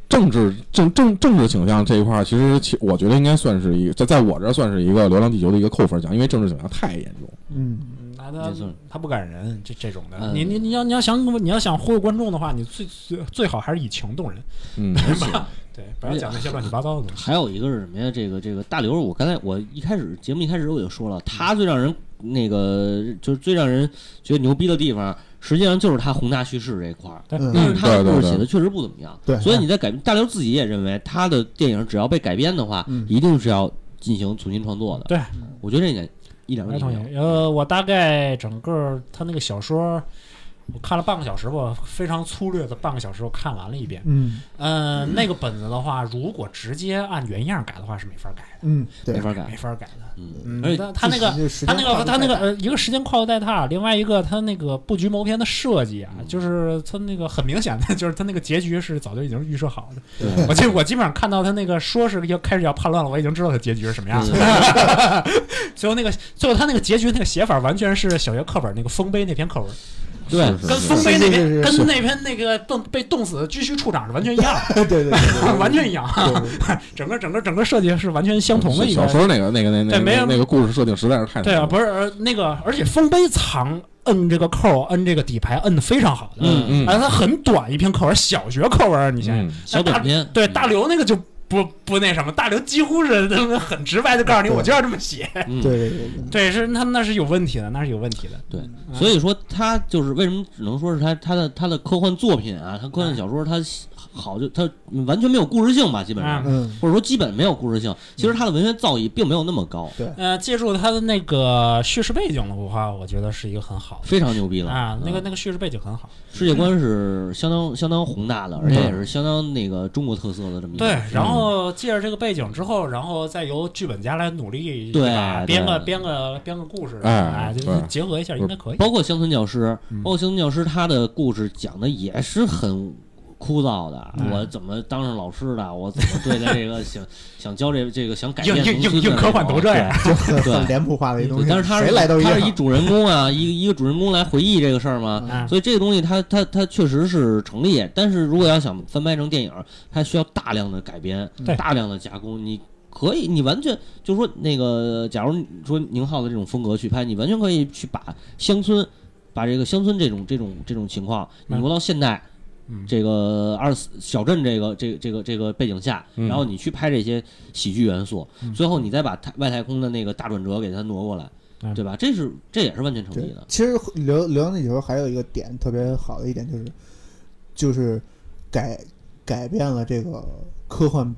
Speaker 2: 政治政政政治倾向这一块儿，其实其我觉得应该算是一个，在在我这儿算是一个《流浪地球》的一个扣分奖，因为政治倾向太严重。
Speaker 3: 嗯，
Speaker 4: 那他
Speaker 5: 没错
Speaker 4: 他不感人，这这种的，
Speaker 5: 嗯
Speaker 4: 你你你要你要想你要想忽悠观众的话，你最最最好还是以情动人，
Speaker 2: 嗯，
Speaker 5: 而且
Speaker 4: 对，不要讲那些乱七八糟的东西。
Speaker 5: 还有一个是什么呀？这个这个大刘，我刚才我一开始节目一开始我就说了，他最让人那个就是最让人觉得牛逼的地方，实际上就是他宏大叙事这一块儿。
Speaker 4: 对
Speaker 3: 嗯
Speaker 5: 但是他的
Speaker 2: 对对
Speaker 5: 故事
Speaker 2: 对
Speaker 5: 写的确实不怎么样，
Speaker 3: 对
Speaker 5: 所以你在改大刘自己也认为他的电影只要被改编的话，
Speaker 3: 嗯
Speaker 5: 一定是要进行重新创作的。
Speaker 4: 对，
Speaker 5: 我觉得这一点一点问
Speaker 4: 儿
Speaker 5: 题
Speaker 4: 童
Speaker 5: 没有。
Speaker 4: 也呃，我大概整个他那个小说，我看了半个小时吧，非常粗略的半个小时，我看完了一遍。
Speaker 3: 嗯
Speaker 4: 嗯、那个本子的话，如果直接按原样改的话是没法改
Speaker 3: 嗯，
Speaker 5: 没
Speaker 3: 对，
Speaker 5: 法
Speaker 4: 的，没
Speaker 5: 改，
Speaker 4: 法改的。
Speaker 5: 嗯，而
Speaker 4: 嗯，
Speaker 5: 且
Speaker 4: 但他那个。
Speaker 3: 就是
Speaker 4: 他那个他那个，
Speaker 3: 时间跨度太大
Speaker 4: 呃，一个时间跨度太大，另外一个他那个布局谋篇的设计啊，就是他那个很明显的， 就是他那个结局是早就已经预设好的。
Speaker 5: 对
Speaker 4: 我记我基本上看到他那个说是要开始要叛乱了，我已经知道他结局是什么样
Speaker 5: 对
Speaker 4: 的。最后那个最后他那个结局那个写法完全是小学课本那个丰碑那篇课文，
Speaker 5: 对
Speaker 2: 是是
Speaker 4: 跟
Speaker 2: 是
Speaker 4: 丰碑那
Speaker 3: 是
Speaker 4: 篇
Speaker 3: 是
Speaker 4: 跟那篇那个冻被冻死的军需处长是完全一样的，
Speaker 3: 对对对对对
Speaker 4: 完全一样，
Speaker 3: 对对对
Speaker 4: 整个整个整个设计是完全相同的一
Speaker 2: 小
Speaker 4: 个。
Speaker 2: 说那个那个那那
Speaker 4: 对没
Speaker 2: 那
Speaker 4: 有
Speaker 2: 那个故事设定实在是太
Speaker 4: 对
Speaker 2: 难
Speaker 4: 啊，
Speaker 2: 了
Speaker 4: 不是呃那个，而且丰碑藏摁这个扣，摁这个底牌摁的非常好的。
Speaker 5: 嗯
Speaker 2: 嗯
Speaker 4: 啊，它很短一篇课文，小学课文，你想想
Speaker 2: 嗯，
Speaker 5: 小短片
Speaker 4: 大对，大刘那个就不不那什么，大刘几乎是他妈很直白的告诉你，
Speaker 3: 对
Speaker 4: 我就要这么写。
Speaker 5: 嗯
Speaker 3: 对对对对，
Speaker 4: 对，是他那是有问题的，那是有问题的。
Speaker 5: 对，
Speaker 4: 嗯
Speaker 5: 所以说他就是为什么只能说是他他的他的科幻作品啊，他科幻小说他好就它完全没有故事性吧，基本上、
Speaker 4: 嗯
Speaker 3: 嗯，
Speaker 5: 或者说基本没有故事性。其实它的文学造诣并没有那么高，
Speaker 3: 对，
Speaker 4: 呃，借助它的那个叙事背景的话，我觉得是一个很好
Speaker 5: 非常牛逼
Speaker 4: 的
Speaker 5: 了
Speaker 4: 啊，那个
Speaker 5: 嗯
Speaker 4: 那个叙事背景很好。
Speaker 5: 世界观是相当相当宏大的，而且也是相当那个中国特色的这么一个
Speaker 4: 对，然后借着这个背景之后，然后再由剧本家来努力
Speaker 5: 对
Speaker 4: 吧？
Speaker 5: 对
Speaker 4: 编个编个编个故事，
Speaker 2: 哎
Speaker 4: 啊，就
Speaker 2: 对
Speaker 4: 结合一下应该可以。
Speaker 5: 包括乡村教师，
Speaker 4: 嗯
Speaker 5: 包括乡村教师，他的故事讲的也是很枯燥的。
Speaker 4: 嗯
Speaker 5: 我怎么当上老师的？我怎么对待这个想 想教这这个想改变
Speaker 4: 硬硬
Speaker 5: 农村
Speaker 4: 硬硬
Speaker 5: 的
Speaker 4: 科幻
Speaker 5: 那种
Speaker 4: 都这样
Speaker 5: 对
Speaker 3: 就很
Speaker 5: 对
Speaker 3: 很脸谱化的一东
Speaker 5: 对
Speaker 3: 西，
Speaker 5: 但是他是
Speaker 3: 谁来都一
Speaker 5: 他
Speaker 3: 样
Speaker 5: 是。以主人公啊，一个一个主人公来回忆这个事儿嘛，
Speaker 4: 嗯
Speaker 5: 所以这个东西它它它确实是成立。但是如果要想翻拍成电影，它需要大量的改编
Speaker 4: 嗯对，
Speaker 5: 大量的加工，你。可以，你完全就是说那个，假如你说宁浩的这种风格去拍，你完全可以去把乡村，把这个乡村这种这种这种情况，你
Speaker 4: 嗯
Speaker 5: 挪到现代，
Speaker 4: 嗯
Speaker 5: 这个二十四小镇这个这个这个这个背景下，
Speaker 2: 嗯
Speaker 5: 然后你去拍这些喜剧元素，最后你再把太外太空的那个大转折给它挪过来，
Speaker 4: 嗯
Speaker 5: 对吧？这是这也是完全成立
Speaker 3: 对
Speaker 5: 的，，
Speaker 3: 其实《流流浪地球》还有一个点特别好的一点就是，就是改改变了这个科幻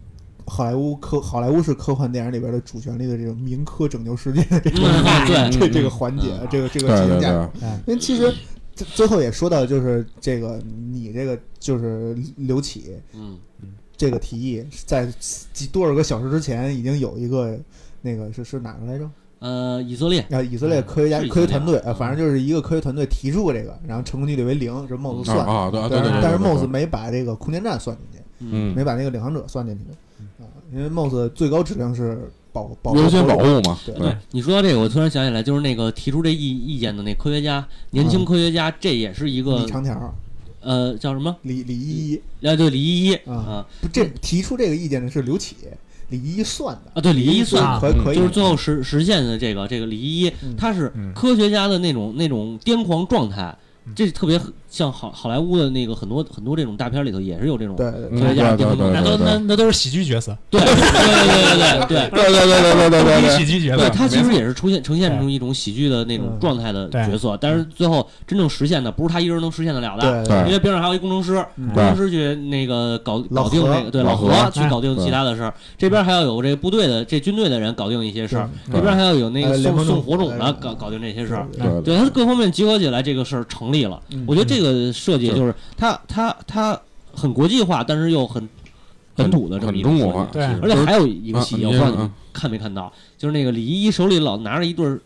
Speaker 3: 好莱坞科好莱坞式科幻电影里边的主旋律的这种民科拯救世界的这种、
Speaker 5: 嗯对
Speaker 3: 这这个环节，
Speaker 5: 嗯
Speaker 3: 这个这
Speaker 2: 对
Speaker 3: 个情
Speaker 2: 对
Speaker 3: 景架构
Speaker 2: 对，
Speaker 3: 因为其实最最后也说到，就是这个你这个就是刘启
Speaker 5: 嗯，
Speaker 3: 这个提议，在几多少个小时之前已经有一个那个是是哪个来着？
Speaker 5: 呃，以色列，
Speaker 3: 啊，以色列科学家
Speaker 5: 是以色
Speaker 3: 科
Speaker 5: 列
Speaker 3: 学团队，呃
Speaker 5: 嗯
Speaker 3: 反正就是一个科学团队提出过这个，然后成功几率为零，这帽子
Speaker 2: 啊
Speaker 3: 算。
Speaker 2: 啊对啊对
Speaker 3: 但
Speaker 2: 对
Speaker 3: 是
Speaker 2: 对，
Speaker 3: 但是
Speaker 2: 对
Speaker 3: MOS
Speaker 2: 对
Speaker 3: 没把这个空间站算进去，
Speaker 5: 嗯，
Speaker 2: 嗯
Speaker 3: 没把那个领航者算进去啊，因为 MOS 最高质量是保保
Speaker 2: 优先
Speaker 3: 保
Speaker 2: 保护嘛，
Speaker 3: 对
Speaker 5: 对
Speaker 2: 对，
Speaker 5: 你说到这个，我突然想起来，就是那个提出这意意见的那科学家，年轻
Speaker 3: 嗯
Speaker 5: 科学家，这也是一个
Speaker 3: 李长条、
Speaker 5: 呃叫什么？
Speaker 3: 李李一一，
Speaker 5: 啊，对，李依依
Speaker 3: 啊
Speaker 5: 啊
Speaker 3: 不这提出这个意见的是刘启，李一一算的
Speaker 5: 啊，对，李依依算
Speaker 4: 啊
Speaker 3: 可以可以，
Speaker 5: 就是最后实实现的这个这个李依依，
Speaker 3: 嗯
Speaker 5: 她是
Speaker 4: 嗯
Speaker 5: 科学家的那种那种癫狂状态
Speaker 4: 嗯，
Speaker 5: 这特别像好好莱坞的那个很多很多这种大片里头也是有这种
Speaker 3: 对对
Speaker 2: 嗯
Speaker 5: 科学家
Speaker 2: 对
Speaker 5: 巅峰状
Speaker 4: 那
Speaker 5: 态，
Speaker 2: 对
Speaker 4: 都
Speaker 2: 对
Speaker 4: 那那都是喜剧角色，
Speaker 5: 对对
Speaker 2: 对对对对对对
Speaker 5: 对对对对。
Speaker 4: 都
Speaker 2: 对
Speaker 4: 是
Speaker 2: 对
Speaker 4: 喜剧角
Speaker 5: 对
Speaker 4: 色。
Speaker 5: 他其
Speaker 4: 没错
Speaker 5: 实也是出现呈现出一种喜剧的那种
Speaker 3: 嗯
Speaker 5: 状态的角色，但是最后真正实现的不是他一个人能实现得了的，
Speaker 3: 对
Speaker 2: 对
Speaker 5: 因为边上还有一工程师，
Speaker 3: 嗯
Speaker 5: 工程师去那个搞
Speaker 3: 老
Speaker 5: 搞定
Speaker 3: 何
Speaker 5: 那个对
Speaker 2: 老
Speaker 5: 老
Speaker 2: 何嗯
Speaker 5: 何去搞定
Speaker 2: 对
Speaker 5: 其他的事儿，这边还要有这部队的这军队的人搞定一些事儿，
Speaker 2: 对
Speaker 5: 这边还要有那
Speaker 3: 呃
Speaker 5: 个
Speaker 3: 联
Speaker 5: 送
Speaker 3: 邦政
Speaker 5: 送
Speaker 3: 府
Speaker 5: 火种
Speaker 3: 哎
Speaker 5: 的搞搞定这些事儿。
Speaker 3: 对
Speaker 2: 对对
Speaker 5: 对他各方面结合起来，这个事儿成立了
Speaker 3: 嗯。
Speaker 5: 我觉得这个设
Speaker 2: 嗯
Speaker 5: 计就是它它它很国际化，但是又很本土的这么一
Speaker 2: 很
Speaker 5: 种
Speaker 2: 中国
Speaker 5: 设计。
Speaker 2: 化，
Speaker 4: 对
Speaker 5: 而且还有一个
Speaker 2: 啊
Speaker 5: 细
Speaker 2: 你
Speaker 5: 节，我不知
Speaker 2: 先
Speaker 5: 道你
Speaker 2: 说
Speaker 5: 们
Speaker 2: 啊
Speaker 5: 看没看到，就是那个李依依手里老拿着一对儿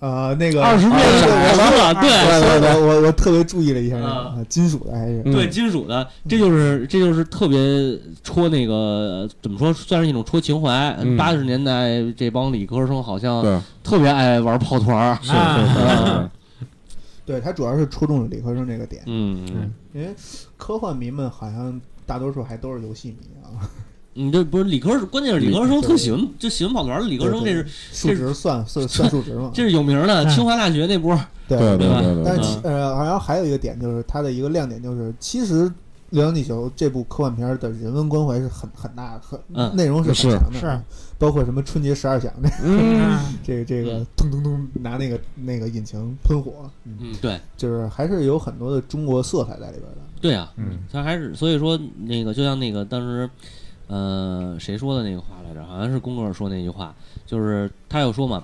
Speaker 3: 啊那个
Speaker 5: 二十面
Speaker 3: 对
Speaker 5: 的
Speaker 3: 我
Speaker 5: 手对
Speaker 3: 我我我我特别注意了一下这个
Speaker 5: 啊
Speaker 3: 啊金属的还是
Speaker 2: 嗯
Speaker 5: 对金属的，这就是这就是特别戳那个怎么说，算是一种戳情怀
Speaker 2: 嗯。
Speaker 5: 八十年代这帮理科生好像
Speaker 2: 对
Speaker 5: 特别爱玩跑团儿，
Speaker 2: 是是是是
Speaker 5: 啊，
Speaker 3: 对它主要是戳中了理科生这个点，
Speaker 5: 嗯嗯。
Speaker 3: 因为科幻迷们好像大多数还都是游戏迷啊，
Speaker 5: 你嗯这不是理科，关键是理科生特喜欢，就喜欢跑团儿。理科生这是
Speaker 3: 数值算算算数值嘛，
Speaker 5: 这是有名儿的，
Speaker 4: 嗯
Speaker 5: 清华大学那波儿，
Speaker 3: 对
Speaker 2: 对对
Speaker 5: 吧
Speaker 2: 对对
Speaker 3: 但是
Speaker 5: 嗯
Speaker 3: 其呃，好像还有一个点就是它的一个亮点就是，其实《流浪地球》这部科幻片儿的人文关怀是很很大的，很、
Speaker 5: 嗯
Speaker 3: 内容是
Speaker 2: 是
Speaker 3: 很强的，
Speaker 4: 是
Speaker 3: 包括什么春节十二响，这
Speaker 4: 嗯
Speaker 3: 这个这个
Speaker 5: 嗯
Speaker 3: 咚咚咚拿那个那个引擎喷火，嗯，
Speaker 5: 嗯，对
Speaker 3: 就是还是有很多的中国色彩在里边的。
Speaker 5: 对啊，
Speaker 4: 嗯，
Speaker 5: 他还是所以说那个就像那个当时，呃，谁说的那个话来着？好像是宫格尔说那句话，就是他又说嘛，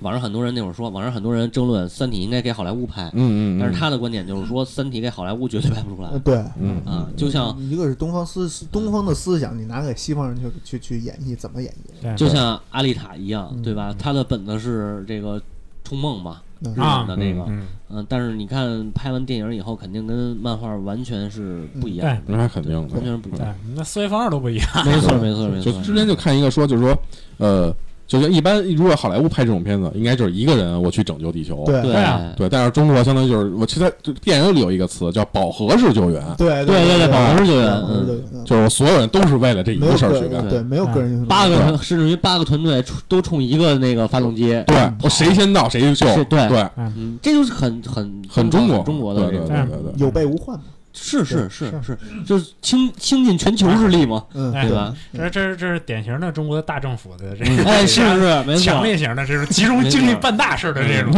Speaker 5: 网上很多人那会儿说，网上很多人争论《三体》应该给好莱坞拍，
Speaker 2: 嗯嗯嗯，
Speaker 5: 但是他的观点就是说，《三体》给好莱坞绝对拍不出来
Speaker 3: 呃，对，
Speaker 2: 嗯
Speaker 5: 啊，就像
Speaker 3: 一个是东方思东方的思想，你拿给西方人去去去演绎，怎么演绎？
Speaker 4: 对
Speaker 5: 就像阿丽塔一样
Speaker 3: 嗯，
Speaker 5: 对吧？他的本子是这个《冲梦》嘛，
Speaker 3: 那
Speaker 5: 日
Speaker 3: 是
Speaker 5: 本的那个，
Speaker 4: 嗯，
Speaker 5: 嗯，但是你看拍完电影以后，肯定跟漫画完全是不一样的，
Speaker 2: 那肯定的
Speaker 5: 完。全是不一
Speaker 4: 对
Speaker 5: 样。，
Speaker 4: 那思维方式都不一样。
Speaker 5: 没错，没错，没
Speaker 2: 就
Speaker 5: 错。
Speaker 2: 之前就看一个说，就是说，呃，就像一般如果好莱坞拍这种片子，应该就是一个人我去拯救地球。
Speaker 3: 对
Speaker 5: 对
Speaker 4: 啊
Speaker 2: 对但是中国相当于就是我其实在就电影里有一个词叫饱和式救援，
Speaker 3: 对
Speaker 5: 对对
Speaker 3: 对
Speaker 5: 对保安是救援
Speaker 3: 保安是
Speaker 5: 嗯
Speaker 3: 救援嗯
Speaker 2: 就是我所有人都是为了这一
Speaker 3: 没有
Speaker 2: 个事儿
Speaker 3: 个
Speaker 2: 去干
Speaker 3: 人。对没有个人英雄主义
Speaker 5: 八个人甚至于八个团队出都冲一个那个发动机，
Speaker 2: 对，我谁先到谁就救
Speaker 5: 是。对
Speaker 2: 对，
Speaker 5: 嗯，这就是很很
Speaker 2: 很
Speaker 5: 中
Speaker 2: 国，
Speaker 5: 中国
Speaker 2: 对
Speaker 5: 的这
Speaker 2: 对
Speaker 5: 个
Speaker 2: 对对对。
Speaker 3: 有备无患嘛。
Speaker 5: 是是
Speaker 3: 对
Speaker 5: 是
Speaker 3: 是
Speaker 5: 是，就是倾倾尽全球之力嘛，
Speaker 3: 嗯，
Speaker 4: 哎
Speaker 5: 对吧？
Speaker 4: 这这是这是典型的中国的大政府的这个
Speaker 5: 哎，是不是？没
Speaker 4: 强
Speaker 5: 错，
Speaker 4: 烈型的这种集中精力办大事的这种，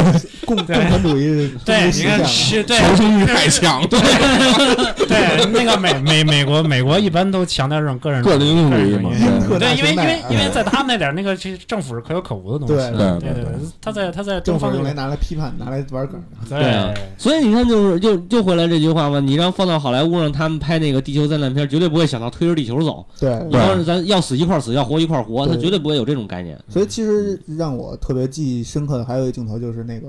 Speaker 3: 共共产主义终
Speaker 4: 对，
Speaker 3: 于
Speaker 4: 你
Speaker 3: 实
Speaker 4: 看，
Speaker 3: 现
Speaker 4: 是对
Speaker 2: 求生欲太强，对，
Speaker 4: 对，那个美 美美国美国一般都强调这种个人
Speaker 2: 个人英
Speaker 4: 个人
Speaker 2: 雄主义嘛
Speaker 4: 主义
Speaker 2: 对
Speaker 3: 特大
Speaker 4: 对，因为
Speaker 3: 时
Speaker 4: 因
Speaker 3: 代
Speaker 4: 为因为在他们那点儿那个这政府是可有可无的东西，
Speaker 3: 对
Speaker 4: 对
Speaker 2: 对对
Speaker 4: 对，他在他在
Speaker 3: 了，政
Speaker 4: 东
Speaker 3: 府
Speaker 4: 方
Speaker 3: 用
Speaker 4: 有
Speaker 3: 来拿来批判，拿来玩梗的，
Speaker 4: 对
Speaker 5: 对啊
Speaker 4: 哎
Speaker 5: 所以你看，就是就就回来这句话嘛，你让放到好莱坞让他们拍那个地球灾难片，绝对不会想到推着地球走，
Speaker 3: 对
Speaker 5: 你。要是咱要死一块儿死，要活一块儿活，他
Speaker 3: 对
Speaker 5: 绝对不会有这种概念。
Speaker 3: 所以其实让我特别记忆深刻的还有一镜头，就是那个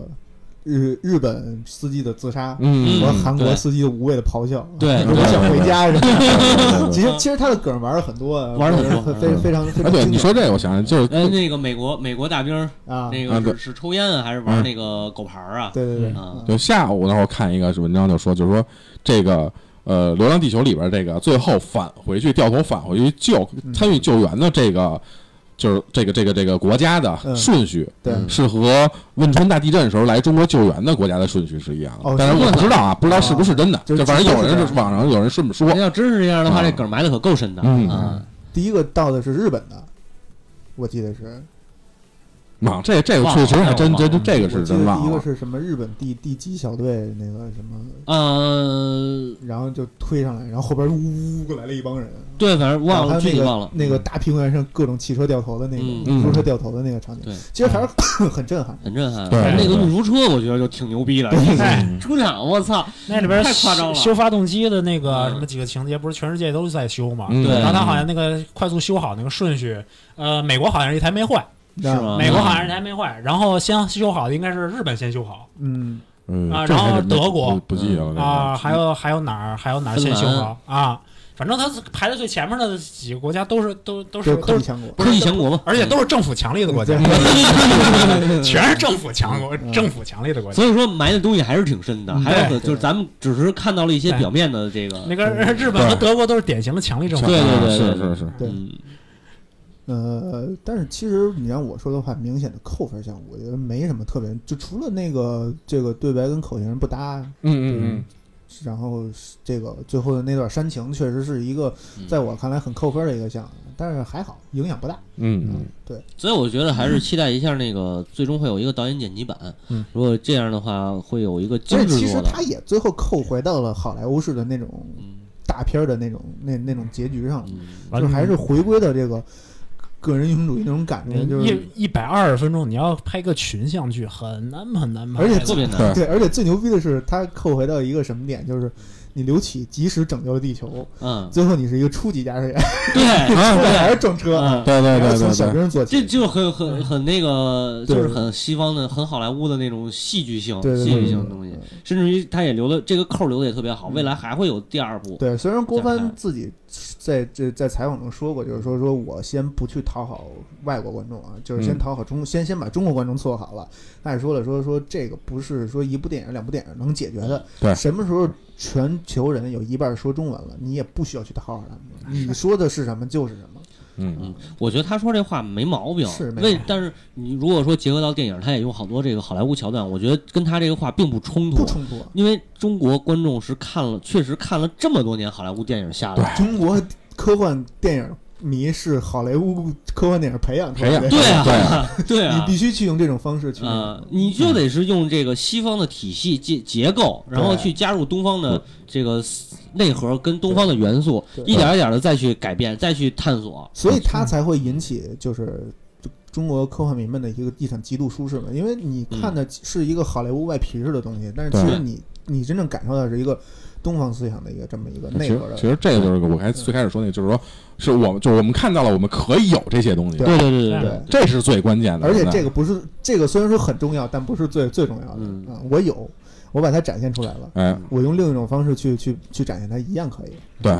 Speaker 3: 日日本司机的自杀
Speaker 2: 嗯
Speaker 3: 和韩国
Speaker 5: 对
Speaker 3: 司机的无谓的咆哮。啊
Speaker 5: 对
Speaker 3: 我想回家是吧？
Speaker 2: 对
Speaker 3: 其实其实他的梗玩了很多啊，
Speaker 5: 玩了很多
Speaker 3: 非非非常非
Speaker 2: 哎，
Speaker 3: 常
Speaker 2: 对，
Speaker 3: 经典
Speaker 2: 你说这个，我想想，就是
Speaker 5: 呃，那个美国美国大兵儿
Speaker 3: 啊，
Speaker 5: 那
Speaker 2: 啊
Speaker 5: 个
Speaker 2: 对
Speaker 5: 是是抽烟啊，还是玩那个狗牌儿啊？
Speaker 3: 对对对，嗯
Speaker 5: 啊
Speaker 2: 就下午那会儿看一个文章，就说，就是说这个呃，《流浪地球》里边这个最后返回去掉头返回去救
Speaker 3: 嗯
Speaker 2: 参与救援的这个，就是这个这个这个国家的
Speaker 3: 嗯
Speaker 2: 顺序，
Speaker 3: 对
Speaker 2: 是和汶川大地震时候来中国救援的国家的顺序是一样的
Speaker 3: 哦。
Speaker 2: 但是
Speaker 3: 是
Speaker 2: 我
Speaker 3: 吗
Speaker 2: 不知道啊，不知道是不是真的，
Speaker 3: 就是
Speaker 2: 就反正有人
Speaker 3: 就是是
Speaker 2: 网上有人这么说
Speaker 5: 那。要真是这样的话，
Speaker 2: 啊
Speaker 5: 这梗埋的可够深的
Speaker 2: 嗯
Speaker 5: 啊！
Speaker 3: 第一个到的是日本的，我记得是，
Speaker 2: 啊，这这个
Speaker 5: 忘
Speaker 2: 确
Speaker 5: 了
Speaker 2: 实还真真
Speaker 5: 忘了
Speaker 2: 这个是啊
Speaker 3: 我记得
Speaker 2: 真
Speaker 3: 第一
Speaker 2: 忘
Speaker 3: 个
Speaker 2: 了。
Speaker 3: 是什么日本第第几小队那个什么，
Speaker 5: 呃，
Speaker 3: 然后就推上来，然后后边呜过来了一帮人，
Speaker 5: 对，反正忘
Speaker 3: 然
Speaker 5: 了，
Speaker 3: 后还有
Speaker 5: 具
Speaker 3: 那
Speaker 5: 体
Speaker 3: 个
Speaker 5: 忘了。
Speaker 3: 那个大平原上各种汽车掉头的那个
Speaker 5: 嗯
Speaker 2: 嗯
Speaker 3: 出租车掉头的那个场景
Speaker 5: 对，
Speaker 3: 其实还是 很震撼。
Speaker 5: 很震撼，
Speaker 2: 对
Speaker 5: 那个
Speaker 2: 对
Speaker 5: 运输车我觉得就挺牛逼的，
Speaker 4: 哎
Speaker 5: 出场我操，
Speaker 4: 那里边
Speaker 5: 太夸张了
Speaker 4: 修发动机的那个
Speaker 5: 嗯
Speaker 4: 什么几个情节，不是全世界都是在修嘛？
Speaker 2: 嗯
Speaker 5: 对
Speaker 4: 然后他好像那个快速修好那个顺序，呃，美国好像是一台没坏，
Speaker 3: 是
Speaker 5: 是吗
Speaker 4: 美国好像是一台没坏，然后先修好的应该是日本先修好
Speaker 3: 嗯，
Speaker 2: 嗯
Speaker 4: 啊
Speaker 2: 这
Speaker 4: 然后
Speaker 2: 还真
Speaker 4: 德国
Speaker 2: 不不记得了这个
Speaker 4: 啊，还有还有哪儿还有哪儿先修
Speaker 5: 芬兰
Speaker 4: 好啊？反正他排在最前面的几个国家都是都
Speaker 3: 就
Speaker 4: 都
Speaker 3: 是是科
Speaker 4: 都
Speaker 3: 技
Speaker 4: 是，
Speaker 3: 强国，
Speaker 5: 科技强国嘛，
Speaker 4: 而 且都是政府强力的国家，全是政府强国，
Speaker 3: 嗯
Speaker 4: 政府强力的国家。
Speaker 5: 所以说埋的东西还是挺深的，
Speaker 3: 嗯
Speaker 5: 还有
Speaker 3: 对
Speaker 5: 很就是咱们只是看到了一些
Speaker 4: 对
Speaker 5: 表面的这个，
Speaker 4: 那个日本和德国都是典型的强力政府，
Speaker 5: 啊对对对
Speaker 2: 是是
Speaker 5: 对
Speaker 2: 是，
Speaker 3: 对
Speaker 5: 嗯，
Speaker 3: 呃，但是其实你让我说的话，明显的扣分项，我觉得没什么特别，就除了那个这个对白跟口型不搭，
Speaker 2: 嗯嗯
Speaker 3: 然后是这个最后的那段煽情，确实是一个
Speaker 5: 嗯
Speaker 3: 在我看来很扣分的一个项目，但是还好影响不大。
Speaker 2: 嗯嗯
Speaker 3: 对，
Speaker 5: 所以我觉得还是期待一下那个最终会有一个导演剪辑版
Speaker 3: 嗯，
Speaker 5: 如果这样的话会有一个精
Speaker 3: 所以
Speaker 5: 致
Speaker 3: 其实
Speaker 5: 做的，
Speaker 3: 他也最后扣回到了好莱坞式的那种大片儿的那种那那种结局上了，
Speaker 5: 嗯，
Speaker 3: 就是还是回归到这个个人英雄主义那种感觉，就是
Speaker 4: 嗯一一百二十分钟，你要拍个群像剧很难很难拍，
Speaker 3: 而且
Speaker 5: 特别难，
Speaker 2: 对
Speaker 3: 对，而且最牛逼的是，他扣回到一个什么点，就是你刘启及时拯救了地球，
Speaker 5: 嗯，
Speaker 3: 最后你是一个初级驾驶员，
Speaker 5: 对，
Speaker 3: 后
Speaker 2: 啊，
Speaker 3: 来 还是撞车，
Speaker 5: 嗯
Speaker 2: 对对
Speaker 3: 还
Speaker 2: 对
Speaker 3: 是从
Speaker 2: 对
Speaker 3: 小
Speaker 2: 对，
Speaker 3: 兵做
Speaker 5: 这
Speaker 3: 起，
Speaker 5: 就很很很那个，
Speaker 3: 嗯对
Speaker 5: 就是很西方的、很好莱坞的那种戏剧性、
Speaker 3: 对对嗯
Speaker 5: 戏
Speaker 3: 对
Speaker 5: 剧
Speaker 3: 对
Speaker 5: 性的东西，甚至于他也留了这个扣儿留的也特别好，未来还会有第二部。
Speaker 3: 对，虽然郭
Speaker 5: 展开
Speaker 3: 帆自己在这在采访中说过，就是说说我先不去讨好外国观众啊，就是先
Speaker 2: 嗯
Speaker 3: 讨好中，先先把中国观众做好了。他也说了说说这个不是说一部电影两部电影能解决的，
Speaker 2: 对
Speaker 3: 什么时候全球人有一半说中文了，你也不需要去讨好他们，你说的是什么就是什么。
Speaker 2: 嗯
Speaker 5: 嗯，我觉得他说这话没毛病。
Speaker 3: 是没
Speaker 5: 为
Speaker 3: 毛病
Speaker 5: 但是你如果说结合到电影，他也用好多这个好莱坞桥段，我觉得跟他这个话并不冲突。
Speaker 3: 不冲突。啊
Speaker 5: 因为中国观众是看了，确实看了这么多年好莱坞电影下来，
Speaker 3: 中国科幻电影迷是好莱坞科幻电影培养出来
Speaker 2: 培
Speaker 3: 的，
Speaker 5: 对
Speaker 2: 对
Speaker 5: 啊，对
Speaker 3: 你
Speaker 5: 啊
Speaker 3: 必，须去用这种方式去。
Speaker 5: 呃，你就得是用这个西方的体系结结构，然后去加入东方的这个内核跟东方的元素，
Speaker 3: 对
Speaker 5: 一点一点的再去改变，再去探索。
Speaker 3: 所
Speaker 2: 嗯
Speaker 3: 以它才会引起就是中国科幻迷们的一个一场极度舒适嘛，因为你看的是一个好莱坞外皮似的东西，但是其
Speaker 2: 嗯对
Speaker 3: 实你你真正感受到是一个东方思想的一个这么一个
Speaker 2: 其
Speaker 3: 内
Speaker 2: 实
Speaker 3: 核的
Speaker 2: 其。实这个就是我还最开始说那个，就是说是我们就是我们看到了我们可以有这些东西，
Speaker 3: 对
Speaker 5: 对对对
Speaker 4: 对
Speaker 5: 对，
Speaker 2: 这是最关键的。
Speaker 3: 而且
Speaker 2: 现在
Speaker 3: 这个不是这个虽然说很重要，但不是最最重要的。
Speaker 5: 嗯
Speaker 3: 啊，我有，我把它展现出来了，
Speaker 2: 哎，
Speaker 3: 我用另一种方式去去去展现它，一样可以。
Speaker 2: 对，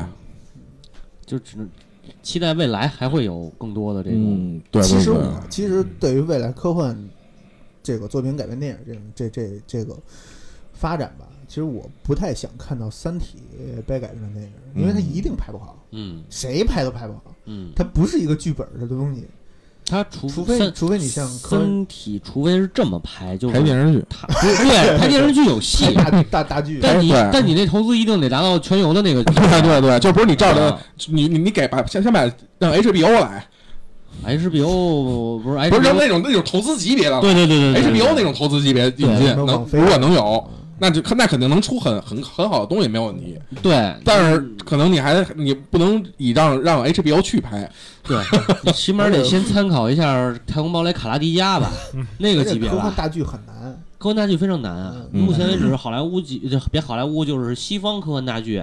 Speaker 5: 就只能期待未来还会有更多的这种。
Speaker 2: 嗯，对
Speaker 3: 其
Speaker 2: 对
Speaker 3: 实
Speaker 2: 对，
Speaker 5: 啊
Speaker 3: 我其实对于未来科幻这个作品改编电影这种这这这个发展吧，其实我不太想看到《三体》被改编成电影，因为它
Speaker 2: 嗯
Speaker 3: 一定拍不好，
Speaker 5: 嗯
Speaker 3: 谁拍都拍不好。
Speaker 5: 嗯，
Speaker 3: 它不是一个剧本儿的东西，
Speaker 5: 他除
Speaker 3: 除非
Speaker 5: 三
Speaker 3: 除非你像科
Speaker 5: 三体，除非是这么拍，就是
Speaker 2: 拍电视剧，
Speaker 5: 他不是对拍电视剧有
Speaker 3: 拍
Speaker 5: 戏，
Speaker 3: 大大大剧，
Speaker 5: 但你
Speaker 2: 对
Speaker 5: 但你那投资一定得达到全游的那 个
Speaker 2: 对对对，就不是你照着
Speaker 5: 啊
Speaker 2: 你你你给把先先把让 HBO 来，
Speaker 5: HBO 不是 HBO
Speaker 2: 不是让那种那种投资级别的
Speaker 5: 对对对对对对
Speaker 2: HBO 那种投资级别引进，
Speaker 5: 对
Speaker 2: 能
Speaker 3: 网飞嗯
Speaker 2: 如果能有，那就那肯定能出很很很好的东西，没有问题。
Speaker 5: 对
Speaker 2: 但是
Speaker 5: 嗯
Speaker 2: 可能你还你不能以让让 HBO 去拍，
Speaker 5: 对，你起码得先参考一下《太空堡垒卡拉迪加》吧，
Speaker 2: 嗯
Speaker 5: 那
Speaker 3: 而
Speaker 5: 个
Speaker 3: 且
Speaker 5: 级别
Speaker 3: 科幻
Speaker 5: 吧。
Speaker 3: 大剧很难，
Speaker 5: 科幻大剧非常难啊，
Speaker 2: 嗯
Speaker 5: 目前为止好莱坞几就别好莱坞就是西方科幻大剧，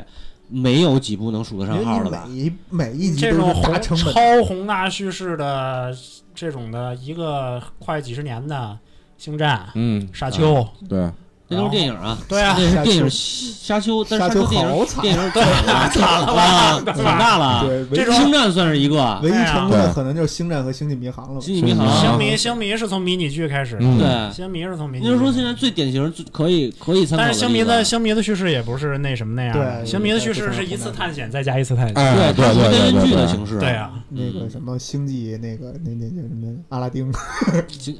Speaker 5: 没有几部能数得
Speaker 3: 因为
Speaker 5: 上号的吧？
Speaker 3: 你每一每一集
Speaker 4: 这
Speaker 3: 都
Speaker 4: 种
Speaker 3: 是大
Speaker 4: 宏
Speaker 3: 成本，
Speaker 4: 超宏大叙事的这种的一个快几十年的星战、
Speaker 2: 嗯，
Speaker 4: 沙丘，
Speaker 2: 对，
Speaker 5: 那都是电影啊，
Speaker 4: 对啊
Speaker 5: 那是
Speaker 3: 沙丘
Speaker 5: 电影《沙丘》，但是
Speaker 3: 沙
Speaker 5: 《
Speaker 3: 丘
Speaker 5: 丘》电
Speaker 3: 好
Speaker 5: 影
Speaker 3: 惨
Speaker 5: 电影惨 了吧？惨大了，啊
Speaker 3: 对，唯
Speaker 4: 啊这
Speaker 3: 一
Speaker 4: 种
Speaker 5: 星战算是一个，啊
Speaker 3: 唯一成功的
Speaker 2: 对
Speaker 3: 可能就是星战和星际迷航了吧。
Speaker 5: 星际迷航
Speaker 2: 啊
Speaker 4: 星
Speaker 5: 啊，
Speaker 4: 迷星迷是从迷你剧开始的，
Speaker 2: 嗯
Speaker 5: 对。
Speaker 4: 星迷是从迷你
Speaker 5: 您
Speaker 4: 剧。
Speaker 5: 就说现在最典型最可以可以参考
Speaker 4: 但
Speaker 5: 的
Speaker 4: 是星迷
Speaker 5: 例子啊
Speaker 4: 的星迷的叙事也不是那什么那样的，
Speaker 3: 对
Speaker 4: 星迷的叙
Speaker 3: 对
Speaker 4: 事
Speaker 3: 对
Speaker 4: 是一
Speaker 3: 对
Speaker 4: 次
Speaker 3: 对
Speaker 4: 探险再加一次探险。
Speaker 2: 哎，
Speaker 5: 对，
Speaker 2: 对
Speaker 5: 它是
Speaker 2: 对对
Speaker 5: 电视
Speaker 2: 对
Speaker 5: 剧的
Speaker 2: 对，
Speaker 5: 形式，
Speaker 4: 对，啊，
Speaker 3: 那个什么星际那个那那叫什么阿拉丁，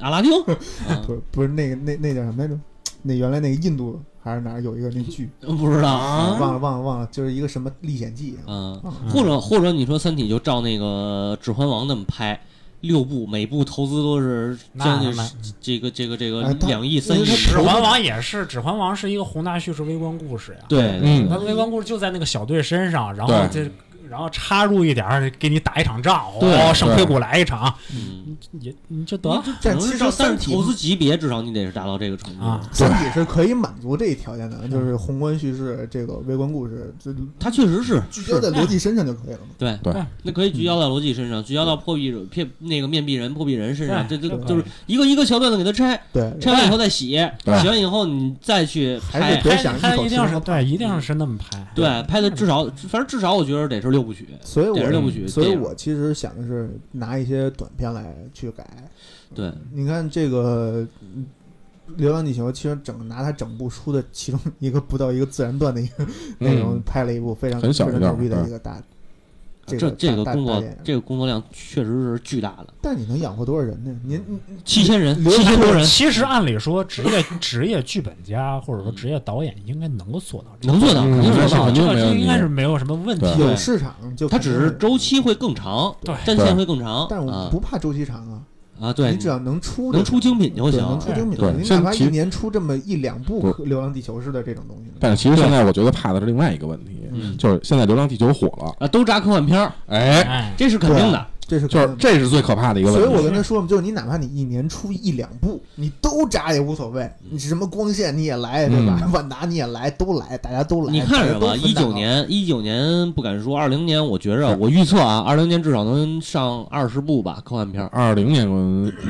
Speaker 5: 阿拉丁，啊
Speaker 3: 不是不是那个那那叫什么来着？那原来那个印度还是哪儿有一个那剧，
Speaker 5: 不知道啊，
Speaker 3: 嗯忘了忘了忘了，就是一个什么历险记，
Speaker 5: 嗯
Speaker 3: 嗯，
Speaker 5: 或者或者你说《三体》就照那个《指环王》那么拍，六部，每部投资都是将近
Speaker 4: 那那
Speaker 5: 这个这个这个
Speaker 3: 哎它
Speaker 5: 两亿三亿
Speaker 3: 因为它
Speaker 4: 指
Speaker 3: 投
Speaker 4: 环王也是，指环王是一个宏大叙事微观故事呀。
Speaker 5: 对，
Speaker 2: 嗯
Speaker 4: 它的微观故事就在那个小队身上，然后
Speaker 2: 对
Speaker 4: 这然后插入一点儿，给你打一场仗，
Speaker 5: 对
Speaker 4: 哦，圣盔谷来一场，
Speaker 5: 嗯
Speaker 4: 也你就得
Speaker 5: 你
Speaker 4: 了。
Speaker 5: 这只
Speaker 3: 但
Speaker 5: 能
Speaker 3: 其
Speaker 5: 是
Speaker 3: 实
Speaker 5: 照
Speaker 3: 三
Speaker 5: 但是
Speaker 3: 体
Speaker 5: 投资级别至少你得是达到这个程度
Speaker 4: 啊。
Speaker 3: 三体是可以满足这一条件的，
Speaker 5: 嗯
Speaker 3: 就是宏观叙事、这个微观故事，就
Speaker 5: 它确实是
Speaker 3: 聚焦在逻辑身上就可以了嘛。
Speaker 5: 对
Speaker 2: 对
Speaker 5: 那可以聚
Speaker 3: 嗯
Speaker 5: 焦到逻辑身上，聚焦到破壁人、骗那个面壁人、破壁人身
Speaker 3: 哎
Speaker 5: 上，这
Speaker 4: 对
Speaker 5: 这
Speaker 4: 对
Speaker 5: 就是一个一个桥段的给它拆，
Speaker 3: 对，哎
Speaker 5: 拆完以后再洗，
Speaker 2: 对
Speaker 5: 洗完以后你再去
Speaker 3: 还是
Speaker 5: 拍
Speaker 3: 别。想一
Speaker 4: 他
Speaker 3: 口
Speaker 4: 一
Speaker 3: 气
Speaker 4: 定
Speaker 3: 儿
Speaker 4: 是
Speaker 3: 说
Speaker 4: 对，一定是那么拍。
Speaker 5: 对，拍的至少，反正至少我觉得得是六部曲。
Speaker 3: 所以
Speaker 5: 电影
Speaker 3: 我
Speaker 5: 六部曲
Speaker 3: 所以
Speaker 5: 电影
Speaker 3: 我其实想的是拿一些短片来去改。
Speaker 5: 对，
Speaker 3: 你看这个嗯《流浪地球》，其实整拿它整部书的其中一个不到一个自然段的一个内容，
Speaker 2: 嗯
Speaker 3: 拍了一部非常
Speaker 2: 很
Speaker 3: 非
Speaker 2: 小一
Speaker 3: 常
Speaker 2: 段
Speaker 3: 牛逼的
Speaker 2: 对
Speaker 3: 一个大。
Speaker 5: 这
Speaker 3: 个
Speaker 5: 啊这
Speaker 3: 这
Speaker 5: 个工作，
Speaker 3: 这
Speaker 5: 这个工作量确实是巨大的，
Speaker 3: 但你能养活多少人呢？您
Speaker 5: 嗯
Speaker 3: 您
Speaker 5: 七千人，
Speaker 3: 刘
Speaker 5: 七千多人
Speaker 4: 其实按理说，职业职业剧本家或者说职业导演应该能够做到这个，
Speaker 5: 能做到，
Speaker 2: 嗯
Speaker 5: 能做
Speaker 2: 能做
Speaker 5: 到
Speaker 2: 到
Speaker 4: 这
Speaker 2: 肯定没
Speaker 4: 个
Speaker 2: 问题
Speaker 4: 应该是没有什么问题
Speaker 2: 对。
Speaker 3: 有市场就
Speaker 5: 它
Speaker 3: 肯
Speaker 5: 只
Speaker 3: 定
Speaker 5: 是周期会更长，
Speaker 4: 对
Speaker 5: 战线会更长，
Speaker 3: 但我
Speaker 5: 啊
Speaker 3: 不怕周期长啊，
Speaker 5: 啊，对
Speaker 3: 你，只要能出
Speaker 5: 能出精品就
Speaker 3: 对
Speaker 5: 行，
Speaker 3: 能出精品
Speaker 2: 对
Speaker 3: 就行，你
Speaker 2: 像
Speaker 3: 哪怕
Speaker 2: 其
Speaker 3: 一年出这么一两部
Speaker 2: 不
Speaker 3: 《流浪地球》似的这种东西呢，
Speaker 2: 但是其实现在我觉得怕的是另外一个问题，
Speaker 5: 嗯
Speaker 2: 就是现在《流浪地球》火了，
Speaker 5: 啊，都扎科幻片儿，
Speaker 2: 哎，
Speaker 4: 哎，
Speaker 5: 这是肯定的，
Speaker 3: 这是
Speaker 2: 就
Speaker 3: 可
Speaker 2: 是
Speaker 3: 能的
Speaker 2: 这是最可怕的一个
Speaker 3: 所以
Speaker 2: 问
Speaker 3: 我
Speaker 2: 题。
Speaker 3: 跟他说嘛，就是你哪怕你一年出一两部，你都扎也无所谓，
Speaker 5: 嗯
Speaker 3: 你是什么光线你也来，对吧？万达你也来，都来，大家都来。
Speaker 5: 你看
Speaker 3: 大家
Speaker 5: 着
Speaker 3: 都
Speaker 5: 吧，
Speaker 3: 分
Speaker 5: 一
Speaker 3: 蛋
Speaker 5: 九
Speaker 3: 糕，
Speaker 5: 年，一九年不敢说，二零年我觉着我预测啊，二零年至少能上二十部吧，科幻片儿。
Speaker 2: 二零年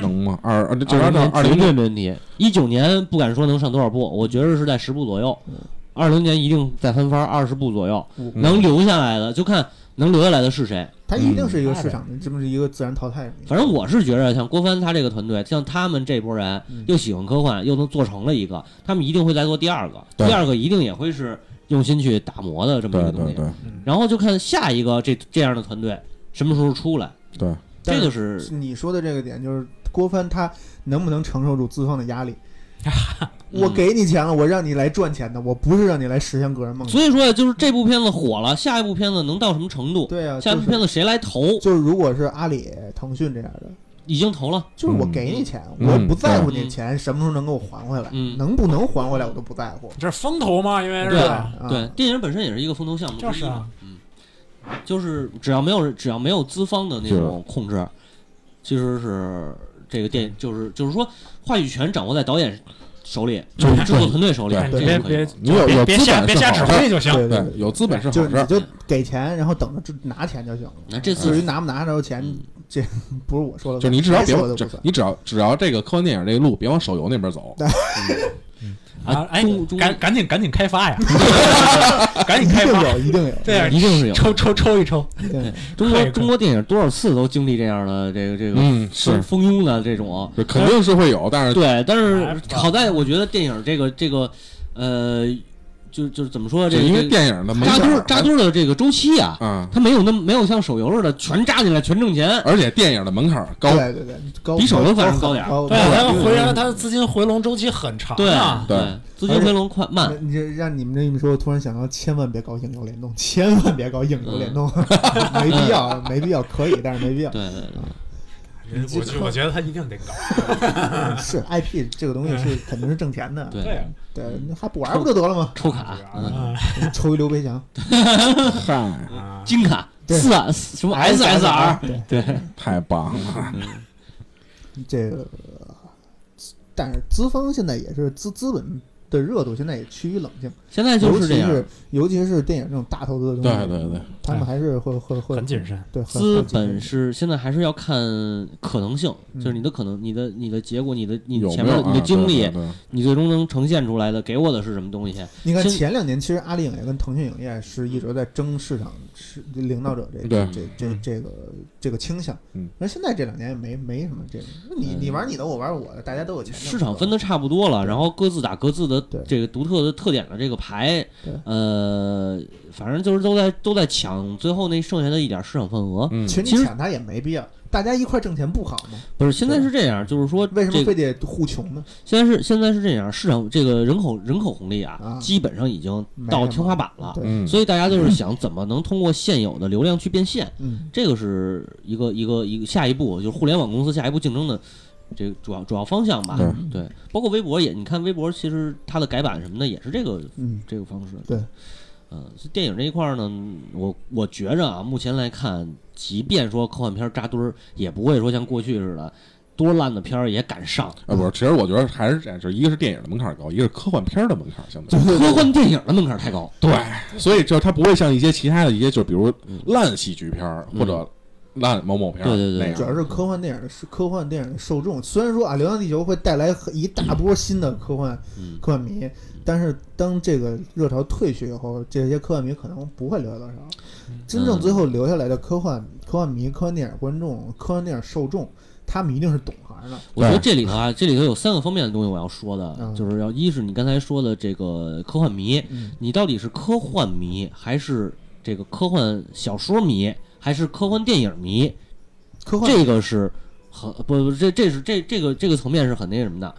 Speaker 2: 能吗？二呃这
Speaker 5: 二
Speaker 2: 按照
Speaker 5: 零
Speaker 2: 二
Speaker 5: 绝
Speaker 2: 零
Speaker 5: 对
Speaker 2: 年
Speaker 5: 没问题。一九年不敢说能上多少部，我觉着是在十部左右。二零年一定再翻番二十部左右，
Speaker 3: 嗯
Speaker 5: 能留下来的就看能留下来的是谁。
Speaker 3: 它一定是一个市场的，这么是一个自然淘汰的。
Speaker 5: 嗯反正我是觉着，像郭帆他这个团队，像他们这波人
Speaker 3: 嗯
Speaker 5: 又喜欢科幻，又能做成了一个，他们一定会再做第二个，
Speaker 2: 对
Speaker 5: 第二个一定也会是用心去打磨的这么一
Speaker 2: 对
Speaker 5: 个
Speaker 2: 对
Speaker 5: 东西。
Speaker 2: 对
Speaker 5: 然后就看下一个这这样的团队什么时候出来，
Speaker 2: 对，
Speaker 5: 这
Speaker 3: 但
Speaker 5: 就是是
Speaker 3: 你说的这个点，就是郭帆他能不能承受住资方的压 力？我
Speaker 5: 嗯
Speaker 3: 给你钱了，我让你来赚钱的，我不是让你来实现个人梦想。
Speaker 5: 所以说就是这部片子火了，下一部片子能到什么程度？
Speaker 3: 对啊，
Speaker 5: 下一
Speaker 3: 就
Speaker 5: 部
Speaker 3: 是
Speaker 5: 片子谁来投？
Speaker 3: 就是如果是阿里、腾讯这样的，
Speaker 5: 已经投了，
Speaker 3: 就是我
Speaker 2: 嗯
Speaker 3: 给你钱，
Speaker 2: 嗯
Speaker 3: 我不在乎你
Speaker 5: 嗯
Speaker 3: 钱什么时候能给我还回来，
Speaker 5: 嗯
Speaker 3: 能不能还回来我都不在 乎。
Speaker 4: 这是风投嘛，因为是
Speaker 5: 对
Speaker 4: 吧
Speaker 3: 啊
Speaker 5: 对，电影本身也是一个风投项目之一嘛，
Speaker 4: 就是啊
Speaker 5: 嗯，就是只要没有只要没有资方的那种控制，其实是这个电就是就是说话语权掌握在导演手里，
Speaker 2: 就是
Speaker 5: 制作团队手里，
Speaker 2: 对
Speaker 5: 这
Speaker 4: 别
Speaker 5: 个可
Speaker 4: 别
Speaker 5: 以。
Speaker 2: 你有
Speaker 4: 别
Speaker 2: 有
Speaker 4: 别
Speaker 2: 资
Speaker 4: 瞎
Speaker 2: 本
Speaker 4: 别
Speaker 2: 是
Speaker 4: 瞎
Speaker 2: 好
Speaker 4: 指
Speaker 2: 事
Speaker 4: 挥就行。
Speaker 3: 对
Speaker 2: 对，有资本是
Speaker 3: 就是
Speaker 2: 好事
Speaker 3: 你
Speaker 2: 儿。
Speaker 3: 就给钱，然后等着就拿钱就行了。
Speaker 5: 那这
Speaker 3: 至于
Speaker 5: 次
Speaker 3: 拿不拿着钱，
Speaker 5: 嗯
Speaker 3: 这 不是我说了算，
Speaker 2: 就是你只要
Speaker 3: 谁
Speaker 2: 别
Speaker 3: 说的
Speaker 2: 只
Speaker 3: 不算。
Speaker 2: 你只要只要这个科幻电影这个路别往手游那边走，
Speaker 5: 啊
Speaker 4: 啊，哎
Speaker 5: 中中，
Speaker 4: 赶赶紧赶紧开发呀， 赶紧开
Speaker 3: 一定
Speaker 4: 发，
Speaker 3: 有，一定 有，
Speaker 4: 对啊，
Speaker 5: 一定是有
Speaker 4: 抽抽抽一抽，
Speaker 3: 一定有。
Speaker 5: 中国
Speaker 4: 可以
Speaker 5: 中国电影多少次都经历这样的这个这个
Speaker 2: 嗯，是
Speaker 5: 蜂拥的这种，
Speaker 2: 是肯定是会有，但是
Speaker 5: 对，但是
Speaker 4: 哎
Speaker 5: 好在我觉得电影这个这个呃就就是怎么说这
Speaker 2: 就
Speaker 5: 个
Speaker 2: 因为
Speaker 5: 这个
Speaker 2: 电影它没
Speaker 5: 扎
Speaker 2: 事
Speaker 5: 堆
Speaker 2: 儿
Speaker 5: 儿扎堆儿的这个周期啊，
Speaker 2: 啊，
Speaker 5: 它没有那么没有像手游似的全扎进来全挣钱，
Speaker 2: 而且电影的门槛儿高，
Speaker 3: 对对对，高
Speaker 5: 比手游反正高点儿啊
Speaker 3: 高
Speaker 4: 对，啊
Speaker 3: 高
Speaker 4: 咱们回来，它的资金回笼周期很长
Speaker 5: 对
Speaker 4: 啊。
Speaker 2: 对
Speaker 5: 资金回笼快慢，
Speaker 3: 你这让你们这一说，我突然想到，千万别搞硬流联动，千万别搞硬流联动， 没必要，没必要，可以，但是没必要。
Speaker 5: 嗯对对对，
Speaker 4: 人我觉我觉得它一定得搞。
Speaker 3: 嗯是 IP 这个东西是肯定是挣钱的，
Speaker 5: 嗯对
Speaker 4: 对啊，
Speaker 3: 对，那还不玩不就得了吗？
Speaker 5: 抽卡、嗯
Speaker 4: 啊
Speaker 3: 抽一刘培强，
Speaker 2: 嗨，
Speaker 4: 啊，
Speaker 5: 金卡、
Speaker 3: 对
Speaker 5: 四啊四什么 SSR，
Speaker 3: 对，
Speaker 2: 太棒了，
Speaker 3: 这个，但是资方现在也是资资本的热度现在也趋于冷静，
Speaker 5: 现在就是这样，
Speaker 3: 尤其是尤其是电影这种大投资的东西，
Speaker 2: 对对对，
Speaker 3: 他们还是会会会
Speaker 4: 很谨慎。
Speaker 3: 对，很
Speaker 5: 资
Speaker 3: 很谨慎
Speaker 5: 本是现在还是要看可能性，
Speaker 3: 嗯
Speaker 5: 就是你的可能、你的、你的结果、你的、你
Speaker 2: 有
Speaker 5: 前
Speaker 2: 没
Speaker 5: 面的、
Speaker 2: 有
Speaker 5: 你的经历
Speaker 2: 啊，对对对
Speaker 5: 你最终能呈现出来的，给我的是什么东西？
Speaker 3: 你看
Speaker 5: 现
Speaker 3: 前两年，其实阿里影业跟腾讯影业是一直在争市场是领导者这
Speaker 2: 对
Speaker 3: 这这这个这个倾向。
Speaker 2: 嗯，
Speaker 3: 那现在这两年也没没什么这个，你
Speaker 5: 嗯
Speaker 3: 你玩你的，我玩我的，大家都有钱。
Speaker 5: 市场分的差不多了，然后各自打各自的
Speaker 3: 对
Speaker 5: 这个独特的特点的这个牌
Speaker 3: 对，
Speaker 5: 呃，反正就是都在都在抢最后那剩下的一点市场份额。
Speaker 2: 嗯
Speaker 3: 其实
Speaker 5: 其
Speaker 3: 你
Speaker 5: 实
Speaker 3: 抢它也没必要，大家一块挣钱不好吗？
Speaker 5: 不是，现在
Speaker 3: 对
Speaker 5: 是这样，就是说
Speaker 3: 为什么
Speaker 5: 这个
Speaker 3: 非得互穷呢？
Speaker 5: 现在是现在是这样，市场这个人口人口红利啊
Speaker 3: 啊，
Speaker 5: 基本上已经
Speaker 3: 没
Speaker 5: 到
Speaker 3: 什么
Speaker 5: 天花板了，
Speaker 3: 对，
Speaker 2: 嗯，
Speaker 5: 所以大家就是想怎么能通过现有的流量去变现。
Speaker 3: 嗯，
Speaker 5: 这个是一个一个一个下一步，就是互联网公司下一步竞争的这个主要主要方向吧。
Speaker 2: 对
Speaker 5: 对，包括微博也，你看微博其实它的改版什么的也是这个
Speaker 3: 嗯，
Speaker 5: 这个方式。
Speaker 3: 对，
Speaker 5: 嗯，所以电影这一块儿呢，我我觉着啊，目前来看，即便说科幻片扎堆儿，也不会说像过去似的多烂的片儿也敢上。
Speaker 2: 啊，不是，其实我觉得还是这样，就是一个是电影的门槛儿高，一个是科幻片儿的门槛儿相对
Speaker 5: 科幻电影的门槛儿太高，
Speaker 2: 对， 所以就是它不会像一些其他的一些，就比如烂喜剧片儿
Speaker 5: 嗯
Speaker 2: 或者烂某某片儿
Speaker 5: 对对对
Speaker 2: 那样
Speaker 3: 主要是科幻电影的是科幻电影的受众。虽然说啊，《流浪地球》会带来很一大波新的科幻
Speaker 5: 嗯，
Speaker 3: 科幻迷，但是当这个热潮退去以后，这些科幻迷可能不会留下多少。真
Speaker 5: 嗯
Speaker 3: 正最后留下来的科幻、科幻迷、科幻电影观众、科幻电影受众，他们一定是懂行的。
Speaker 5: 我觉得这里头啊，这里头有三个方面的东西我要说的，
Speaker 3: 嗯
Speaker 5: 就是要一是你刚才说的这个科幻迷，
Speaker 3: 嗯
Speaker 5: 你到底是科幻迷还是这个科幻小说迷，还是科幻电影迷？
Speaker 3: 科幻
Speaker 5: 这个是很不不，这这是这这个这个层面是很那什么的。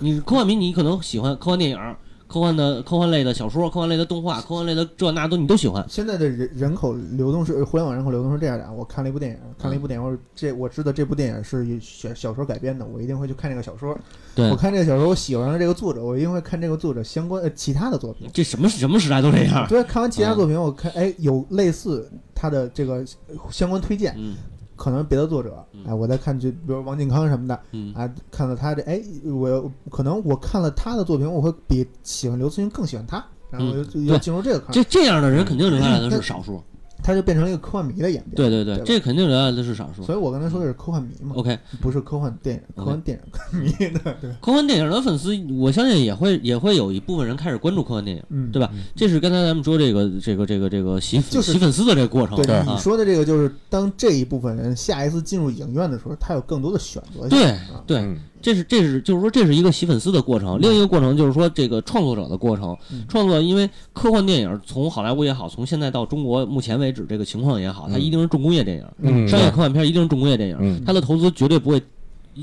Speaker 5: 你科幻迷，你可能喜欢科幻电影、科幻的科幻类的小说、科幻类的动画、科幻类的这那都你都喜欢。
Speaker 3: 现在的人人口流动是互联网人口流动是这样的啊，我看了一部电影，看了一部电影，我这我知道这部电影是以小小说改编的，我一定会去看这个小说。
Speaker 5: 对
Speaker 3: 我，看这个小说，我喜欢上这个作者，我一定会看这个作者相关呃其他的作品。
Speaker 5: 这什么什么时代都这样。
Speaker 3: 对，看完其他作品，
Speaker 5: 啊
Speaker 3: 我看哎有类似他的这个相关推荐，
Speaker 5: 嗯
Speaker 3: 可能别的作者
Speaker 5: 嗯，
Speaker 3: 哎，我在看就比如王靖康什么的，
Speaker 5: 嗯，
Speaker 3: 啊，看到他这，哎，我可能我看了他的作品，我会比喜欢刘慈欣更喜欢他，然后
Speaker 5: 嗯
Speaker 3: 又
Speaker 5: 对
Speaker 3: 又进入这个坑，
Speaker 5: 这这样的人肯定留下来的是少数。
Speaker 3: 他就变成了一个科幻迷的演变。
Speaker 5: 对对对
Speaker 3: 对，吧
Speaker 5: 这肯定留下来的是少数。
Speaker 3: 所以我刚才说的是科幻迷嘛，
Speaker 5: OK，
Speaker 3: 不是科幻电影，科幻电影科幻迷的，对，
Speaker 5: 科幻电影的粉丝，我相信也会也会有一部分人开始关注科幻电影。
Speaker 3: 嗯，哎
Speaker 5: 对吧？这是刚才咱们说这个这个这个这个洗粉
Speaker 3: 就是
Speaker 5: 洗粉丝的这个过程，
Speaker 3: 对，你
Speaker 5: 啊，
Speaker 3: 说的这个就是当这一部分人下一次进入影院的时候，他有更多的选择性。
Speaker 5: 对
Speaker 3: 啊
Speaker 5: 对，
Speaker 2: 嗯
Speaker 5: 这是这是就是说这是一个洗粉丝的过程，另一个过程就是说这个创作者的过程
Speaker 3: 嗯。
Speaker 5: 创作因为科幻电影从好莱坞也好，从现在到中国目前为止这个情况也好，它
Speaker 2: 嗯
Speaker 5: 一定是重工业电影，
Speaker 2: 嗯
Speaker 5: 商业科幻片一定是重工业电影，
Speaker 2: 嗯
Speaker 5: 它的投资绝对不会。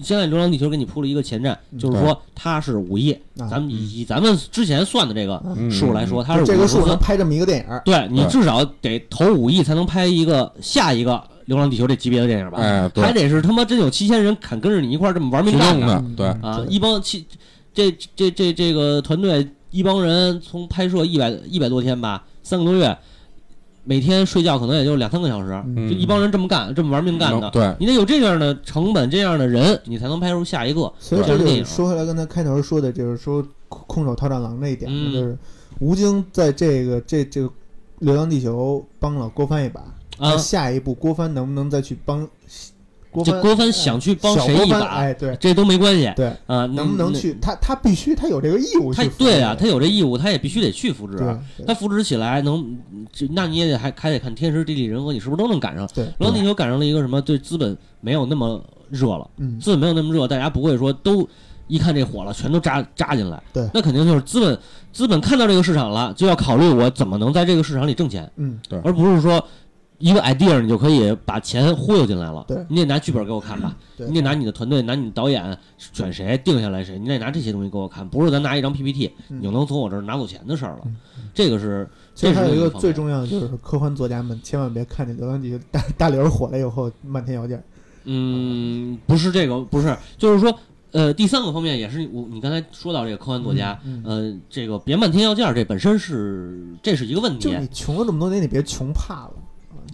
Speaker 5: 现在《流浪地球》给你铺了一个前站，
Speaker 3: 嗯
Speaker 5: 就是说它是五亿，
Speaker 3: 啊
Speaker 5: 咱们以以咱们之前算的这个
Speaker 2: 嗯
Speaker 5: 数来说，它是
Speaker 3: 就这
Speaker 5: 五
Speaker 3: 个
Speaker 5: 亿投
Speaker 3: 数
Speaker 5: 资
Speaker 3: 能拍这么一个电影，
Speaker 5: 对你
Speaker 2: 对
Speaker 5: 至少得投五亿才能拍一个下一个《流浪地球》这级别的电影吧？
Speaker 2: 哎对
Speaker 5: 还得是他妈真有七千人肯跟着你一块儿这么玩命
Speaker 2: 群
Speaker 5: 干
Speaker 2: 众
Speaker 5: 的
Speaker 2: 的哎对，
Speaker 5: 啊！一帮七这这这这个团队一帮人从拍摄一百一百多天吧，三个多月，每天睡觉可能也就两三个小时，
Speaker 2: 嗯
Speaker 5: 就一帮人这么干，这么玩命干
Speaker 2: 能
Speaker 5: 的。
Speaker 2: 对，
Speaker 5: 你得有这样的成本，这样的人，你才能拍出下一个
Speaker 3: 所以
Speaker 5: 这样
Speaker 3: 这
Speaker 5: 的
Speaker 3: 就
Speaker 5: 电影
Speaker 3: 是。说回来，刚才开头说的，就是说空空手套战狼那一点，
Speaker 5: 嗯
Speaker 3: 就是吴京在这个这这个《流浪地球》帮了郭帆一把，
Speaker 5: 啊
Speaker 3: 那下一步郭帆能不能再去帮郭
Speaker 5: 这
Speaker 3: 帆？
Speaker 5: 郭帆想去帮
Speaker 3: 小
Speaker 5: 谁
Speaker 3: 郭
Speaker 5: 一
Speaker 3: 帆
Speaker 5: 把，
Speaker 3: 哎，对
Speaker 5: 这都没关系
Speaker 3: 对，
Speaker 5: 啊！
Speaker 3: 能不能
Speaker 5: 那
Speaker 3: 去？他他必须他有这个义务
Speaker 5: 他
Speaker 3: 去。
Speaker 5: 对啊，他有这义务，他也必须得去扶植啊。
Speaker 3: 对
Speaker 5: 他
Speaker 3: 对
Speaker 5: 扶植起来能，这那你也得还还得看天时地利人和，你是不是都能赶上？
Speaker 3: 对，
Speaker 5: 然后你就赶上了一个什么，对资本没有那么热了，
Speaker 3: 嗯，
Speaker 5: 资本没有那么热，大家不会说都一看这火了，全都扎扎进来。
Speaker 3: 对
Speaker 5: 那肯定就是资本资本看到这个市场了，就要考虑我怎么能在这个市场里挣钱，
Speaker 3: 嗯，
Speaker 5: 而不是说一个 idea 你就可以把钱忽悠进来了。
Speaker 3: 对
Speaker 5: 你得拿剧本给我看吧，
Speaker 3: 对
Speaker 5: 你得拿你的团队，拿你的导演选谁定下来谁，你得拿这些东西给我看，不是咱拿一张 PPT
Speaker 3: 嗯
Speaker 5: 你就能从我这儿拿走钱的事儿了
Speaker 3: 嗯。
Speaker 5: 这个是
Speaker 3: 其实还有一
Speaker 5: 这是另
Speaker 3: 个
Speaker 5: 一个方
Speaker 3: 最重
Speaker 5: 面
Speaker 3: 要的就是科幻作家们千万别看见《流浪地球》大大刘火了以后漫天要价，
Speaker 5: 嗯，不是这个，不是，就是说，呃，第三个方面也是我你刚才说到这个科幻作家，
Speaker 3: 嗯
Speaker 5: 呃，这个别漫天要价，这本身是这是一个问
Speaker 3: 就
Speaker 5: 题
Speaker 3: 是。你穷了这么多年，你别穷怕了。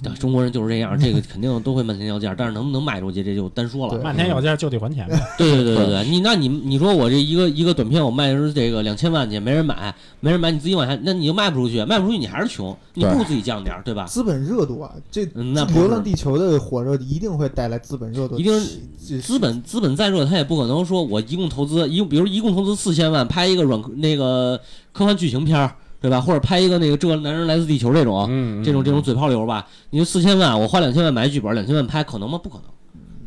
Speaker 5: 但中国人就是这样，这个肯定都会漫天要价，但是能不能卖出去，这就单说了
Speaker 3: 对。
Speaker 4: 漫天要价就得还钱呗。
Speaker 5: 对对
Speaker 2: 嗯
Speaker 5: 对对对，你那你你说我这一个一个短片，我卖出这个两千万去，没人买，没人买，你自己往下，那你就卖不出去，卖不出去你还是穷，你不如自己降点儿，对吧？
Speaker 3: 资本热度啊，这
Speaker 5: 嗯那
Speaker 3: 《
Speaker 5: 不
Speaker 3: 流
Speaker 5: 是
Speaker 3: 浪地球》的火热一定会带来资本热度，
Speaker 5: 一定
Speaker 3: 这
Speaker 5: 资本资本再热，他也不可能说我一共投资一共，比如一共投资四千万拍一个软那个科幻剧情片儿，对吧？或者拍一个那个这个男人来自地球这种、
Speaker 2: 嗯
Speaker 5: 这种这种嘴炮流吧？你就四千万，我花两千万买剧本，两千万拍，可能吗？不可能，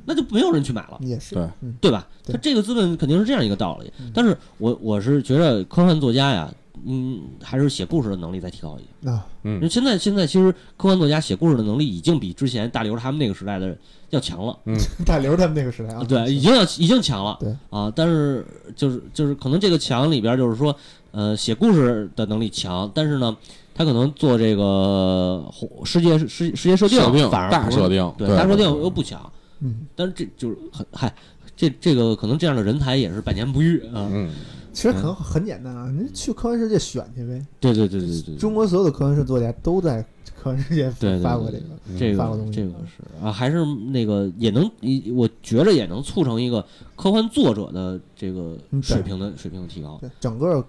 Speaker 5: 那就没有人去买了。
Speaker 3: 也是
Speaker 2: 对
Speaker 3: 嗯
Speaker 5: 对吧？
Speaker 3: 对
Speaker 5: 他这个资本肯定是这样一个道理
Speaker 3: 嗯，
Speaker 5: 但是我我是觉得科幻作家呀，嗯，还是写故事的能力再提高一点。
Speaker 3: 啊，
Speaker 2: 嗯
Speaker 5: 因为现在现在其实科幻作家写故事的能力已经比之前大刘他们那个时代的要强了。
Speaker 3: 大刘他们那个时代啊，
Speaker 5: 对，已经要已经强了，
Speaker 3: 对
Speaker 5: 啊，但是就是就是可能这个强里边儿就是说，呃，写故事的能力强，但是呢，他可能做这个宏世界世世界设定
Speaker 2: 设定
Speaker 5: 反而
Speaker 2: 大
Speaker 5: 不是
Speaker 2: 设定
Speaker 5: 对
Speaker 2: 对
Speaker 5: 大设定又不强，
Speaker 3: 嗯，
Speaker 5: 但是这就是很嗨，这这个可能这样的人才也是百年不遇啊，
Speaker 2: 嗯，
Speaker 3: 其实很很简单啊，你去科幻世界选去呗。
Speaker 5: 对对对对对，
Speaker 3: 中国所有的科幻式作家都在科幻世界
Speaker 5: 对对对
Speaker 3: 发过这个，
Speaker 5: 这
Speaker 3: 发过东
Speaker 5: 个
Speaker 3: 西
Speaker 5: 这个是啊，还是那个也能，一我觉着也能促成一个科幻作者的这个
Speaker 3: 嗯对
Speaker 5: 水平的水平的提高，
Speaker 3: 对整个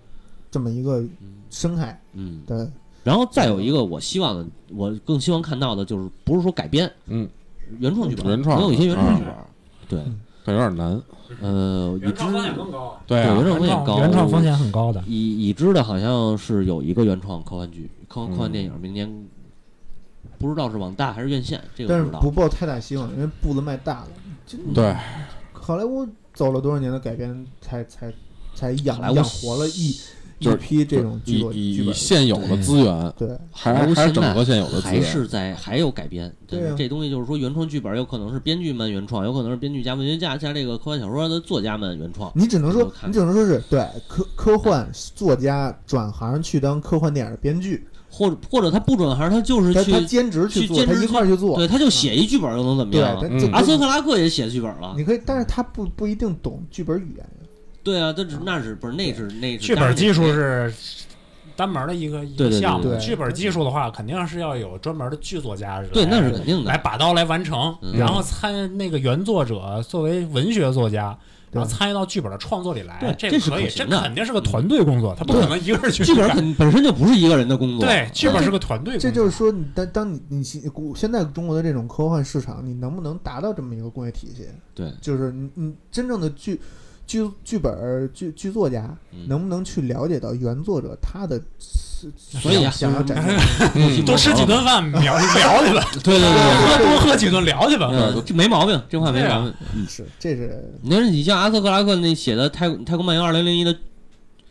Speaker 3: 这么一个生态
Speaker 5: 嗯。
Speaker 3: 的，
Speaker 5: 然后再有一个，我希望的，我更希望看到的就是不是说改编，
Speaker 2: 嗯，
Speaker 5: 原创剧嗯本，
Speaker 2: 原创啊
Speaker 5: 能有一些原创剧本，
Speaker 2: 但有点难。
Speaker 5: 呃，已知
Speaker 4: 高，
Speaker 2: 对
Speaker 5: 对
Speaker 2: 啊
Speaker 5: 原，
Speaker 4: 嗯
Speaker 5: 创风险高，
Speaker 4: 原创风险很高的。
Speaker 5: 已已知的好像是有一个原创科幻剧、科幻
Speaker 2: 嗯
Speaker 5: 科幻电影，明年不知道是网大还是院线，这
Speaker 3: 但
Speaker 5: 个
Speaker 3: 是
Speaker 5: 不知道
Speaker 3: 不。抱太大希望，因为步子迈大了。就
Speaker 2: 对，
Speaker 3: 好莱坞走了多少年的改编，才才才养
Speaker 5: 好莱坞
Speaker 3: 养活了一
Speaker 2: 就
Speaker 3: 一
Speaker 2: 是
Speaker 3: 批这种剧
Speaker 2: 以
Speaker 3: 作剧
Speaker 2: 以以
Speaker 3: 本。
Speaker 2: 现有的资源，
Speaker 3: 对，
Speaker 2: 还
Speaker 5: 莱坞
Speaker 2: 还是
Speaker 5: 现
Speaker 2: 整
Speaker 5: 在
Speaker 2: 合现有的资
Speaker 5: 还
Speaker 2: 源，
Speaker 5: 是在还有改编，但
Speaker 3: 对
Speaker 5: 是
Speaker 3: 啊
Speaker 5: 这东西就是说，原创剧本有可能是编剧们原创，有可能是编剧加文学家加这个科幻小说的作家们原创。
Speaker 3: 你只能
Speaker 5: 我
Speaker 3: 说，
Speaker 5: 看
Speaker 3: 你只能说是对科科幻作家转行去当科幻电影的编剧，
Speaker 5: 或者或者他不转行，他就是
Speaker 3: 他
Speaker 5: 去
Speaker 3: 他兼职
Speaker 5: 去
Speaker 3: 做，
Speaker 5: 兼
Speaker 3: 他
Speaker 5: 职
Speaker 3: 一
Speaker 5: 去
Speaker 3: 块儿去做
Speaker 5: 对，。他就写一剧本又能怎么
Speaker 3: 对，
Speaker 5: 样
Speaker 3: 他
Speaker 5: 啊？
Speaker 3: 这
Speaker 2: 嗯
Speaker 5: 阿森克拉克也写剧本了
Speaker 3: 你，可以，但是他不不一定懂剧本语言呀。
Speaker 5: 对啊，但是那是不是那是那是
Speaker 4: 剧本技术是单门的一个一
Speaker 5: 对对
Speaker 4: 个
Speaker 5: 对
Speaker 4: 项目
Speaker 3: 对，
Speaker 4: 剧本技术的话，肯定是要有专门的剧作家来
Speaker 5: 对，那是肯定
Speaker 4: 来
Speaker 5: 的。
Speaker 4: 把刀来完成，
Speaker 5: 嗯
Speaker 4: 然后参那个原作者作为文学作家。
Speaker 3: 对
Speaker 4: 然后参与到剧本的创作里来，
Speaker 5: 对
Speaker 4: 这
Speaker 5: 这
Speaker 4: 个
Speaker 5: 是
Speaker 4: 可
Speaker 5: 可
Speaker 4: 以，这
Speaker 5: 行的
Speaker 4: 肯定是个团队工作，他不可能一个人去
Speaker 5: 剧本
Speaker 4: 干
Speaker 5: 肯本身就不是一个人的工作，
Speaker 4: 对，剧本是个团队工作，
Speaker 3: 这就是说，你当当你你现古现在中国的这种科幻市场，你能不能达到这么一个工业体系？
Speaker 5: 对，
Speaker 3: 就是你你真正的剧剧剧本儿剧剧作家，
Speaker 5: 嗯
Speaker 3: 能不能去了解到原作者他
Speaker 2: 哎
Speaker 3: 的思
Speaker 5: 所以啊
Speaker 3: 想要展现？
Speaker 5: 嗯
Speaker 4: 多吃几，顿饭聊 聊去吧，
Speaker 5: 对对对
Speaker 4: 多多喝几顿聊去吧。
Speaker 5: 对
Speaker 3: 嗯
Speaker 5: 对，这啊没毛病，这话
Speaker 3: 啊
Speaker 5: 没毛病。
Speaker 2: 嗯
Speaker 3: 是，这是
Speaker 5: 你看，你像阿瑟克拉克那写的《太太空漫游二零零一》的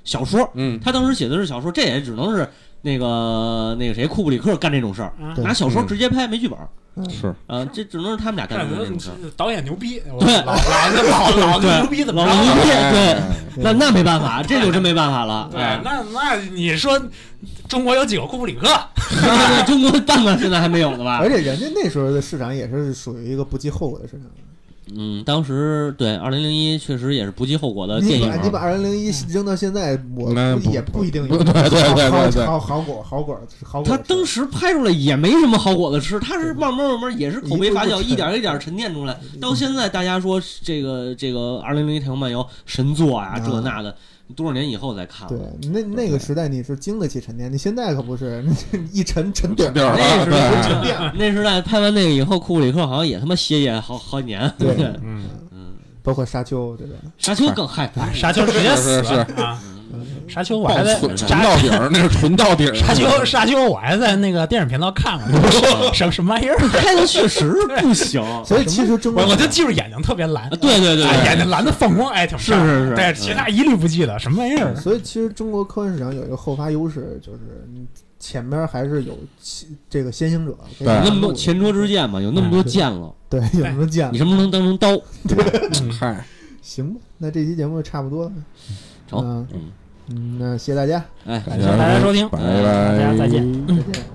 Speaker 5: 小说，
Speaker 2: 嗯，
Speaker 5: 他当时写的是小说，这也只能是那个那个谁库布里克干这种事儿，
Speaker 4: 啊
Speaker 3: 对
Speaker 5: 拿小说
Speaker 2: 嗯
Speaker 5: 直接拍，没剧本，
Speaker 3: 嗯
Speaker 2: 是
Speaker 5: 呃，这只能是他们俩干的这种事儿。
Speaker 4: 导演牛逼，我
Speaker 5: 嗯对
Speaker 4: 老老老老
Speaker 5: 对
Speaker 4: 牛逼怎么
Speaker 5: 老
Speaker 4: 着？
Speaker 5: 牛逼
Speaker 2: 哎
Speaker 5: 对，
Speaker 3: 对
Speaker 5: 那那没办法，这就真没办法了。
Speaker 4: 对
Speaker 5: 哎，
Speaker 4: 那那你说中国有几个库布里克？
Speaker 5: 那中国半个现在还没有呢吧
Speaker 3: 而？且人家那时候的市场也是属于一个不计后果的市场。
Speaker 5: 嗯，当时对二零零一确实也是不计后
Speaker 2: 呃
Speaker 5: 果的电
Speaker 3: 你哎
Speaker 5: 影
Speaker 3: 把，你把二零零一扔到现在，我
Speaker 2: 那
Speaker 3: 估计
Speaker 2: 不
Speaker 3: 也不一
Speaker 2: 嗯
Speaker 3: 定
Speaker 2: 不
Speaker 3: 有
Speaker 2: 对对对对
Speaker 3: 好
Speaker 2: 对
Speaker 3: 好好果好果好果的事
Speaker 5: 它
Speaker 3: 儿。
Speaker 5: 当时拍出来也没什么好果子吃，它是慢慢慢慢也是口碑发酵，
Speaker 3: 一步一步
Speaker 5: 一点一点沉淀出来。到现在大家说这个这个二零零一太空漫游神作啊，
Speaker 3: 啊
Speaker 5: 这那的，多少年以后再看
Speaker 3: 对
Speaker 5: 了。，
Speaker 3: 那那个时代你是经得起沉淀，你现在可不是，你一沉沉 底儿
Speaker 2: 点哎儿
Speaker 5: 那
Speaker 2: 了，
Speaker 5: 时
Speaker 2: 对，
Speaker 5: 代，呃那时代拍完那个以后，库布里克好像也他妈歇业好好几年。
Speaker 3: 对
Speaker 4: 嗯，
Speaker 5: 嗯，
Speaker 3: 包括沙丘，对吧？
Speaker 5: 沙丘更害怕，
Speaker 4: 沙丘直接死
Speaker 2: 是是
Speaker 4: 啊！
Speaker 3: 嗯
Speaker 4: 沙丘我
Speaker 2: 爆
Speaker 4: 还在
Speaker 2: 纯纯
Speaker 4: 沙
Speaker 2: 到底儿，那是纯到 底儿。
Speaker 4: 沙丘沙丘我还在那个电视频道看 过，什么什么玩意儿？
Speaker 5: 拍的确实不行。
Speaker 3: 所以其实中国
Speaker 4: 我我就记住眼睛特别蓝
Speaker 5: 啊，对对对
Speaker 4: 哎眼
Speaker 5: 对，
Speaker 4: 睛蓝的放光，哎，挺
Speaker 5: 是
Speaker 4: 漂亮
Speaker 5: 是是
Speaker 4: 对，
Speaker 5: 嗯
Speaker 4: 其他一律不记得，什么玩意儿？
Speaker 3: 所以其实中国科幻市场有一个后发优势，就是你前面还是有其这个先行者，给你
Speaker 2: 对
Speaker 5: 有
Speaker 3: 挡
Speaker 5: 那么
Speaker 3: 路
Speaker 5: 多
Speaker 3: 的
Speaker 5: 前车之鉴嘛，有那么多剑了，
Speaker 3: 对有什么见
Speaker 5: 你什么能当成刀？
Speaker 2: 嗯嗨，
Speaker 3: 行吧，那这期节目差不多了，
Speaker 5: 成
Speaker 3: 嗯
Speaker 5: 嗯
Speaker 3: 嗯，那谢谢大家，
Speaker 5: 哎，
Speaker 2: 感
Speaker 4: 谢大家收听
Speaker 2: 拜
Speaker 4: 大
Speaker 2: 拜，
Speaker 4: 家再见。
Speaker 3: 再见。